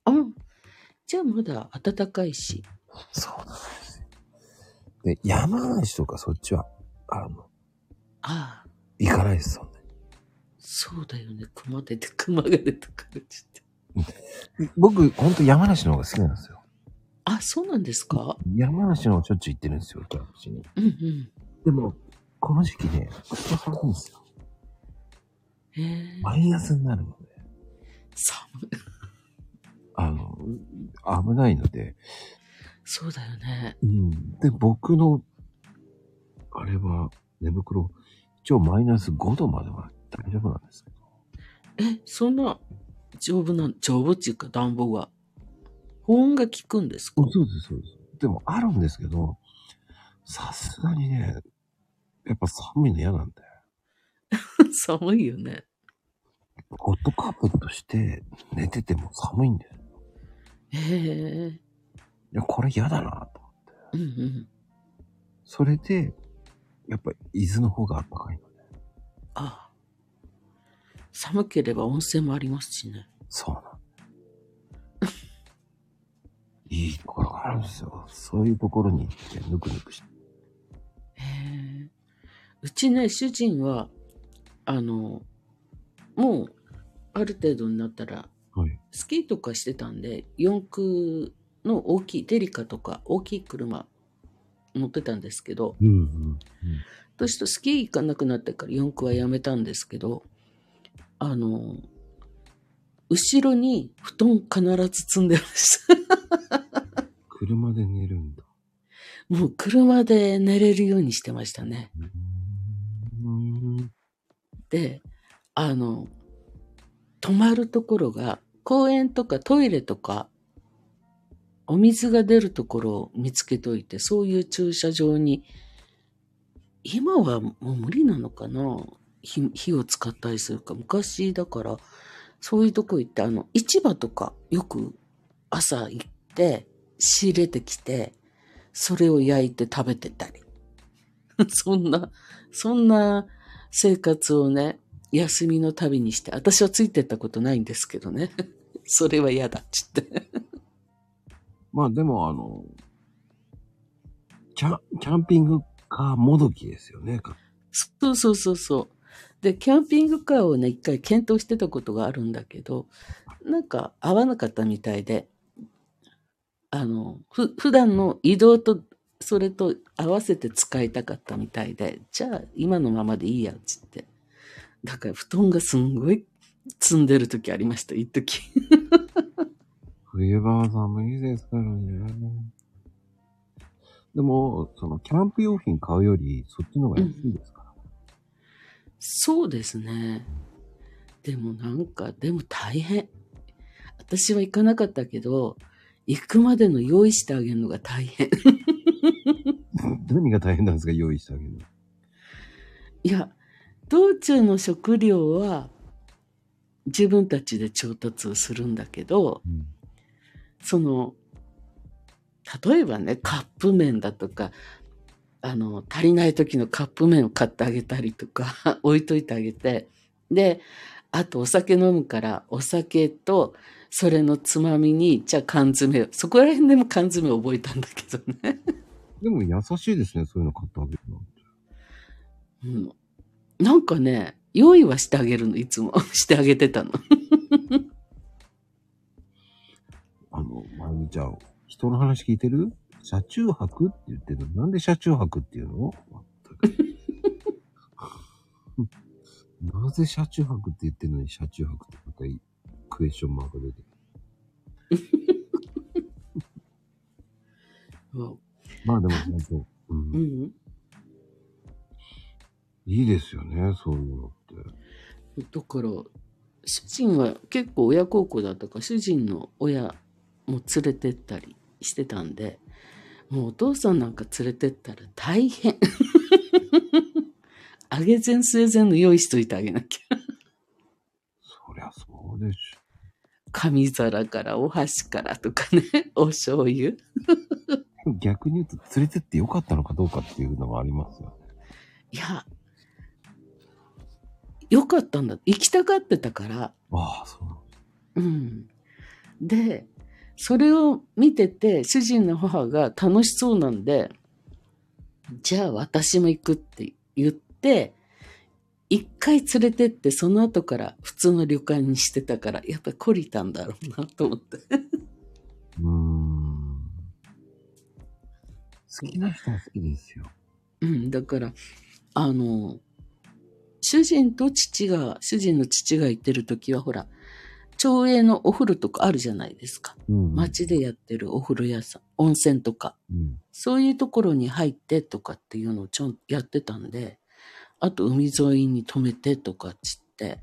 [SPEAKER 4] あ、じゃあまだ暖かいし。
[SPEAKER 1] そうなんですで、山梨とかそっちは、あの、
[SPEAKER 4] ああ、
[SPEAKER 1] 行かないですよ
[SPEAKER 4] そうだよね。熊出て、熊が出てくるって言って。
[SPEAKER 1] ね。僕、ほんと山梨の方が好きなんですよ。
[SPEAKER 4] あ、そうなんですか
[SPEAKER 1] 山梨の方しょっちゅう行ってるんですよ、キャンプ地に。
[SPEAKER 4] うんうん。
[SPEAKER 1] でも、この時期ね、人寒いんですよ。
[SPEAKER 4] へえ。
[SPEAKER 1] マイナスになるので、
[SPEAKER 4] 寒い。
[SPEAKER 1] あの、危ないので、
[SPEAKER 4] そうだよね。
[SPEAKER 1] うん。で、僕の、あれは、寝袋、一応マイナス5度までは大丈夫なんですけど。
[SPEAKER 4] え、そんな、丈夫な、丈夫っていうか暖房が。保温が効くんですか
[SPEAKER 1] そうです、そうです。でも、あるんですけど、さすがにね、やっぱ寒いの嫌なんだよ。
[SPEAKER 4] 寒いよね。
[SPEAKER 1] ホットカーペットして寝てても寒いんだよ。
[SPEAKER 4] へえ。
[SPEAKER 1] いや、これ嫌だなと。
[SPEAKER 4] うんうん。
[SPEAKER 1] それで、やっぱ伊豆の方が暖かいので。
[SPEAKER 4] ああ。寒ければ温泉もありますしね。
[SPEAKER 1] そう なんだ。いいところがあるんですよ。そういうところに行って、ぬくぬくして。
[SPEAKER 4] へえうちね、主人は、あの、もう、ある程度になったら、
[SPEAKER 1] はい。
[SPEAKER 4] スキーとかしてたんで、四駆の大きい、デリカとか大きい車乗ってたんですけど、
[SPEAKER 1] うんうん。
[SPEAKER 4] 私とスキー行かなくなってから四駆はやめたんですけど、あの、後ろに布団必ず積んでました。
[SPEAKER 1] 車で寝るんだ。
[SPEAKER 4] もう車で寝れるようにしてましたね。
[SPEAKER 1] うーん。
[SPEAKER 4] であの泊まるところが公園とかトイレとかお水が出るところを見つけといてそういう駐車場に今はもう無理なのかな火火を使ったりするか昔だからそういうとこ行ってあの市場とかよく朝行って仕入れてきてそれを焼いて食べてたり そんなそんな生活をね、休みの度にして、私はついてったことないんですけどね。 それは嫌だっつって。
[SPEAKER 1] まあでも、あの、キャン、キャンピングカーもどきですよね。
[SPEAKER 4] そうそうそうそう。で、キャンピングカーをね、一回検討してたことがあるんだけど、なんか合わなかったみたいで、あの、ふ、普段の移動と、それと合わせて使いたかったみたいで、じゃあ今のままでいいやっつって。だから布団がすんごい積んでる時ありました、一時。
[SPEAKER 1] 冬場は寒いですからね。でも、その、キャンプ用品買うより、そっちの方が安いですから。
[SPEAKER 4] そうですね。でもなんか、でも大変。私は行かなかったけど、行くまでの用意してあげるのが大変。
[SPEAKER 1] 何が大変なんですか用意してあげるの。
[SPEAKER 4] いや、道中の食料は自分たちで調達をするんだけど、
[SPEAKER 1] うん
[SPEAKER 4] その、例えばね、カップ麺だとか、あの、足りない時のカップ麺を買ってあげたりとか、 置いといてあげて、で、あとお酒飲むから、お酒と、それのつまみに、じゃあ缶詰を、そこら辺でも缶詰を覚えたんだけどね。
[SPEAKER 1] でも優しいですね、そういうの買ってあげるの。
[SPEAKER 4] うん、なんかね、用意はしてあげるの、いつも。 してあげてたの。
[SPEAKER 1] あの、まゆみちゃん、人の話聞いてる車中泊って言ってるのになんで車中泊っていうの全く なぜ車中泊って言ってるのに車中泊ってまたいクエスチョンマーク出てくる。
[SPEAKER 4] うん
[SPEAKER 1] まあでも本当、うん
[SPEAKER 4] うん、
[SPEAKER 1] いいですよね、そういうのって。
[SPEAKER 4] だから、主人は結構親孝行だったから、主人の親も連れてったりしてたんで、もうお父さんなんか連れてったら大変。 あげ前生前の用意しといてあげなきゃ。
[SPEAKER 1] そりゃそうでしょ。
[SPEAKER 4] 紙皿からお箸からとかね、 お醤油。
[SPEAKER 1] でも逆に言うと連れてってよかったのかどうかっていうのがありますよね。
[SPEAKER 4] いや、よかったんだ。行きたがってたから。
[SPEAKER 1] ああ、そうなの。
[SPEAKER 4] うん。で、それを見てて、主人の母が楽しそうなんで、じゃあ私も行くって言って、一回連れてって、その後から普通の旅館にしてたから、やっぱり懲りたんだろうなと思って。
[SPEAKER 1] うーん。好きな人は好きですよ。
[SPEAKER 4] うん、だから、あの、主人と父が、主人の父が行ってる時は、ほら、町営のお風呂とかあるじゃないですか。
[SPEAKER 1] うん
[SPEAKER 4] 町でやってるお風呂屋さん、温泉とか。
[SPEAKER 1] うん。
[SPEAKER 4] そういうところに入ってとかっていうのをちょんやってたんで、あと海沿いに止めてとかっつって、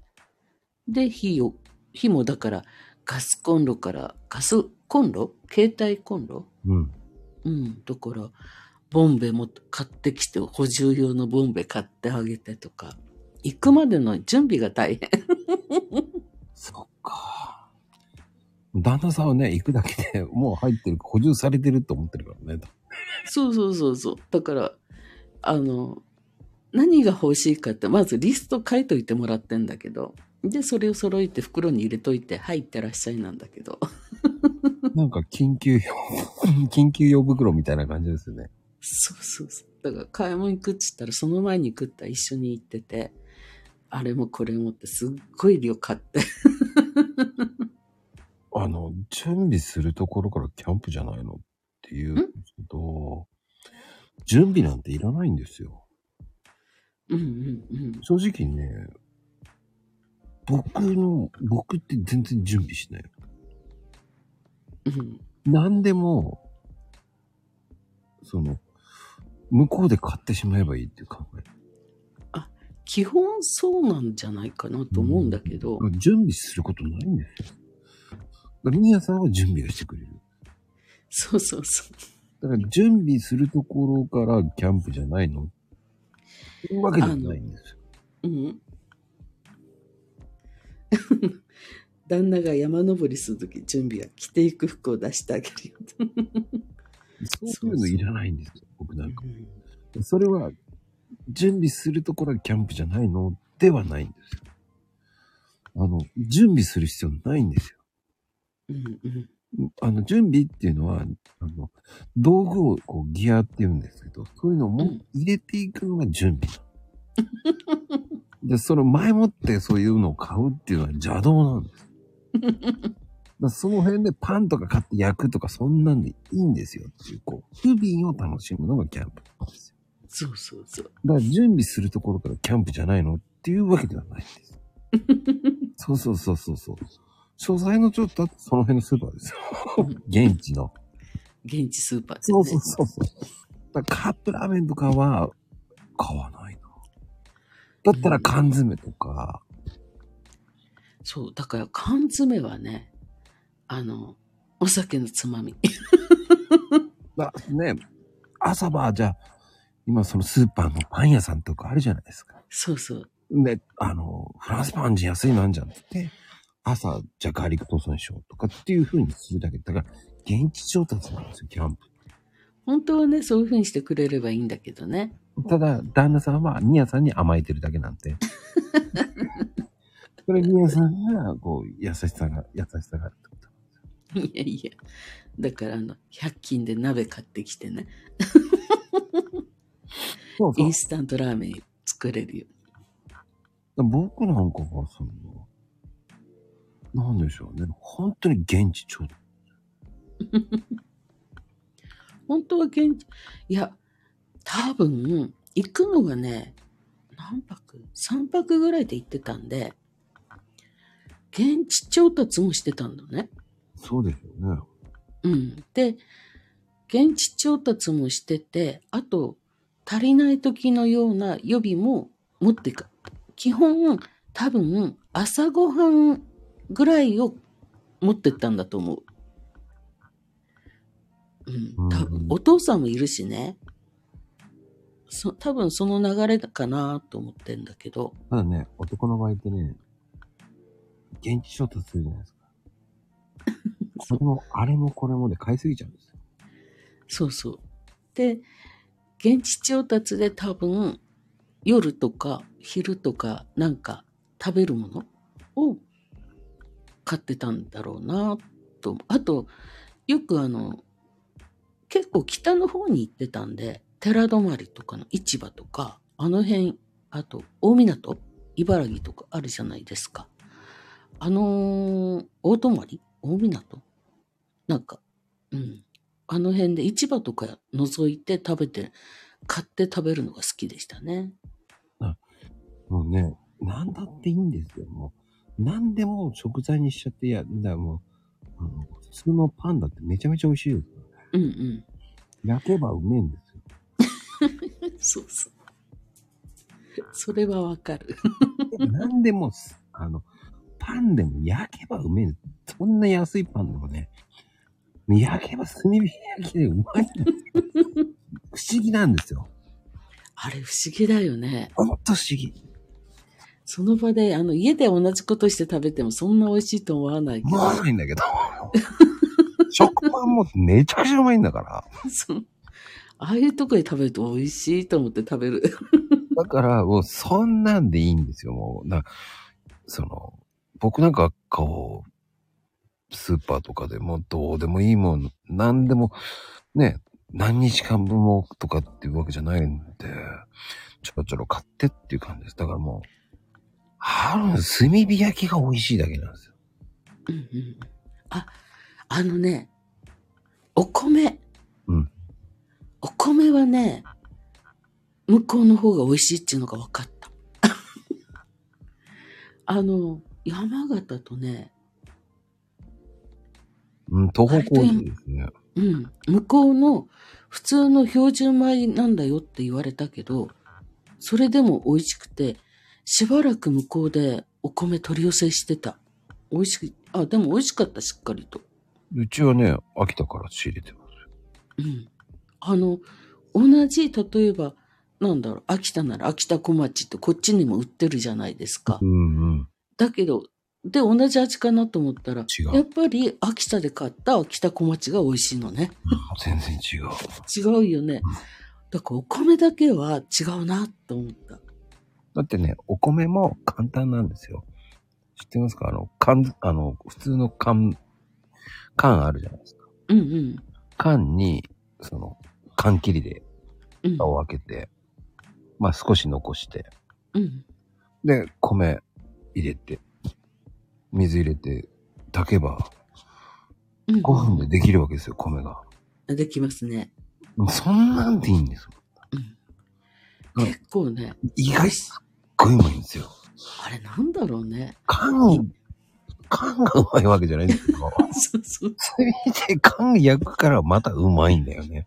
[SPEAKER 4] で、火を、火もだからガスコンロから、ガスコンロ携帯コンロ
[SPEAKER 1] うん。
[SPEAKER 4] うん、だから、ボンベも買ってきて、補充用のボンベ買ってあげてとか、行くまでの準備が大変。
[SPEAKER 1] そっか。旦那さんはね、行くだけでもう入ってる、補充されてると思ってるからね。
[SPEAKER 4] そうそうそうそう。だから、あの、何が欲しいかって、まずリスト書いといてもらってんだけど、で、それを揃えて袋に入れといて、はい、行ってらっしゃいなんだけど。
[SPEAKER 1] なんか緊急用、 緊急用袋みたいな感じですよね。
[SPEAKER 4] そうそうそう。だから、買い物行くっつったら、その前に行くったら一緒に行ってて、あれもこれもってすっごい量買って。
[SPEAKER 1] あの、準備するところからキャンプじゃないのっていうんんですけど、準備なんていらないんですよ。
[SPEAKER 4] うんうんうん。
[SPEAKER 1] 正直ね、僕の、僕って全然準備しない。
[SPEAKER 4] うん
[SPEAKER 1] 何でも、その、向こうで買ってしまえばいいっていう考え。
[SPEAKER 4] 基本そうなんじゃないかなと思うんだけど、
[SPEAKER 1] 準備することないんですよ。だから、ミヤさんは準備をしてくれる。
[SPEAKER 4] そうそうそう。
[SPEAKER 1] だから、準備するところからキャンプじゃないのっていうわけではないんですよ。
[SPEAKER 4] うん。 旦那が山登りするとき準備は着ていく服を出してあげるよ。
[SPEAKER 1] そういうのいらないんですよ、僕なんか。
[SPEAKER 4] うん
[SPEAKER 1] それは、準備するところはキャンプじゃないのではないんですよ。あの、準備する必要ないんです
[SPEAKER 4] うんうん
[SPEAKER 1] よ。あの、準備っていうのは、あの、道具をこうギアって言うんですけど、そういうのをも
[SPEAKER 4] うん
[SPEAKER 1] 入れていくのが準備。で、その前もってそういうのを買うっていうのは邪道なんです。だからその辺でパンとか買って焼くとかそんなんでいいんですよっていう、こう、不憫を楽しむのがキャンプなんですよ。
[SPEAKER 4] そうそうそう。
[SPEAKER 1] だから準備するところからキャンプじゃないのっていうわけではないんです。 そうそうそうそうそう。詳細のちょっとその辺のスーパーですよ。現地の。
[SPEAKER 4] 現地スーパーで、ね。
[SPEAKER 1] そうそうそうそう。だからカップラーメンとかは買わないな。だったら缶詰とか、
[SPEAKER 4] そうだから缶詰はね、あの、お酒のつまみ。
[SPEAKER 1] まあね、朝晩じゃあ、今そのスーパーのパン屋さんとかあるじゃないですか。
[SPEAKER 4] そうそう。
[SPEAKER 1] で、あの、フランスパン人安いなんじゃんって言って、朝、じゃあガーリックトーストにしようとかっていう風にするだけ。だから、現地調達なんですよ、キャンプ。
[SPEAKER 4] 本当はね、そういう風にしてくれればいいんだけどね。
[SPEAKER 1] ただ、旦那さんはニアさんに甘えてるだけなんで。それニアさんが、こう、優しさが、優しさがあるってこと。
[SPEAKER 4] いやいや。だからあの、100均で鍋買ってきてね、
[SPEAKER 1] そう
[SPEAKER 4] イ
[SPEAKER 1] そう
[SPEAKER 4] ン。スタントラーメン作れるよ。
[SPEAKER 1] 僕なんかがその、なんでしょうね。本当に現地調達。
[SPEAKER 4] 本当は現地、いや、多分、行くのがね、何泊 ?3 泊ぐらいで行ってたんで、現地調達もしてたんだね。
[SPEAKER 1] そうですよね。
[SPEAKER 4] うん。で、現地調達もしてて、あと、足りない時のような予備も持っていく。基本、多分、朝ごはんぐらいを持ってったんだと思う。うん、多
[SPEAKER 1] う
[SPEAKER 4] 分
[SPEAKER 1] ん、
[SPEAKER 4] お父さんもいるしね。そ、多分その流れかなと思ってんだけど。
[SPEAKER 1] ただね、男の場合ってね、現地調達するじゃないですか。これも、あれもこれもで買いすぎちゃうんですよ。
[SPEAKER 4] そうそう。で、現地調達で多分、夜とか昼とかなんか食べるものを買ってたんだろうなと。あと、よくあの、結構北の方に行ってたんで、寺泊とかの市場とか、あの辺、あと、大港茨城とかあるじゃないですか。あのー大泊大港なんか、うん。あの辺で市場とか覗いて食べて、買って食べるのが好きでしたね。
[SPEAKER 1] もうね、なんだっていいんですよ。もう、なんでも食材にしちゃって、いや、だからもう、あの、普通のパンだってめちゃめちゃ美味しいですよ。
[SPEAKER 4] うんうん。
[SPEAKER 1] 焼けばうめえんですよ。
[SPEAKER 4] そうそう。それはわかる。
[SPEAKER 1] なんでもす、あの、パンでも焼けばうめえ。そんな安いパンでもね、焼けば炭火焼きでうまいんですよ。不思議なんですよ。
[SPEAKER 4] あれ不思議だよね。
[SPEAKER 1] ほんと不思議。
[SPEAKER 4] その場で、あの、家で同じことして食べてもそんな美味しいと思わないけ
[SPEAKER 1] 思わないんだけど。食パンもめちゃくちゃうまいんだから。
[SPEAKER 4] ど、そうああいうとこで食べると美味しいと思って食べる。
[SPEAKER 1] だから、もうそんなんでいいんですよ、もう。な、その、僕なんかこう、スーパーとかでもどうでもいいもん、なんでも、ね、何日間分もとかっていうわけじゃないんで、ちょろちょろ買ってっていう感じです。だからもう、春の炭火焼きが美味しいだけなんですよ。
[SPEAKER 4] うんうんあ、あのね、お米。
[SPEAKER 1] うん
[SPEAKER 4] お米はね、向こうの方が美味しいっていうのが分かった。 あの、山形とね、
[SPEAKER 1] うん、東方麹ですね。
[SPEAKER 4] うん、向こうの普通の標準米なんだよって言われたけど、それでも美味しくて、しばらく向こうでお米取り寄せしてた。美味しく、あ、でも美味しかった、しっかりと。
[SPEAKER 1] うちはね、秋田から仕入れてます。
[SPEAKER 4] うんあの、同じ、例えば、なんだろう、秋田なら秋田小町ってこっちにも売ってるじゃないですか。
[SPEAKER 1] うんうん。
[SPEAKER 4] だけど、で、同じ味かなと思ったら、
[SPEAKER 1] 違う
[SPEAKER 4] やっぱり秋田で買った秋田小町が美味しいのね。
[SPEAKER 1] 全然違う。
[SPEAKER 4] 違うよね。だからお米だけは違うなと思った。
[SPEAKER 1] だってね、お米も簡単なんですよ。知ってますかあの、缶、あの、普通の缶、缶あるじゃないですか。
[SPEAKER 4] うんうん。
[SPEAKER 1] 缶に、その、缶切りで
[SPEAKER 4] うん
[SPEAKER 1] 蓋。を開けて、まあ少し残して、
[SPEAKER 4] うん。
[SPEAKER 1] で、米入れて、水入れて、炊けば、
[SPEAKER 4] うん
[SPEAKER 1] 5分でできるわけですよ、米が。
[SPEAKER 4] できますね。
[SPEAKER 1] そんなんでいいんですよ。うん
[SPEAKER 4] 結構ね、
[SPEAKER 1] 意外すっごいうまいんですよ。
[SPEAKER 4] あれなんだろうね。
[SPEAKER 1] 缶、缶がうまいわけじゃないんですけど、
[SPEAKER 4] そうそう。
[SPEAKER 1] それで缶焼くからまたうまいんだよね。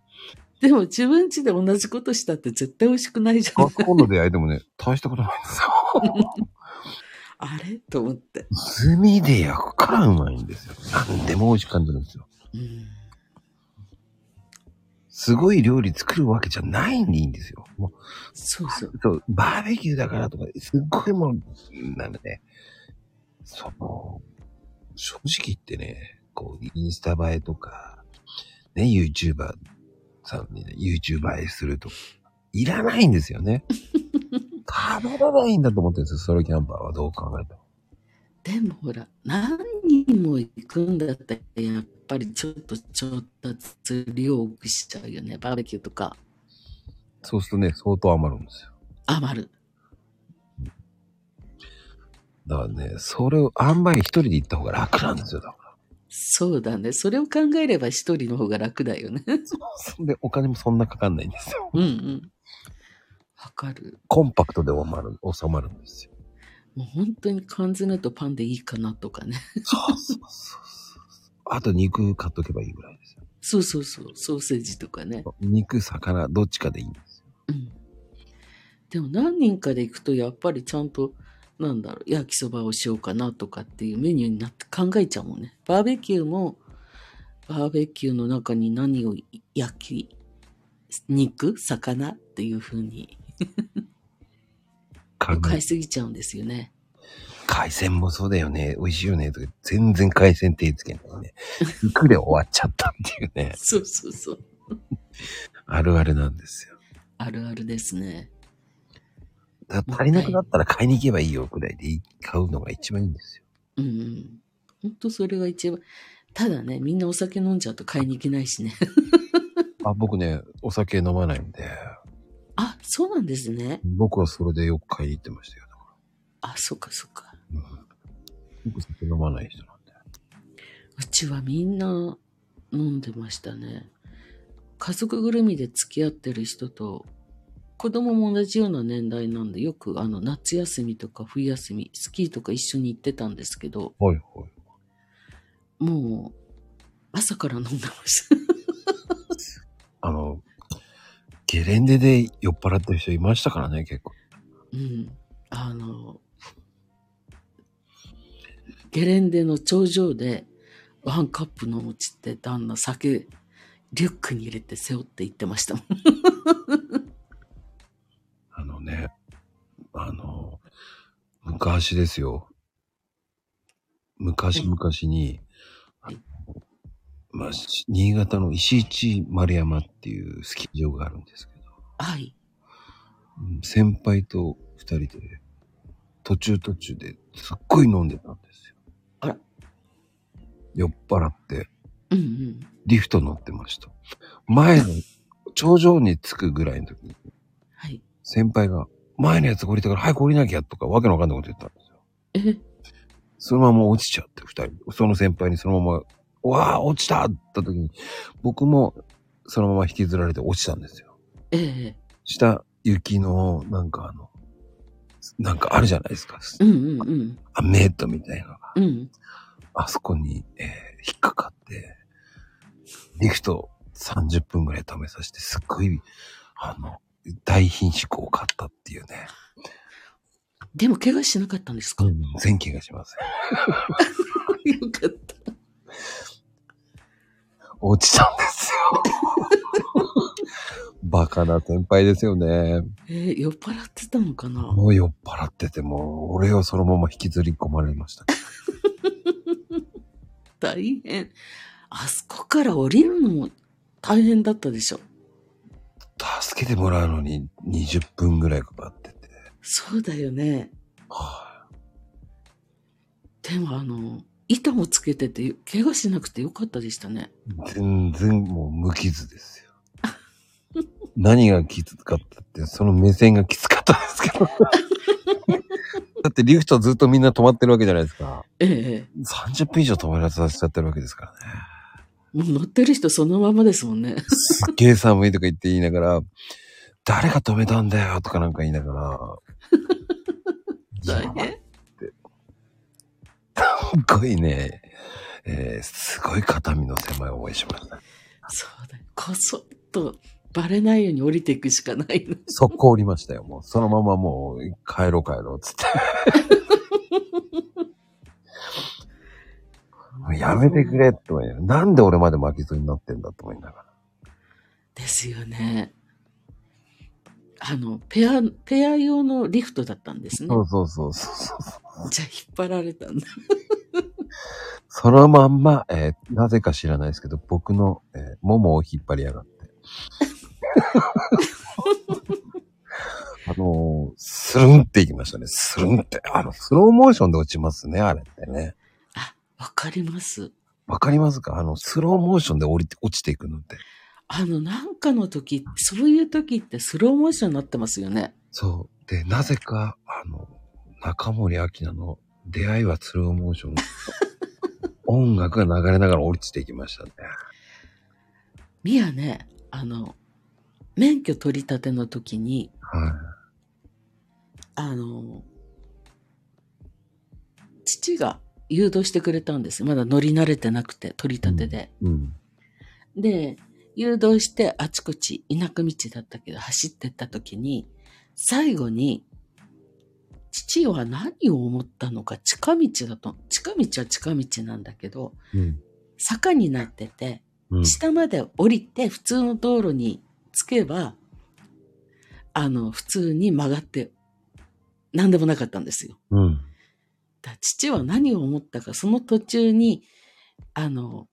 [SPEAKER 4] でも自分家で同じことしたって絶対美味しくないじゃん
[SPEAKER 1] ガ。スコンロで焼いてもね、大したことないんですよ。
[SPEAKER 4] あれと思って。
[SPEAKER 1] 炭で焼くからうまいんですよ。なんでも美味しく感じるんですよ。
[SPEAKER 4] うん
[SPEAKER 1] すごい料理作るわけじゃないんでいいんですよ。もう
[SPEAKER 4] そうそう。
[SPEAKER 1] そう、バーベキューだからとか、すっごいもう、なんだね。その、正直言ってね、こう、インスタ映えとか、ね、YouTuber さんにね、YouTuber 映えするとか、いらないんですよ ね。食べらないんだと思ってるんですよ、ソロキャンパーはどう考えても。
[SPEAKER 4] でもほら、何人も行くんだったら、やっぱりちょっと調達量を多くしちゃうよね。バーベキューとか
[SPEAKER 1] そうするとね、相当余るんですよ。
[SPEAKER 4] 余る。
[SPEAKER 1] だからね、それをあんまり一人で行った方が楽なんですよ。だから。
[SPEAKER 4] そうだね。それを考えれば一人の方が楽だよね。
[SPEAKER 1] そんで、お金もそんなかかんないんですよ。
[SPEAKER 4] うんうん。わかる。
[SPEAKER 1] コンパクトで収まる、収まるんですよ。
[SPEAKER 4] もう本当に缶詰とパンでいいかなとかね。
[SPEAKER 1] そうそうそうあと肉買っとけばいいぐらいですよ。
[SPEAKER 4] そうそうそう。ソーセージとかね。
[SPEAKER 1] 肉、魚、どっちかでいいんですよ。
[SPEAKER 4] うん。でも何人かで行くと、やっぱりちゃんと、なんだろう、焼きそばをしようかなとかっていうメニューになって考えちゃうもんね。バーベキューも、バーベキューの中に何を焼き、肉、魚っていう風に
[SPEAKER 1] 考え
[SPEAKER 4] 買いすぎちゃうんですよね。
[SPEAKER 1] 海鮮もそうだよね。美味しいよね。とか、全然海鮮手つけないね。肉で終わっちゃったっていうね。
[SPEAKER 4] そうそうそう。
[SPEAKER 1] あるあるなんですよ。
[SPEAKER 4] あるあるですね。
[SPEAKER 1] だから足りなくなったら買いに行けばいいよくらいで買うのが一番いいんですよ。
[SPEAKER 4] うんうん。ほんとそれが一番。ただね、みんなお酒飲んじゃうと買いに行けないしね。
[SPEAKER 1] あ、僕ね、お酒飲まないんで、
[SPEAKER 4] あ、そうなんですね。
[SPEAKER 1] 僕はそれでよく買いに行ってましたよ。
[SPEAKER 4] あ、そっかそっか。
[SPEAKER 1] 僕酒飲まない人なんで。
[SPEAKER 4] うちはみんな飲んでましたね。家族ぐるみで付き合ってる人と、子供も同じような年代なんで、よくあの夏休みとか冬休み、スキーとか一緒に行ってたんですけど、
[SPEAKER 1] はいはい。
[SPEAKER 4] もう朝から飲んでました。
[SPEAKER 1] あの、ゲレンデで酔っ払ってる人いましたからね、結構。
[SPEAKER 4] うん。あの、ゲレンデの頂上でワンカップのおちって旦那酒リュックに入れて背負って行ってましたもん。
[SPEAKER 1] あのね、あの、昔ですよ。昔々に、あ
[SPEAKER 4] はい
[SPEAKER 1] のまあ、し新潟の石市丸山っていうスキー場があるんですけど、
[SPEAKER 4] はい。
[SPEAKER 1] うん先輩と二人で、途中途中ですっごい飲んでたんですよ。
[SPEAKER 4] あら
[SPEAKER 1] 酔っ払って、
[SPEAKER 4] うんうん。
[SPEAKER 1] リフト乗ってました。前の頂上に着くぐらいの時に、
[SPEAKER 4] はい。
[SPEAKER 1] 先輩が、前のやつ降りたから早く降りなきゃとか、わけのわかんないこと言ったんですよ。
[SPEAKER 4] え
[SPEAKER 1] そのまま落ちちゃって、二人。その先輩にそのまま、うわあ、落ちたって言った時に、僕もそのまま引きずられて落ちたんですよ。
[SPEAKER 4] ええ
[SPEAKER 1] 下、雪の、なんかあの、なんかあるじゃないですか。
[SPEAKER 4] うんうんうん。
[SPEAKER 1] あメートみたいな。
[SPEAKER 4] うん。
[SPEAKER 1] あそこに、えー引っかかって、リフト30分ぐらい止めさせて、すっごい、あの、大品種を買ったっていうね。
[SPEAKER 4] でも怪我しなかったんですか、 よ
[SPEAKER 1] 全気がします。
[SPEAKER 4] かった。
[SPEAKER 1] 落ちたんですよ。バカな先輩ですよね。
[SPEAKER 4] えー、酔っ払ってたのかな
[SPEAKER 1] もう酔っ払ってて、もう俺をそのまま引きずり込まれました。
[SPEAKER 4] 大変。あそこから降りるのも大変だったでしょ。
[SPEAKER 1] 助けてもらうのに20分ぐらいかかってて。
[SPEAKER 4] そうだよね。
[SPEAKER 1] は
[SPEAKER 4] でもあの、板もつけてて、怪我しなくてよかったでしたね。
[SPEAKER 1] い全然もう無傷ですよ。何がきつかったって、その目線がきつかったですけど。だってリフトずっとみんな止まってるわけじゃないですか。
[SPEAKER 4] ええ
[SPEAKER 1] 30分以上止まらさせちゃってるわけですからね。
[SPEAKER 4] もう乗ってる人そのままですもんね。
[SPEAKER 1] すっげえ寒いとか言って言いながら、誰が止めたんだよとかなんか言いながら、
[SPEAKER 4] 大変。
[SPEAKER 1] すっごいね、えーすごい肩身の狭い思いしました。
[SPEAKER 4] そうだよ。こそっとバレないように降りていくしかないの。
[SPEAKER 1] 速攻降りましたよ、もう。そのままもう、帰ろう帰ろうっつって。やめてくれって思いながら、なんで俺まで巻き添えになってんだと思いなが
[SPEAKER 4] ですよね。あの、ペア、ペア用のリフトだったんですね
[SPEAKER 1] ら。。そうそうそうそうそう。
[SPEAKER 4] じゃあ引っ張られたんだ。
[SPEAKER 1] そのまんま、えーなぜか知らないですけど、僕の、えーももを引っ張りやがって。あのースルンっていきましたね。スルンって。あの、スローモーションで落ちますね、あれってね。
[SPEAKER 4] あ、わかります。
[SPEAKER 1] わかりますかあの、スローモーションで降りて、落ちていくのって。
[SPEAKER 4] あの、なんかの時、そういう時ってスローモーションになってますよね。
[SPEAKER 1] そう。で、なぜか、あの、中森明菜の出会いはスローモーション。音楽が流れながら降りていきましたね。
[SPEAKER 4] ミアね、あの、免許取り立ての時に、
[SPEAKER 1] はい。
[SPEAKER 4] あの、父が誘導してくれたんです。まだ乗り慣れてなくて、取り立てで。
[SPEAKER 1] うん。
[SPEAKER 4] で、誘導してあちこち、田舎道だったけど走ってった時に、最後に、父は何を思ったのか、近道だと、近道は近道なんだけど、
[SPEAKER 1] うん。
[SPEAKER 4] 坂になってて、
[SPEAKER 1] うん。
[SPEAKER 4] 下まで降りて普通の道路に着けば、あの、普通に曲がって、何でもなかったんですよ。
[SPEAKER 1] うん。
[SPEAKER 4] だ父は何を思ったか、その途中に、あの、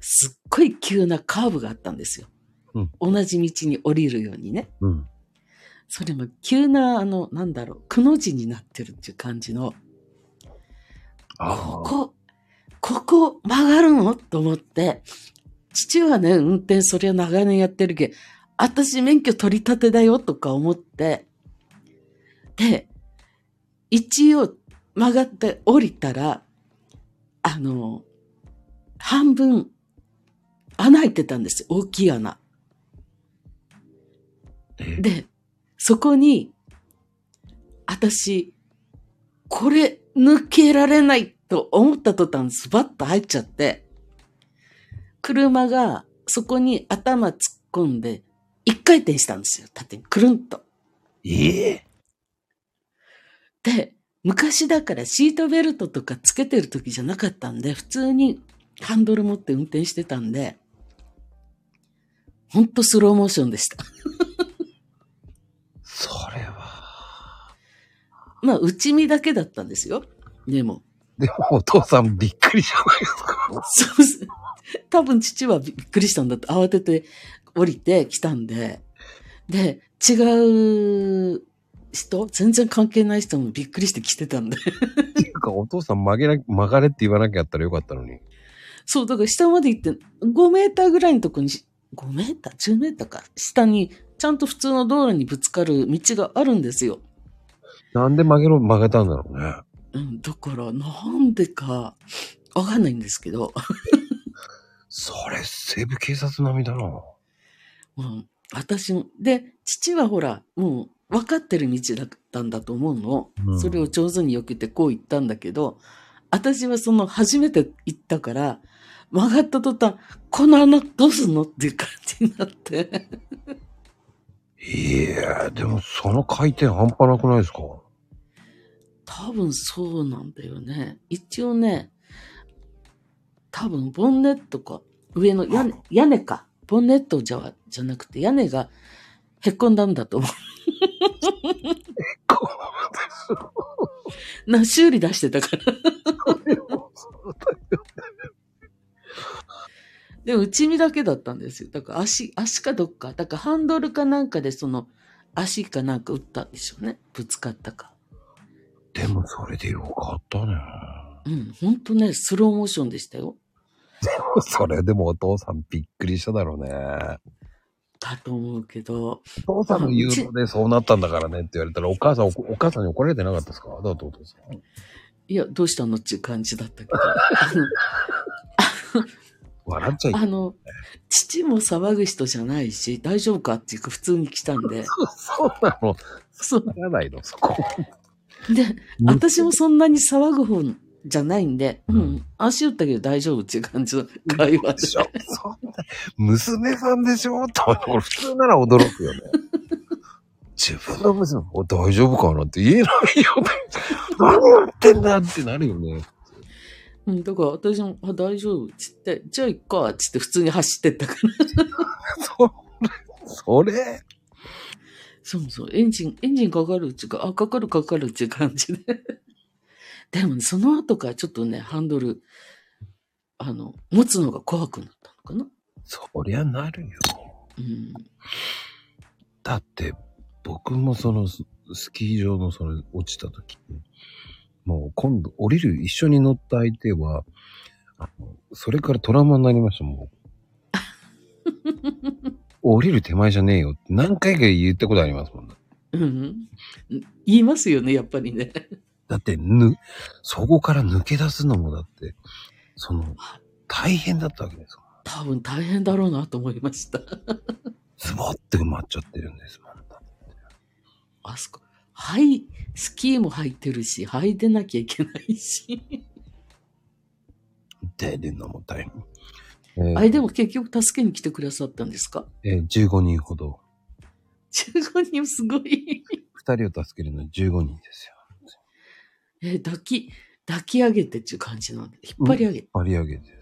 [SPEAKER 4] すっごい急なカーブがあったんですよ。
[SPEAKER 1] うん
[SPEAKER 4] 同じ道に降りるようにね。
[SPEAKER 1] うん。
[SPEAKER 4] それも急な、あの、なんだろう、くの字になってるっていう感じの、
[SPEAKER 1] ああ。
[SPEAKER 4] ここ、ここ曲がるのと思って、父はね、運転そりゃ長年やってるけど、私免許取り立てだよとか思って、で、一応曲がって降りたら、あの、半分穴開いてたんですよ。大きい穴。
[SPEAKER 1] え
[SPEAKER 4] で、そこに、私、これ抜けられないと思った途端、スバッと入っちゃって、車がそこに頭突っ込んで、一回転したんですよ。縦にくるんと。
[SPEAKER 1] ええ
[SPEAKER 4] で、昔だからシートベルトとかつけてる時じゃなかったんで、普通にハンドル持って運転してたんで、ほんとスローモーションでした。
[SPEAKER 1] それは。
[SPEAKER 4] まあ、内見だけだったんですよ。でも。
[SPEAKER 1] でもお父さんびっくりじゃないですか。
[SPEAKER 4] そうっす。多分父はびっくりしたんだって、慌てて降りてきたんで。で、違う人、全然関係ない人もびっくりして来てたんで。
[SPEAKER 1] っていうかお父さん曲げな、曲がれって言わなきゃやったらよかったのに。
[SPEAKER 4] そう、だから下まで行って、5メーターぐらいのとこにし、5メーター ?10 メーターか。下に、ちゃんと普通の道路にぶつかる道があるんですよ。
[SPEAKER 1] なんで曲げろ、曲げたんだろうね。
[SPEAKER 4] うん、だから、なんでか、わかんないんですけど。
[SPEAKER 1] それ、西部警察並みだな。
[SPEAKER 4] うん、私も。で、父はほら、もう分かってる道だったんだと思うの。
[SPEAKER 1] うん
[SPEAKER 4] それを上手に避けてこう言ったんだけど、私はその初めて行ったから、曲がった途端、この穴どうすんのっていう感じになって。
[SPEAKER 1] いやでもその回転半端なくないですか
[SPEAKER 4] 多分そうなんだよね。一応ね、多分ボンネットか、上の屋根屋根か。ボンネットじゃじゃなくて屋根がへっこんだんだと思
[SPEAKER 1] こ
[SPEAKER 4] う。な、修理出してたから。でも内身だけだったんですよ。だから足、足かどっか。だからハンドルかなんかでその足かなんか打ったんでしょうね。ぶつかったか。
[SPEAKER 1] でもそれでよかったね。
[SPEAKER 4] うん、ほんとね、スローモーションでしたよ。
[SPEAKER 1] それでもお父さんびっくりしただろうね。
[SPEAKER 4] だと思うけど、
[SPEAKER 1] お父さんの誘導でそうなったんだからねって言われたらお母さんおお母さんに怒られてなかったですかだってお父さん。
[SPEAKER 4] いや、どうしたのっていう感じだったけど。あの
[SPEAKER 1] 笑っちゃいけない
[SPEAKER 4] あの、父も騒ぐ人じゃないし、大丈夫かっていうか普通に来たんで。
[SPEAKER 1] そうなの。
[SPEAKER 4] そう。
[SPEAKER 1] ならないの、そこ。
[SPEAKER 4] で、私もそんなに騒ぐ方じゃないんで、うん、足打ったけど大丈夫っていう感じの会話
[SPEAKER 1] で
[SPEAKER 4] で
[SPEAKER 1] し。ょそんな、娘さんでしょと俺普通なら驚くよね。自分の娘、お大丈夫かなって言えないよね。何やってんだってなるよね。
[SPEAKER 4] うん、だから私も、あ、大丈夫っつって、じゃあ行っか、っつって普通に走ってったから。
[SPEAKER 1] それ、それ、
[SPEAKER 4] そうそう、エンジン、エンジンかかるっていうか、あ、かかるかかるっていう感じで。 でも、ね、その後からちょっとね、ハンドル、あの、持つのが怖くなったのかな。
[SPEAKER 1] そりゃなるよ。
[SPEAKER 4] うん。
[SPEAKER 1] だって、僕もそのススキー場のその落ちた時に、もう今度降りる一緒に乗った相手は、あのそれからトラウマになりました、も う。降りる手前じゃねえよって何回か言ったことありますもんだ。
[SPEAKER 4] うん。言いますよね、やっぱりね。
[SPEAKER 1] だって、ぬ、そこから抜け出すのもだって、その、大変だったわけですもん。
[SPEAKER 4] 多分大変だろうなと思いました。
[SPEAKER 1] ズボって埋まっちゃってるんですもん。
[SPEAKER 4] あそこ、はい、スキーも履いてるし、履いてなきゃいけないし。
[SPEAKER 1] 出るのも大変。えー
[SPEAKER 4] あれ、でも結局助けに来てくださったんですか
[SPEAKER 1] えー15人ほど。
[SPEAKER 4] ?15 人すごい。
[SPEAKER 1] 2人を助けるのに15人ですよ。
[SPEAKER 4] えー抱き、抱き上げてっていう感じなんで、引っ張り上げ
[SPEAKER 1] 引
[SPEAKER 4] て。
[SPEAKER 1] っ張り上げてで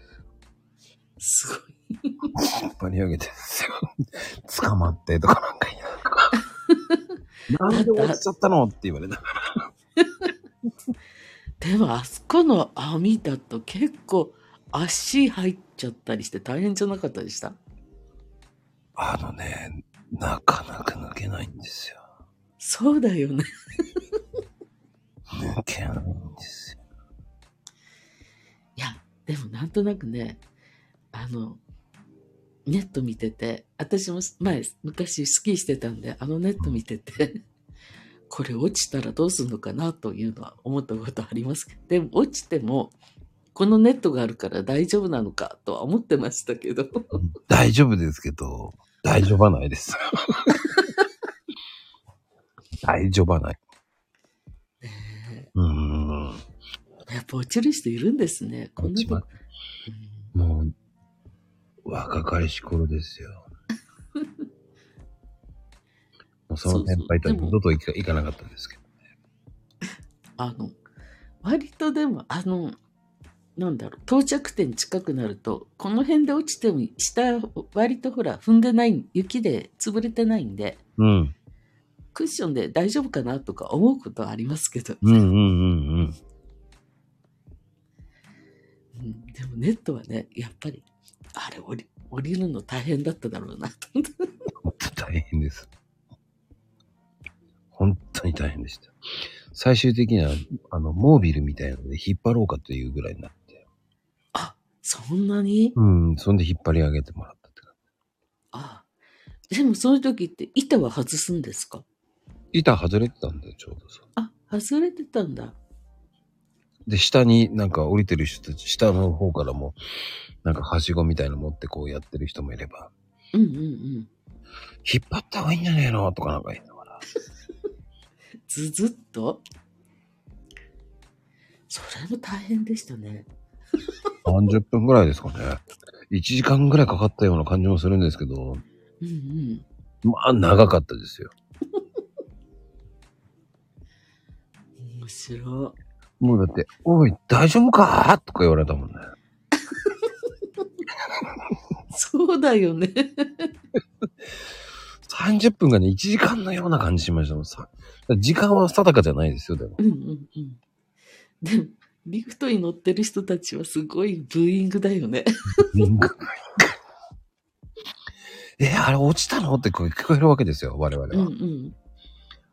[SPEAKER 1] す。
[SPEAKER 4] すごい。
[SPEAKER 1] 引っ張り上げてですよ。 捕まってとかなんか言いながら。 なんで落ちちゃったのって言われた。
[SPEAKER 4] でもあそこの網だと結構足入っちゃったりして大変じゃなかったでした
[SPEAKER 1] あのね、なかなか抜けないんですよ。
[SPEAKER 4] そうだよね。
[SPEAKER 1] 抜けないんですよ。
[SPEAKER 4] いや、でもなんとなくね、あの、ネット見てて、私も前、昔スキーしてたんで、あのネット見てて、これ落ちたらどうするのかなというのは思ったことありますけど、でも落ちても、このネットがあるから大丈夫なのかとは思ってましたけ ど、
[SPEAKER 1] 大丈夫ですけど、大丈夫はないです。 大丈夫はない。うーん。
[SPEAKER 4] やっぱ落ちる人いるんですね。こん
[SPEAKER 1] 落ちま
[SPEAKER 4] なとこ、
[SPEAKER 1] もう、若かりし頃です よ。もうその先輩とは
[SPEAKER 4] そうそう
[SPEAKER 1] 二度と行か行かなかったですけど。
[SPEAKER 4] あの、割とでも、あの、なんだろう、到着点近くなると、この辺で落ちても、下、割とほら、踏んでない、雪で潰れてないんで、
[SPEAKER 1] うん。
[SPEAKER 4] クッションで大丈夫かなとか思うことはありますけど、
[SPEAKER 1] うんうんうんうん。
[SPEAKER 4] うんでもネットはね、やっぱり、あれ降り、降りるの大変だっただろうなと 思って。
[SPEAKER 1] 本当大変です。本当に大変でした。最終的には、あの、モービルみたいなので引っ張ろうかというぐらいになって。
[SPEAKER 4] あ、そんなに
[SPEAKER 1] うん、そんで引っ張り上げてもらったって感
[SPEAKER 4] あでもその時って板は外すんですか
[SPEAKER 1] じ。板外れてたんだよ、ちょうどそう。
[SPEAKER 4] あ、外れてたんだ。
[SPEAKER 1] で、下になんか降りてる人たち、下の方からも、なんかはしごみたいなの持ってこうやってる人もいれば、
[SPEAKER 4] うんうんうん。
[SPEAKER 1] 引っ張った方がいいんじゃねえのとかなんか言いながら。
[SPEAKER 4] ずずっとそれも大変でしたね。
[SPEAKER 1] 30分ぐらいですかね。1時間ぐらいかかったような感じもするんですけど、
[SPEAKER 4] うんうん。
[SPEAKER 1] まあ長かったですよ。
[SPEAKER 4] 面白
[SPEAKER 1] もうだって、おい、大丈夫かとか言われたもんね。
[SPEAKER 4] い。そうだよね。
[SPEAKER 1] 30分がね、1時間のような感じしましたもん。さ時間は定かじゃないですよ、 でも。
[SPEAKER 4] うんうんうん。でも、リフトに乗ってる人たちはすごいブーイングだよね。
[SPEAKER 1] リンク。え、あれ落ちたのって声聞こえるわけですよ、我々
[SPEAKER 4] うん
[SPEAKER 1] は。
[SPEAKER 4] う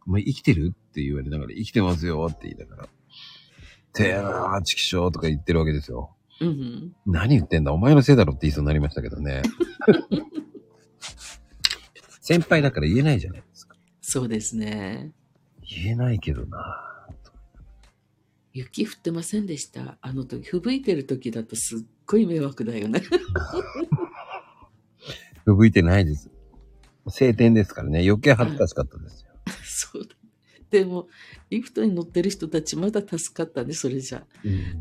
[SPEAKER 1] も
[SPEAKER 4] ん。
[SPEAKER 1] う生きてるって言われながら、生きてますよって言いながら。てやー、チキショーとか言ってるわけですよ。
[SPEAKER 4] うんうん。
[SPEAKER 1] 何言ってんだお前のせいだろって言いそうになりましたけどね。先輩だから言えないじゃないですか。
[SPEAKER 4] そうですね。
[SPEAKER 1] 言えないけどな。
[SPEAKER 4] 雪降ってませんでした。あの時、吹雪いてる時だとすっごい迷惑だよね。
[SPEAKER 1] ふぶいてないです。晴天ですからね、余計恥ずかしかったですよ。
[SPEAKER 4] そうだ。でも、リフトに乗ってる人たちまだ助かったね、それじゃ。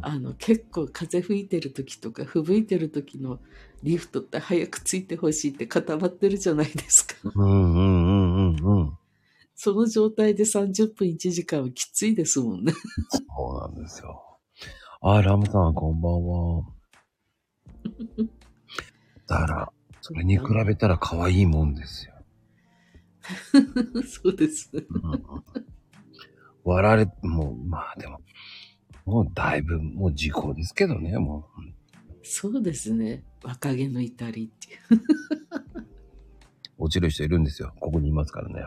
[SPEAKER 4] あの結構風吹いてる時とか吹雪いてる時のリフトって早くついてほしいって固まってるじゃないですか
[SPEAKER 1] うんうんうんうんうん。
[SPEAKER 4] その状態で30分1時間はきついですもんね
[SPEAKER 1] そうなんですよ。あ、ラムさん、こんばんは。だから、それに比べたら可愛いもんですよ。
[SPEAKER 4] そうです。
[SPEAKER 1] 割られ、もう、まあでも、もうだいぶ、もう時効ですけどね、もう。
[SPEAKER 4] そうですね。若気の至りっていう。
[SPEAKER 1] 落ちる人いるんですよ。ここにいますからね。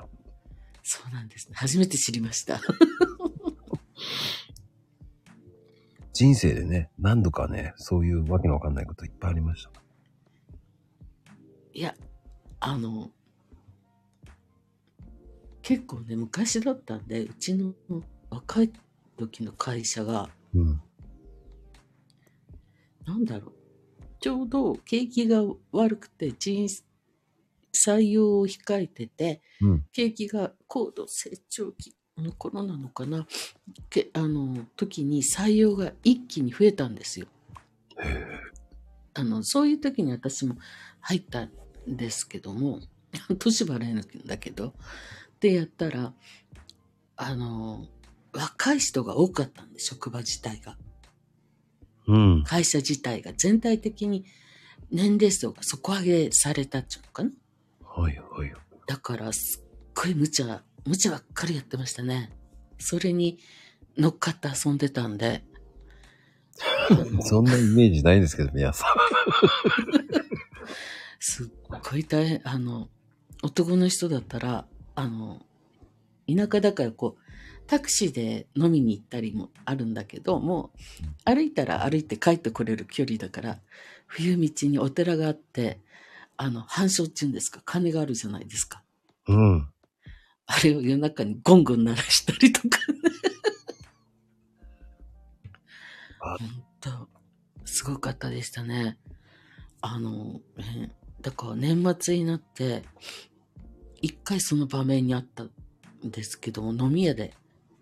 [SPEAKER 4] そうなんですね。初めて知りました。
[SPEAKER 1] 人生でね、何度かね、そういうわけのわかんないこといっぱいありました。
[SPEAKER 4] いや、あの、結構ね、昔だったんで、うちの若い時の会社が、
[SPEAKER 1] うん。
[SPEAKER 4] なんだろう。ちょうど景気が悪くて、人採用を控えてて、
[SPEAKER 1] うん。
[SPEAKER 4] 景気が高度成長期の頃なのかな、けあの、時に採用が一気に増えたんですよ。
[SPEAKER 1] へえ。
[SPEAKER 4] あの、そういう時に私も入ったんですけども、 年払いなんだけど、でやったら、あの、若い人が多かったんで、職場自体が。
[SPEAKER 1] うん。
[SPEAKER 4] 会社自体が全体的に年齢層が底上げされたっちゅうのかな。
[SPEAKER 1] はいはい。
[SPEAKER 4] だから、すっごい無茶、無茶ばっかりやってましたね。それに乗っかって遊んでたんで。
[SPEAKER 1] そんなイメージないですけど、皆さん。
[SPEAKER 4] すっごい大変、あの、男の人だったら、あの、田舎だからこう、タクシーで飲みに行ったりもあるんだけど、もう歩いたら歩いて帰ってこれる距離だから、冬道にお寺があって、あの、繁殖っていうんですか、鐘があるじゃないですか。
[SPEAKER 1] うん。
[SPEAKER 4] あれを夜中にゴンゴン鳴らしたりとか、
[SPEAKER 1] あ
[SPEAKER 4] 本当すごかったでしたね。あの、えだから年末になって、一回その場面にあったんですけども、飲み屋で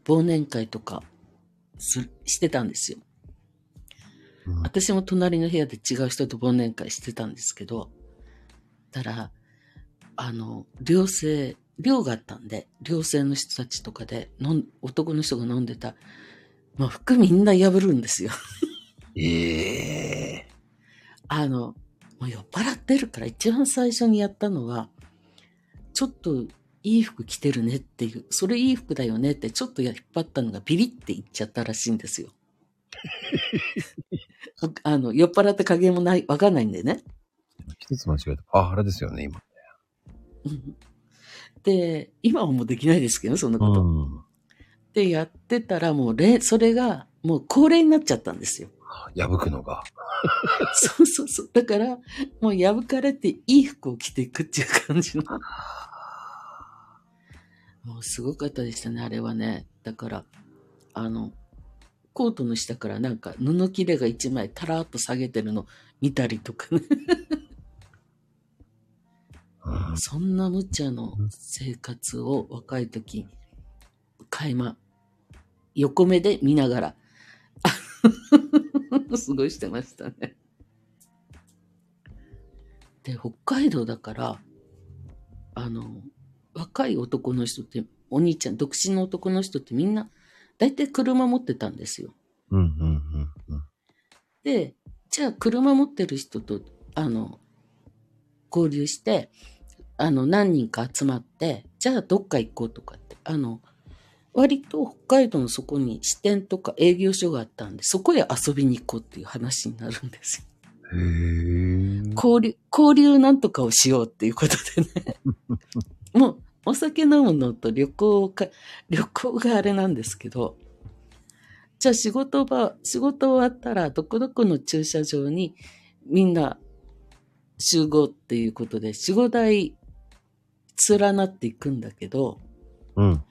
[SPEAKER 4] 忘年会とかすしてたんですよ。
[SPEAKER 1] うん
[SPEAKER 4] 私も隣の部屋で違う人と忘年会してたんですけど、たら、あの、寮生、寮があったんで、寮生の人たちとかで、飲ん男の人が飲んでた、まあ服みんな破るんですよ。
[SPEAKER 1] ええ
[SPEAKER 4] あの、もう酔っ払ってるから一番最初にやったのは、ちょっといい服着てるねっていう、それいい服だよねってちょっと引っ張ったのがビビって言っちゃったらしいんですよ。あの、酔っ払った加減もない、わかんないんでね。
[SPEAKER 1] 一つ間違えた。あ、あれですよね、今。
[SPEAKER 4] うんで、今はもうできないですけど、そんなこと。
[SPEAKER 1] ん。
[SPEAKER 4] で、やってたら、もうれ、それが、もう恒例になっちゃったんですよ。
[SPEAKER 1] 破くのが。
[SPEAKER 4] そうそうそう。だから、もう破かれていい服を着ていくっていう感じの。もうすごかったでしたね、あれはね。だから、あの、コートの下からなんか布切れが一枚タラーっと下げてるの見たりとかね。
[SPEAKER 1] うん
[SPEAKER 4] そんな無茶の生活を若い時、垣間、横目で見ながら、 あ過ごしてましたね。で、北海道だから、あの、若い男の人って、お兄ちゃん、独身の男の人ってみんな、大体車持ってたんですよ。
[SPEAKER 1] うんうんうん
[SPEAKER 4] で、じゃあ車持ってる人と、あの、交流して、あの、何人か集まって、じゃあどっか行こうとかって、あの、割と北海道のそこに支店とか営業所があったんで、そこへ遊びに行こうっていう話になるんですよ。
[SPEAKER 1] うん。へえ。
[SPEAKER 4] 交流、交流なんとかをしようっていうことでね。 もう、お酒飲むのと旅行か、旅行があれなんですけど、じゃあ仕事場、仕事終わったら、どこどこの駐車場にみんな集合っていうことで、四五台連なっていくんだけど、
[SPEAKER 1] うん。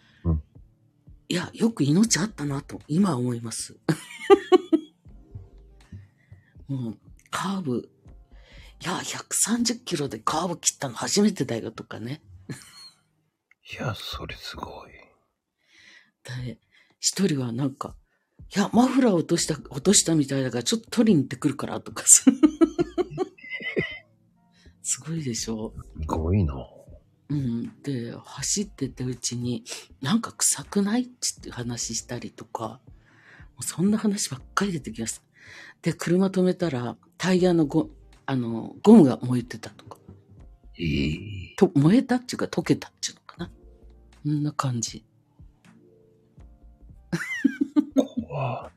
[SPEAKER 4] いや、よく命あったなと、今思います。 もう、カーブ、いや、130キロでカーブ切ったの初めてだよとかね。
[SPEAKER 1] いや、それすごい。
[SPEAKER 4] で、一人はなんか、いや、マフラー落とした、落としたみたいだから、ちょっと取りに行ってくるからとかさ。 すごいでしょ
[SPEAKER 1] すごいな。
[SPEAKER 4] うん。で、走ってたうちに、なんか臭くないって話したりとか、うそんな話ばっかり出てきました。で、車止めたら、タイヤのゴ、あの、ゴムが燃えてたとか、
[SPEAKER 1] ええ
[SPEAKER 4] と燃えたっていうか溶けたっていうのかな。そんな感じ。
[SPEAKER 1] わあ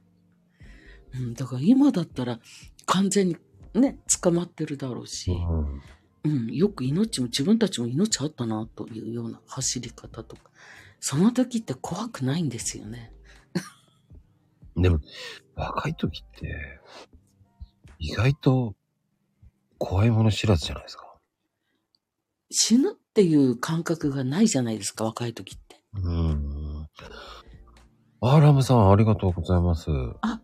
[SPEAKER 4] うん、だから今だったら完全にね、捕まってるだろうし、
[SPEAKER 1] うん
[SPEAKER 4] うん、よく命も、自分たちも命あったなというような走り方とか、その時って怖くないんですよね。
[SPEAKER 1] でも、若い時って、意外と怖いもの知らずじゃないですか。
[SPEAKER 4] 死ぬっていう感覚がないじゃないですか、若い時って。
[SPEAKER 1] うん。あ、ラムさん、ありがとうございます。
[SPEAKER 4] あ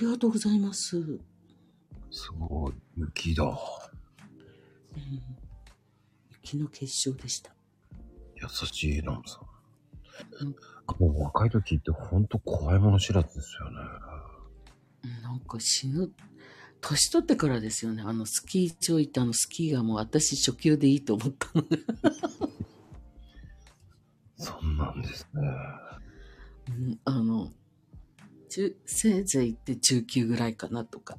[SPEAKER 4] りがとうございます。うん、
[SPEAKER 1] すごい、雪だ。
[SPEAKER 4] 雪の結晶でした。
[SPEAKER 1] 優しい、ラムさん
[SPEAKER 4] うん。
[SPEAKER 1] もう若い時ってほんと怖いもの知らずですよね。
[SPEAKER 4] うんなんか死ぬ。年取ってからですよね。あの、スキー場行ったあのスキーがもう私初級でいいと思ったので。
[SPEAKER 1] そんなんですね。
[SPEAKER 4] うんあの、中せいぜい行って中級ぐらいかなとか。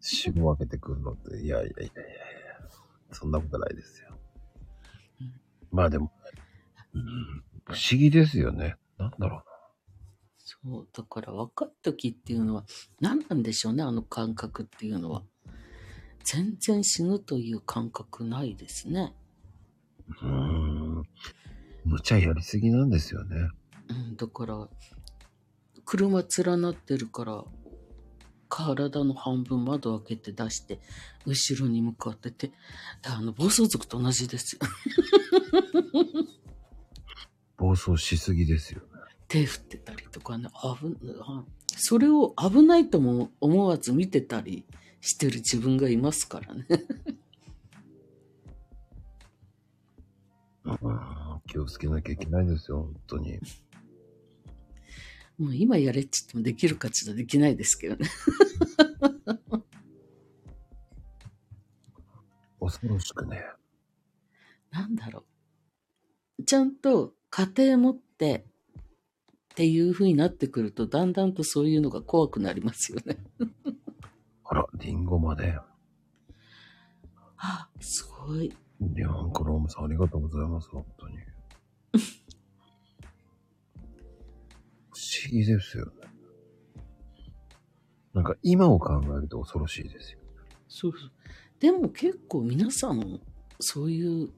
[SPEAKER 1] 渋分けてくるのって、いやいやいやいやいや、そんなことないですよ
[SPEAKER 4] うん。
[SPEAKER 1] まあでも、うん不思議ですよね。なんだろ
[SPEAKER 4] そう、だから若い時っていうのは、何なんでしょうね、あの感覚っていうのは。全然死ぬという感覚ないですね。
[SPEAKER 1] うな。うーん。無茶やりすぎなんですよね。
[SPEAKER 4] うん、だから、車連なってるから、体の半分窓開けて出して、後ろに向かってて、あの、暴走族と同じですよ。
[SPEAKER 1] 暴走しすぎですよね。
[SPEAKER 4] 手振ってたりとかね、危なそれを危ないとも思わず見てたりしてる自分がいますからね。
[SPEAKER 1] うん気をつけなきゃいけないですよ、本当に。
[SPEAKER 4] もう今やれっちってもできるかちょっとできないですけどね。
[SPEAKER 1] 恐ろしくね。
[SPEAKER 4] なんだろう。ちゃんと家庭持ってっていう風になってくると、だんだんとそういうのが怖くなりますよね。
[SPEAKER 1] あら、リンゴまで。
[SPEAKER 4] あ、すごい。
[SPEAKER 1] いや、アンクロームさんありがとうございます、本当に。不思議ですよね。なんか今を考えると恐ろしいですよ。
[SPEAKER 4] そうそう。でも結構皆さん、そういう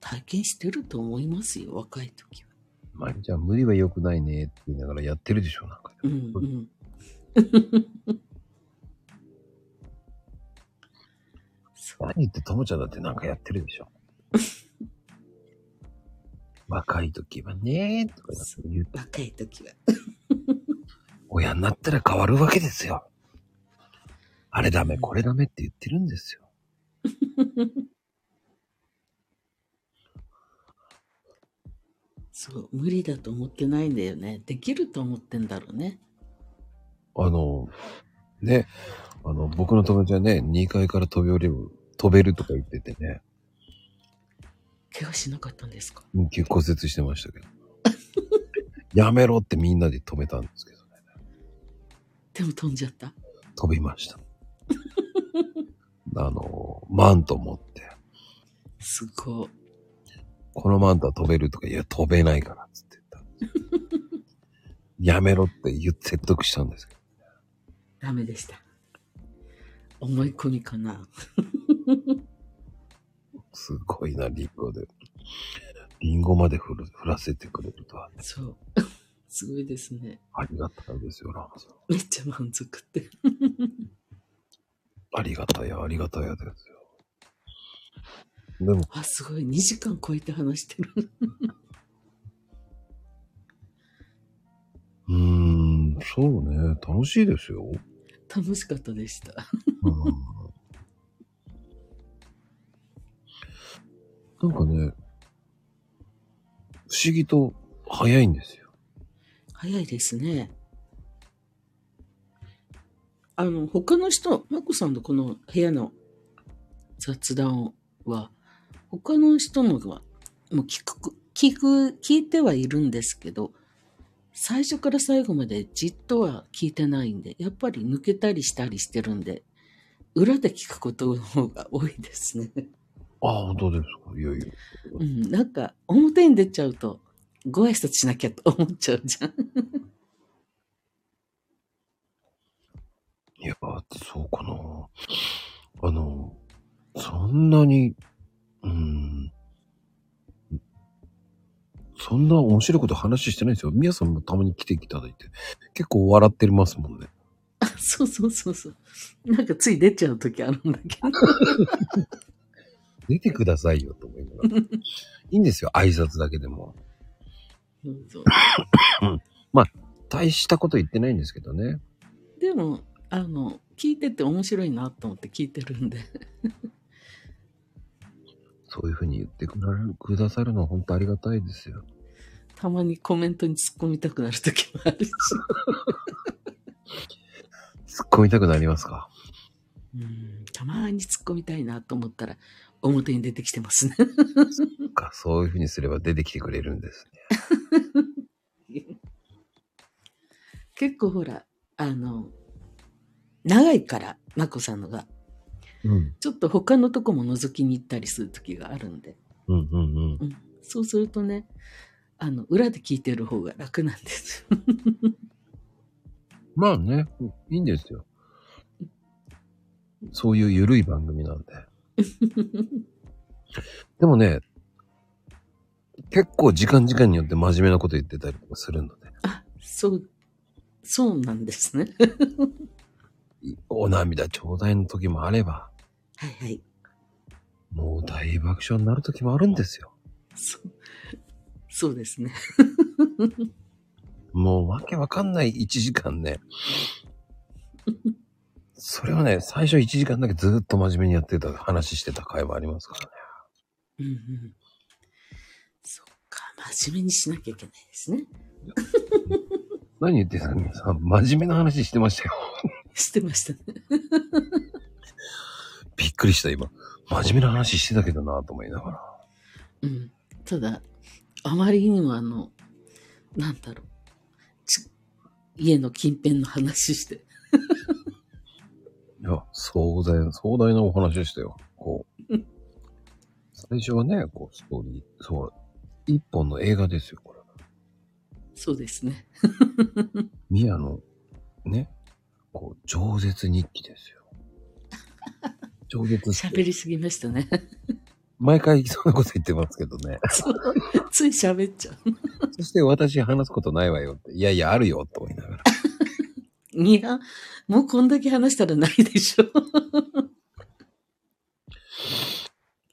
[SPEAKER 4] 体験してると思いますよ、若い時は。
[SPEAKER 1] まゆみちゃん、無理は良くないねって言いながらやってるでしょ、なんか。
[SPEAKER 4] うんう。
[SPEAKER 1] うん
[SPEAKER 4] そう
[SPEAKER 1] 何言って、ともちゃんだってなんかやってるでしょ。若い時はねとか言って、
[SPEAKER 4] 若い時は。
[SPEAKER 1] 親になったら変わるわけですよ。あれダメ、これダメって言ってるんですよ。
[SPEAKER 4] そう、無理だと思ってないんだよね。できると思ってんだろうね。
[SPEAKER 1] あの、ね、あの、僕の友達はね、2階から飛び降りる、飛べるとか言っててね、
[SPEAKER 4] 怪我しなかったんですか
[SPEAKER 1] 結構骨折してましたけど。やめろってみんなで止めたんですけどね、
[SPEAKER 4] でも飛んじゃった。
[SPEAKER 1] 飛びました。あの、マント持って、
[SPEAKER 4] すごい。
[SPEAKER 1] このマントは飛べるとか、いや、飛べないから、つって言ったんですよ。やめろって言って説得したんですけど。
[SPEAKER 4] ダメでした。思い込みかな。
[SPEAKER 1] すごいな、リンゴで。リンゴまで振る振らせてくれるとは、
[SPEAKER 4] そう。 すごいですね。
[SPEAKER 1] ありがたいですよ、ラムさん。
[SPEAKER 4] めっちゃ満足って。
[SPEAKER 1] ありがたや、ありがたやですよ。でも、
[SPEAKER 4] あ、すごい。2時間超えて話してる。
[SPEAKER 1] うーん、そうね、楽しいですよ。
[SPEAKER 4] 楽しかったでした。
[SPEAKER 1] うん。なんかね、不思議と早いんですよ。
[SPEAKER 4] 早いですね。あの、他の人、まこさんのこの部屋の雑談は、他の人のは、もう聞く、聞く、聞いてはいるんですけど、最初から最後までじっとは聞いてないんで、やっぱり抜けたりしたりしてるんで、裏で聞くことの方が多いですね。
[SPEAKER 1] ああ、本当ですか。いやいや。
[SPEAKER 4] うん、なんか、表に出ちゃうと、ご挨拶しなきゃと思っちゃうじゃん。
[SPEAKER 1] いや、そうかな。あの、そんなに、うーん、そんな面白いこと話してないですよ。皆さんもたまに来ていただいて、結構笑ってますもんね。
[SPEAKER 4] あ、そうそうそうそう。なんかつい出ちゃう時あるんだけど。
[SPEAKER 1] 出てくださいよと思いな がら。いいんですよ、挨拶だけでも。
[SPEAKER 4] そうそう
[SPEAKER 1] 大したこと言ってないんですけどね。
[SPEAKER 4] でも、あの、聞いてて面白いなと思って聞いてるんで。
[SPEAKER 1] そういうふうに言ってくれるくださるのは本当ありがたいですよ。
[SPEAKER 4] たまにコメントに突っ込みたくなる時もあるし。
[SPEAKER 1] 突っ込みたくなります か
[SPEAKER 4] うん、たまに突っ込みたいなと思ったら、表に出てきてますね。
[SPEAKER 1] かそういうふうにすれば出てきてくれるんですね。
[SPEAKER 4] 結構ほら、あの、長いから、まこさんのが。
[SPEAKER 1] うん。
[SPEAKER 4] ちょっと他のとこも覗きに行ったりする時があるんで。
[SPEAKER 1] うんうんうん。
[SPEAKER 4] うん。そうするとね、あの、裏で聞いてる方が楽なんですよ。
[SPEAKER 1] まあね、いいんですよ。そういう緩い番組なんで。でもね、結構時間時間によって真面目なこと言ってたりとかするので、
[SPEAKER 4] あ、そう、そうなんですね。
[SPEAKER 1] いお涙頂戴の時もあれば、
[SPEAKER 4] はいはい。
[SPEAKER 1] もう大爆笑になる時もあるんですよ。
[SPEAKER 4] そう、そうですね。
[SPEAKER 1] もうわけわかんない1時間ね。それはね、最初1時間だけずっと真面目にやってた話してた会話ありますからね。
[SPEAKER 4] うんうん。そっか、真面目にしなきゃいけないですね。
[SPEAKER 1] 何言ってんすか皆さん、真面目な話してましたよ。
[SPEAKER 4] してましたね。
[SPEAKER 1] びっくりした、今。真面目な話してたけどなと思いながら。
[SPEAKER 4] うん。ただ、あまりにもあの、なんだろう。ち家の近辺の話して。
[SPEAKER 1] いや、壮大、壮大なお話でしたよ。こう。 最初はね、こう、ストーリー、そう、一本の映画ですよ、これ。
[SPEAKER 4] そうですね。
[SPEAKER 1] 宮の、ね、こう、饒舌日記です よ。饒舌って
[SPEAKER 4] 喋りすぎましたね。
[SPEAKER 1] 毎回そんなこと言ってますけどね。
[SPEAKER 4] そうつい喋っちゃう。
[SPEAKER 1] そして私話すことないわよって。いやいや、あるよ、と思いながら。
[SPEAKER 4] いや、もうこんだけ話したらないでしょ。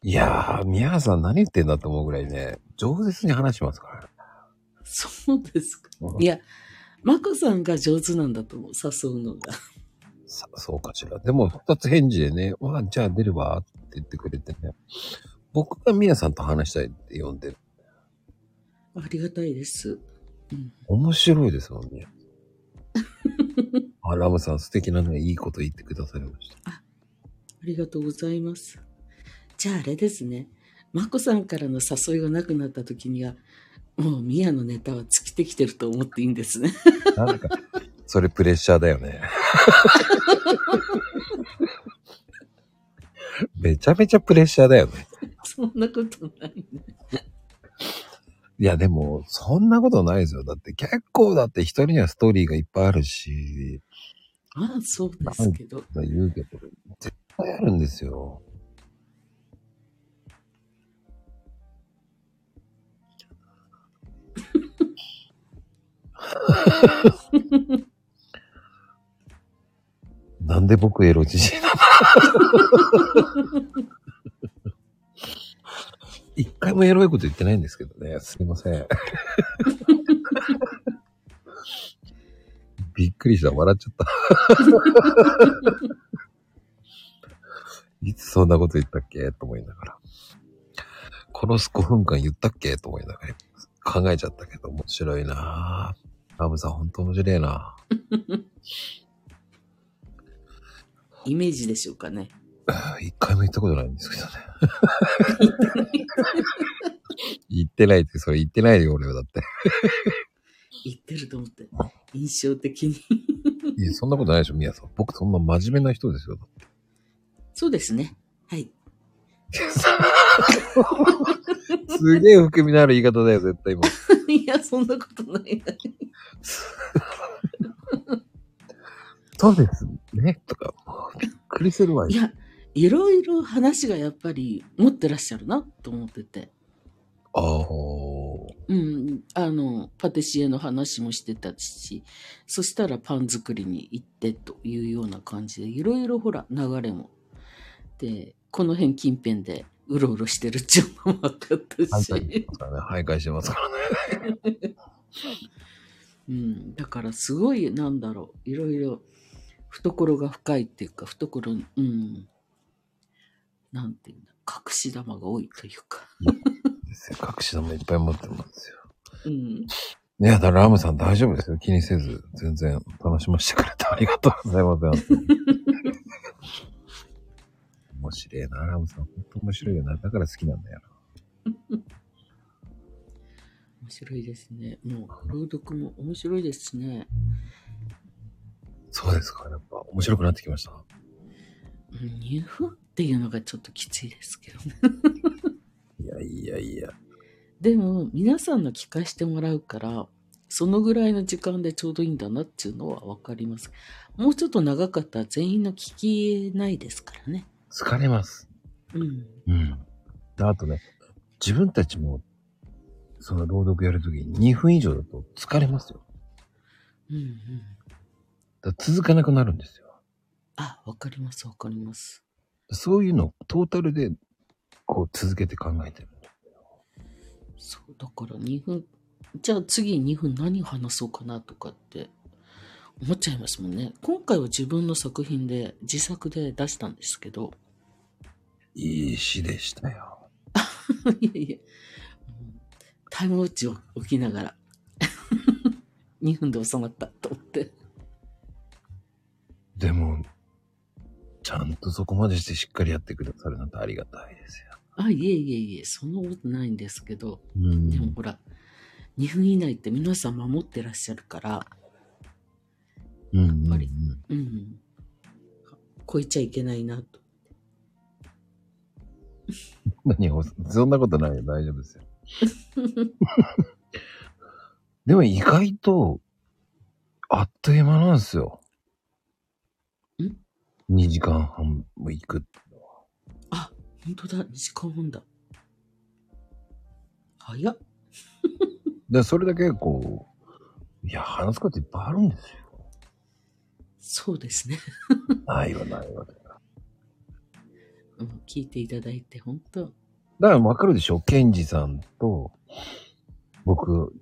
[SPEAKER 1] いやー、宮さん何言ってんだと思うぐらいね、饒舌に話しますから。
[SPEAKER 4] そうですか。いや、まこさんが上手なんだと思う、誘うのが。
[SPEAKER 1] さそうかしら。でも、二つ返事でね、わあ、じゃあ出るわって言ってくれてね。僕がミヤさんと話したいって呼んでる。
[SPEAKER 4] ありがたいです。うん、
[SPEAKER 1] 面白いですもんね。あ、ラムさん素敵なね、いいこと言ってくださいました。
[SPEAKER 4] ありがとうございます。じゃああれですね。まこさんからの誘いがなくなった時には、もうミヤのネタは尽きてきてると思っていいんですね。
[SPEAKER 1] なんか、それプレッシャーだよね。めちゃめちゃプレッシャーだよね。
[SPEAKER 4] そんなことないね。
[SPEAKER 1] いや、でも、そんなことないですよ。だって、結構だって一人にはストーリーがいっぱいあるし、
[SPEAKER 4] ああ、そうですけど。
[SPEAKER 1] 言うけど、絶対あるんですよ。なんで僕エロ自身なの一回もエロいこと言ってないんですけどね。すいません。びっくりした。笑っちゃった。いつそんなこと言ったっけと思いながら。殺す5分間言ったっけと思いながら考えちゃったけど面白いなぁ。ラムさん本当面白いな
[SPEAKER 4] イメージでしょうかね。
[SPEAKER 1] ぁ。一回も言ったことないんですけどね。言ってないって、それ言ってないよ、俺はだって。
[SPEAKER 4] 言ってると思って。印象的に。
[SPEAKER 1] いや、そんなことないでしょ、みやさん。僕そんな真面目な人ですよ。
[SPEAKER 4] そうですね。はい。
[SPEAKER 1] すげえ含みのある言い方だよ、絶対今。
[SPEAKER 4] いや、そんなことないな。
[SPEAKER 1] そうですね、とか。びっくりするわ
[SPEAKER 4] い。や、いろいろ話がやっぱり持ってらっしゃるなと思ってて。
[SPEAKER 1] あー
[SPEAKER 4] うん、あの、パティシエの話もしてたし、そしたらパン作りに行ってというような感じで、いろいろほら、流れも。で、この辺近辺でうろうろしてるっていうのも分かったし、
[SPEAKER 1] はいだからね、徘徊してますからね。
[SPEAKER 4] うん、だからすごい、なんだろう、いろいろ、懐が深いっていうか、懐、うん、なんていうんだ、隠し玉が多いというか。
[SPEAKER 1] ですよ隠し玉いっぱい持ってますよ。
[SPEAKER 4] うん、
[SPEAKER 1] いや、だからラムさん大丈夫ですよ。気にせず、全然楽しませてくれてありがとうございます。 面白いな、ラムさん。本当面白いよな。だから好きなんだよな。
[SPEAKER 4] 面白いですね。もう、朗読も面白いですね。
[SPEAKER 1] そうですか。やっぱ面白くなってきました。
[SPEAKER 4] うん日本っていうのがちょっときついですけどね。
[SPEAKER 1] いやいやいや。
[SPEAKER 4] でも皆さんの聞かしてもらうからそのぐらいの時間でちょうどいいんだなっていうのは分かります。もうちょっと長かったら全員の聞きないですからね。
[SPEAKER 1] 疲れます。
[SPEAKER 4] うん。
[SPEAKER 1] うん。であとね、自分たちも、その朗読やるときに2分以上だと疲れますよ。
[SPEAKER 4] うんうん。
[SPEAKER 1] だから続かなくなるんですよ。
[SPEAKER 4] あ、分かります分かります。
[SPEAKER 1] そういうのをトータルで、こう続けて考えてる。
[SPEAKER 4] そう、だから2分、じゃあ次2分何話そうかなとかって思っちゃいますもんね。今回は自分の作品で、自作で出したんですけど、
[SPEAKER 1] いい詩でしたよ。
[SPEAKER 4] いやいや、うんタイムウォッチを置きながら、2分で収まったと思って。
[SPEAKER 1] でも、ちゃんとそこまでしてしっかりやってくださるなんてありがたいですよ。
[SPEAKER 4] あ、いえいえいえ、そんなことないんですけど、
[SPEAKER 1] う
[SPEAKER 4] でも
[SPEAKER 1] ん。
[SPEAKER 4] ほら、2分以内って皆さん守ってらっしゃるから、
[SPEAKER 1] うん
[SPEAKER 4] やっぱり
[SPEAKER 1] うん
[SPEAKER 4] うん、超えちゃいけないなと。
[SPEAKER 1] 何を、そんなことないよ。大丈夫ですよ。でも意外と、あっという間なんですよ。
[SPEAKER 4] ん
[SPEAKER 1] ?2 時間半も行く。
[SPEAKER 4] 本当だ、2時間半だ。早っ。
[SPEAKER 1] で、それだけこう、いや、話すこといっぱいあるんですよ。
[SPEAKER 4] そうですね。
[SPEAKER 1] ないわ、ないわ。だか
[SPEAKER 4] うん聞いていただいて、本当
[SPEAKER 1] らわかるでしょケンジさんと、僕、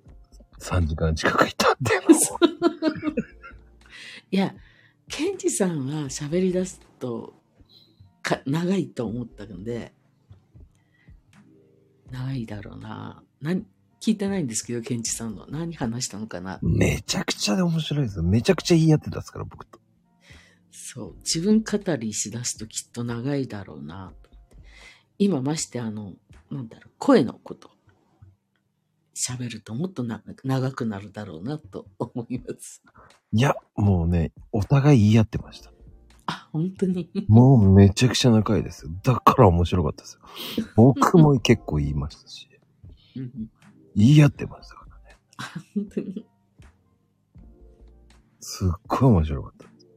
[SPEAKER 1] 3時間近くいたっていうのを
[SPEAKER 4] いや、ケンジさんは喋り出すとか長いと思ったんで、長いだろうな。何聞いてないんですけど、ケンジさんの。何話したのかな。
[SPEAKER 1] めちゃくちゃで面白いですよ。めちゃくちゃ言い合ってたっすから、僕と。
[SPEAKER 4] そう、自分語りしだすときっと長いだろうな。今ましてあの、なんだろう、声のこと。喋るともっとな長くなるだろうなと思います。
[SPEAKER 1] いや、もうね、お互い言い合ってました。
[SPEAKER 4] あ、本当に。
[SPEAKER 1] もうめちゃくちゃ仲いいですよ。だから面白かったですよ。僕も結構言いましたし、
[SPEAKER 4] うん
[SPEAKER 1] 言い合ってましたから。
[SPEAKER 4] 本当に。
[SPEAKER 1] すっごい面白かったです。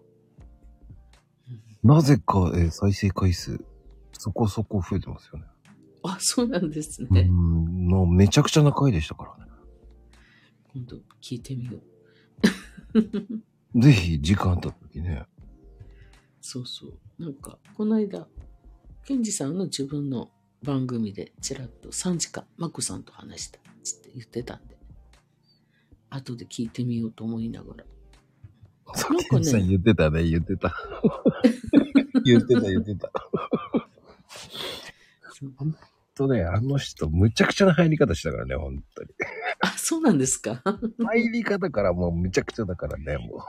[SPEAKER 1] なぜか、えー再生回数、そこそこ増えてますよね。
[SPEAKER 4] あ、そうなんですね。
[SPEAKER 1] うん、のめちゃくちゃ仲いいでしたからね。
[SPEAKER 4] 今度聞いてみよう。
[SPEAKER 1] ぜひ、時間あった時ね。
[SPEAKER 4] そうそう。なんか、この間、ケンジさんの自分の番組で、ちらっと3時間、マコさんと話したって言ってたんで、後で聞いてみようと思いながら。
[SPEAKER 1] さ
[SPEAKER 4] なんかね
[SPEAKER 1] さん言ってたね、言ってた。 言ってた、言ってた。
[SPEAKER 4] そう
[SPEAKER 1] とね、あの人、むちゃくちゃな入り方したからね、本当に。
[SPEAKER 4] あ、そうなんですか。
[SPEAKER 1] 入り方からもうむちゃくちゃだからね、も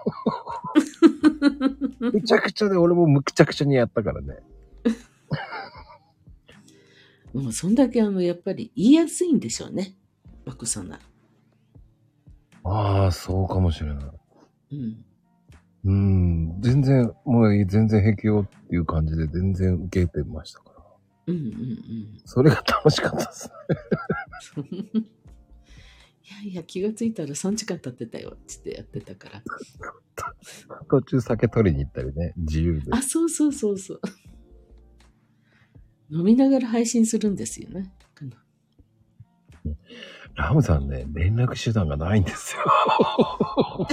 [SPEAKER 1] う。むちゃくちゃで、俺もむちゃくちゃにやったからね。
[SPEAKER 4] もうそんだけあの、やっぱり言いやすいんでしょうね。まこさんなら。
[SPEAKER 1] ああ、そうかもしれない。
[SPEAKER 4] うん。
[SPEAKER 1] うん、全然、もう全然平気よっていう感じで全然受けてましたから。
[SPEAKER 4] うんうんうん。
[SPEAKER 1] それが楽しかったですね。
[SPEAKER 4] いやいや、気がついたら3時間経ってたよ、つってやってたから。
[SPEAKER 1] 途中酒取りに行ったりね、自由で。
[SPEAKER 4] あ、そうそうそうそう。飲みながら配信するんですよね。
[SPEAKER 1] ラムさんね、連絡手段がないんですよ。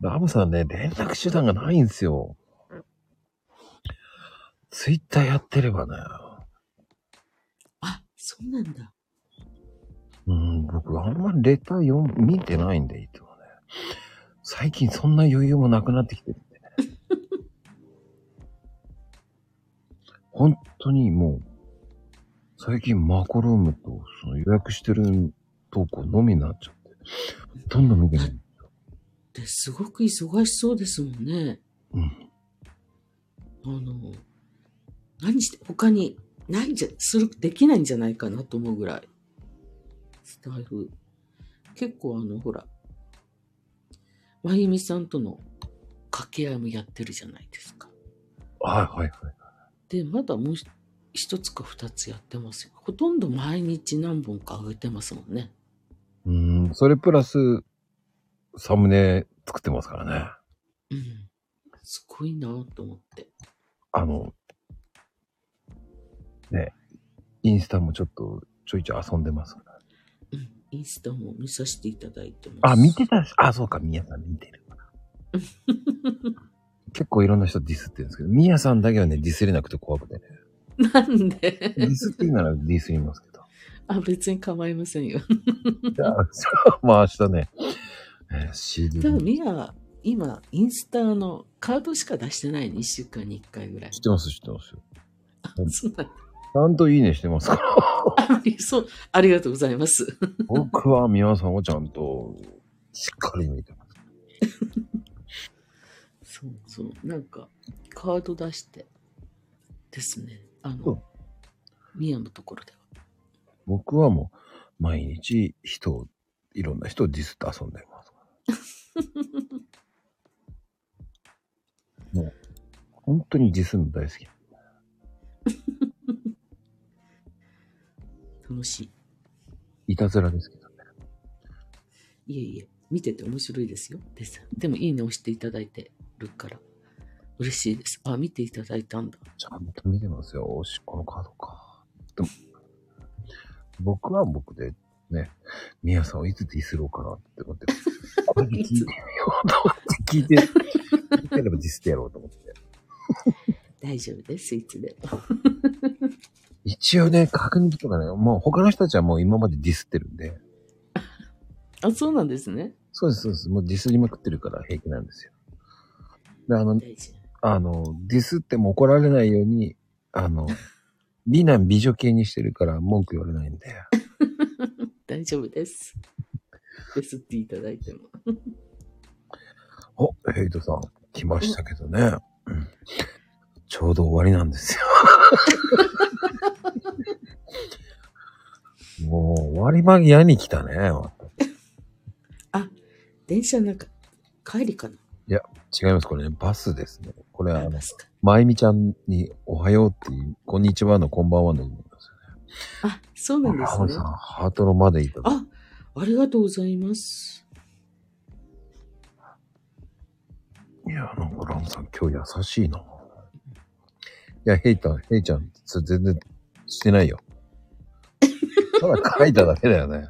[SPEAKER 1] ラムさんね、連絡手段がないんですよ。ツイッターやってればね、
[SPEAKER 4] あ、そうなんだ。
[SPEAKER 1] うん、僕あんまりレター読ん見てないんで、いつもね。最近そんな余裕もなくなってきてるんでね。本当にもう、最近マコルームとその予約してる投稿のみになっちゃって、どんどん見てない。
[SPEAKER 4] で、すごく忙しそうですもんね。
[SPEAKER 1] うん。
[SPEAKER 4] あの、何して、他に、ないんじゃ、する、できないんじゃないかなと思うぐらい。スタイフ。結構あの、ほら、まゆみさんとの掛け合いもやってるじゃないですか。
[SPEAKER 1] はいはいはい。
[SPEAKER 4] で、まだもうひ一つか二つやってますよ。ほとんど毎日何本か上げてますもんね。
[SPEAKER 1] うん、それプラス、サムネ作ってますからね。
[SPEAKER 4] うん。すごいなと思って。
[SPEAKER 1] あの、ね、インスタもちょっとちょいちょい遊んでますから。
[SPEAKER 4] うん。インスタも見させていただいてます。
[SPEAKER 1] あ、見てたし、あ、そうか、みやさん見てる。 結構いろんな人ディスってるんですけど、みやさんだけはね、ディスれなくて怖くてね。
[SPEAKER 4] なんで
[SPEAKER 1] ディスっていいならディスりますけ ど。
[SPEAKER 4] あ、別に構いませんよ。
[SPEAKER 1] じゃあ、じゃあまあ明日ね、えー、CD
[SPEAKER 4] 多分
[SPEAKER 1] 知っ
[SPEAKER 4] ミアは今、インスタのカードしか出してないね、1週間に1回ぐらい。
[SPEAKER 1] てます、知ってますよ。うん
[SPEAKER 4] そうなんだ
[SPEAKER 1] ちゃんといいねしてますから。
[SPEAKER 4] あそう、ありがとうございます。
[SPEAKER 1] 僕はみやさんをちゃんと、しっかり見てます。
[SPEAKER 4] そうそう、なんか、カード出して、ですね。あ
[SPEAKER 1] うん
[SPEAKER 4] の、ミアのところでは。
[SPEAKER 1] 僕はもう、毎日人を、いろんな人をディスって遊んでますから。もう、本当にディスるの大好き。
[SPEAKER 4] 楽し
[SPEAKER 1] いたずらですけどね。
[SPEAKER 4] い。いえいえ、見てて面白いですよ。です。でも、いいね押していただいてるから、嬉しいです。あ、見ていただいたんだ。
[SPEAKER 1] ちゃんと見てますよ。おし、このカードか。でも、僕は僕で、ね、みやさんをいつディスろうかなって思って、これで聞いてみようと思って、聞いて、聞いてればディスってやろうと思って。
[SPEAKER 4] 大丈夫です、いつでも。
[SPEAKER 1] 一応ね、確認とかね、もう他の人たちはもう今までディスってるんで、
[SPEAKER 4] あ、そうなんですね。
[SPEAKER 1] そうです、そうです。もうディスりまくってるから平気なんですよ。で、あの、
[SPEAKER 4] 大丈夫。
[SPEAKER 1] あの、ディスっても怒られないように、あの、 美男美女系にしてるから文句言われないんで。
[SPEAKER 4] 大丈夫です。ですっていただいても。
[SPEAKER 1] お、ヘイトさん、来ましたけどね。うんちょうど終わりなんですよ。 もう終わり間際に来たね。
[SPEAKER 4] 電車なんか、帰りかな
[SPEAKER 1] 違います。これね、バスですね。これ、あ
[SPEAKER 4] あ
[SPEAKER 1] の
[SPEAKER 4] バ、スか。
[SPEAKER 1] まゆみちゃんにおはようっていう、こんにちはのこんばんはの意味なんです
[SPEAKER 4] あ、そうな
[SPEAKER 1] よ
[SPEAKER 4] ん
[SPEAKER 1] ね。
[SPEAKER 4] で
[SPEAKER 1] ラ
[SPEAKER 4] す
[SPEAKER 1] ム
[SPEAKER 4] ね
[SPEAKER 1] さん、。ハートのまでいただいて
[SPEAKER 4] あ、ありがとうございます。
[SPEAKER 1] いや、なんかラムさん今日優しいな。いや、ヘイタ、ヘイちゃん、それ全然してないよ。ただ書いただけだよね。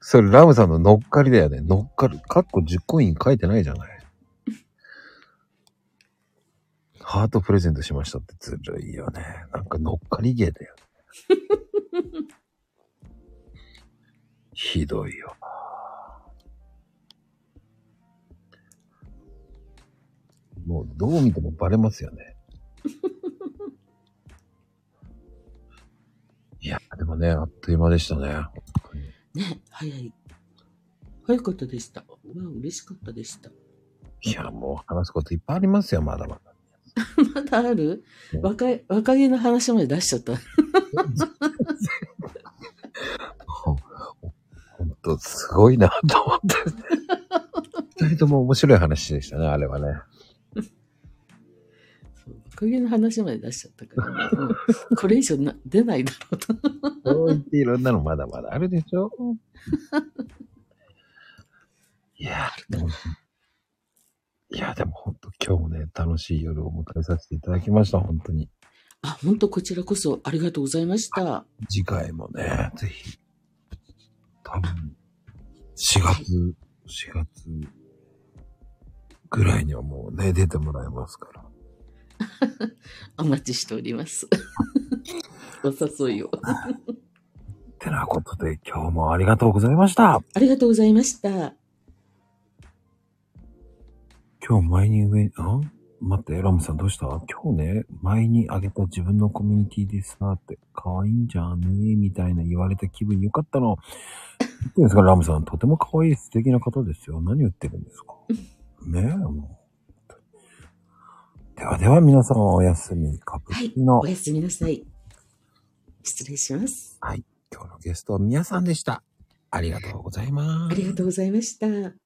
[SPEAKER 1] それラムさんの乗っかりだよね。乗っかる。かっこ10コイン書いてないじゃない。ハートプレゼントしましたってずるいよね。なんか乗っかり芸だよ、ひどいよ。もうどう見てもバレますよね。いや、でもね、あっという間でしたね。本当に
[SPEAKER 4] ね、早い。早かったでした。うわ、嬉しかったでした。
[SPEAKER 1] いや、もう話すこといっぱいありますよ、まだまだ。
[SPEAKER 4] まだある
[SPEAKER 1] うん
[SPEAKER 4] 若い、若気の話まで出しちゃった。
[SPEAKER 1] ほんと、すごいなと思って。二人とも面白い話でしたね、あれはね。
[SPEAKER 4] 若気の話まで出しちゃったから、もうこれ以上な出ないだろうと。
[SPEAKER 1] そう言っていろんなのまだまだあるでしょ。いや、でもいや、でも本当今日もね、楽しい夜を迎えさせていただきました、本当に。
[SPEAKER 4] あ、本当こちらこそありがとうございました。
[SPEAKER 1] 次回もね、ぜひ、多分、4月、4月ぐらいにはもうね、出てもらえますから。
[SPEAKER 4] お待ちしております。お誘いを。
[SPEAKER 1] てなことで、今日もありがとうございました。
[SPEAKER 4] ありがとうございました。
[SPEAKER 1] 今日前に上に、あ待って、ラムさんどうした今日ね、前にあげた自分のコミュニティでさ、って、可愛いんじゃねえみたいな言われた気分よかったの。言ってんですか、ラムさん。とても可愛い素敵な方ですよ。何言ってるんですか。ねえ、もう。ではでは皆さんおやすみ。カプチーノ。
[SPEAKER 4] おやすみなさい。失礼します。
[SPEAKER 1] 今日のゲストは皆さんでした。ありがとうございます
[SPEAKER 4] あ。りがとうございました。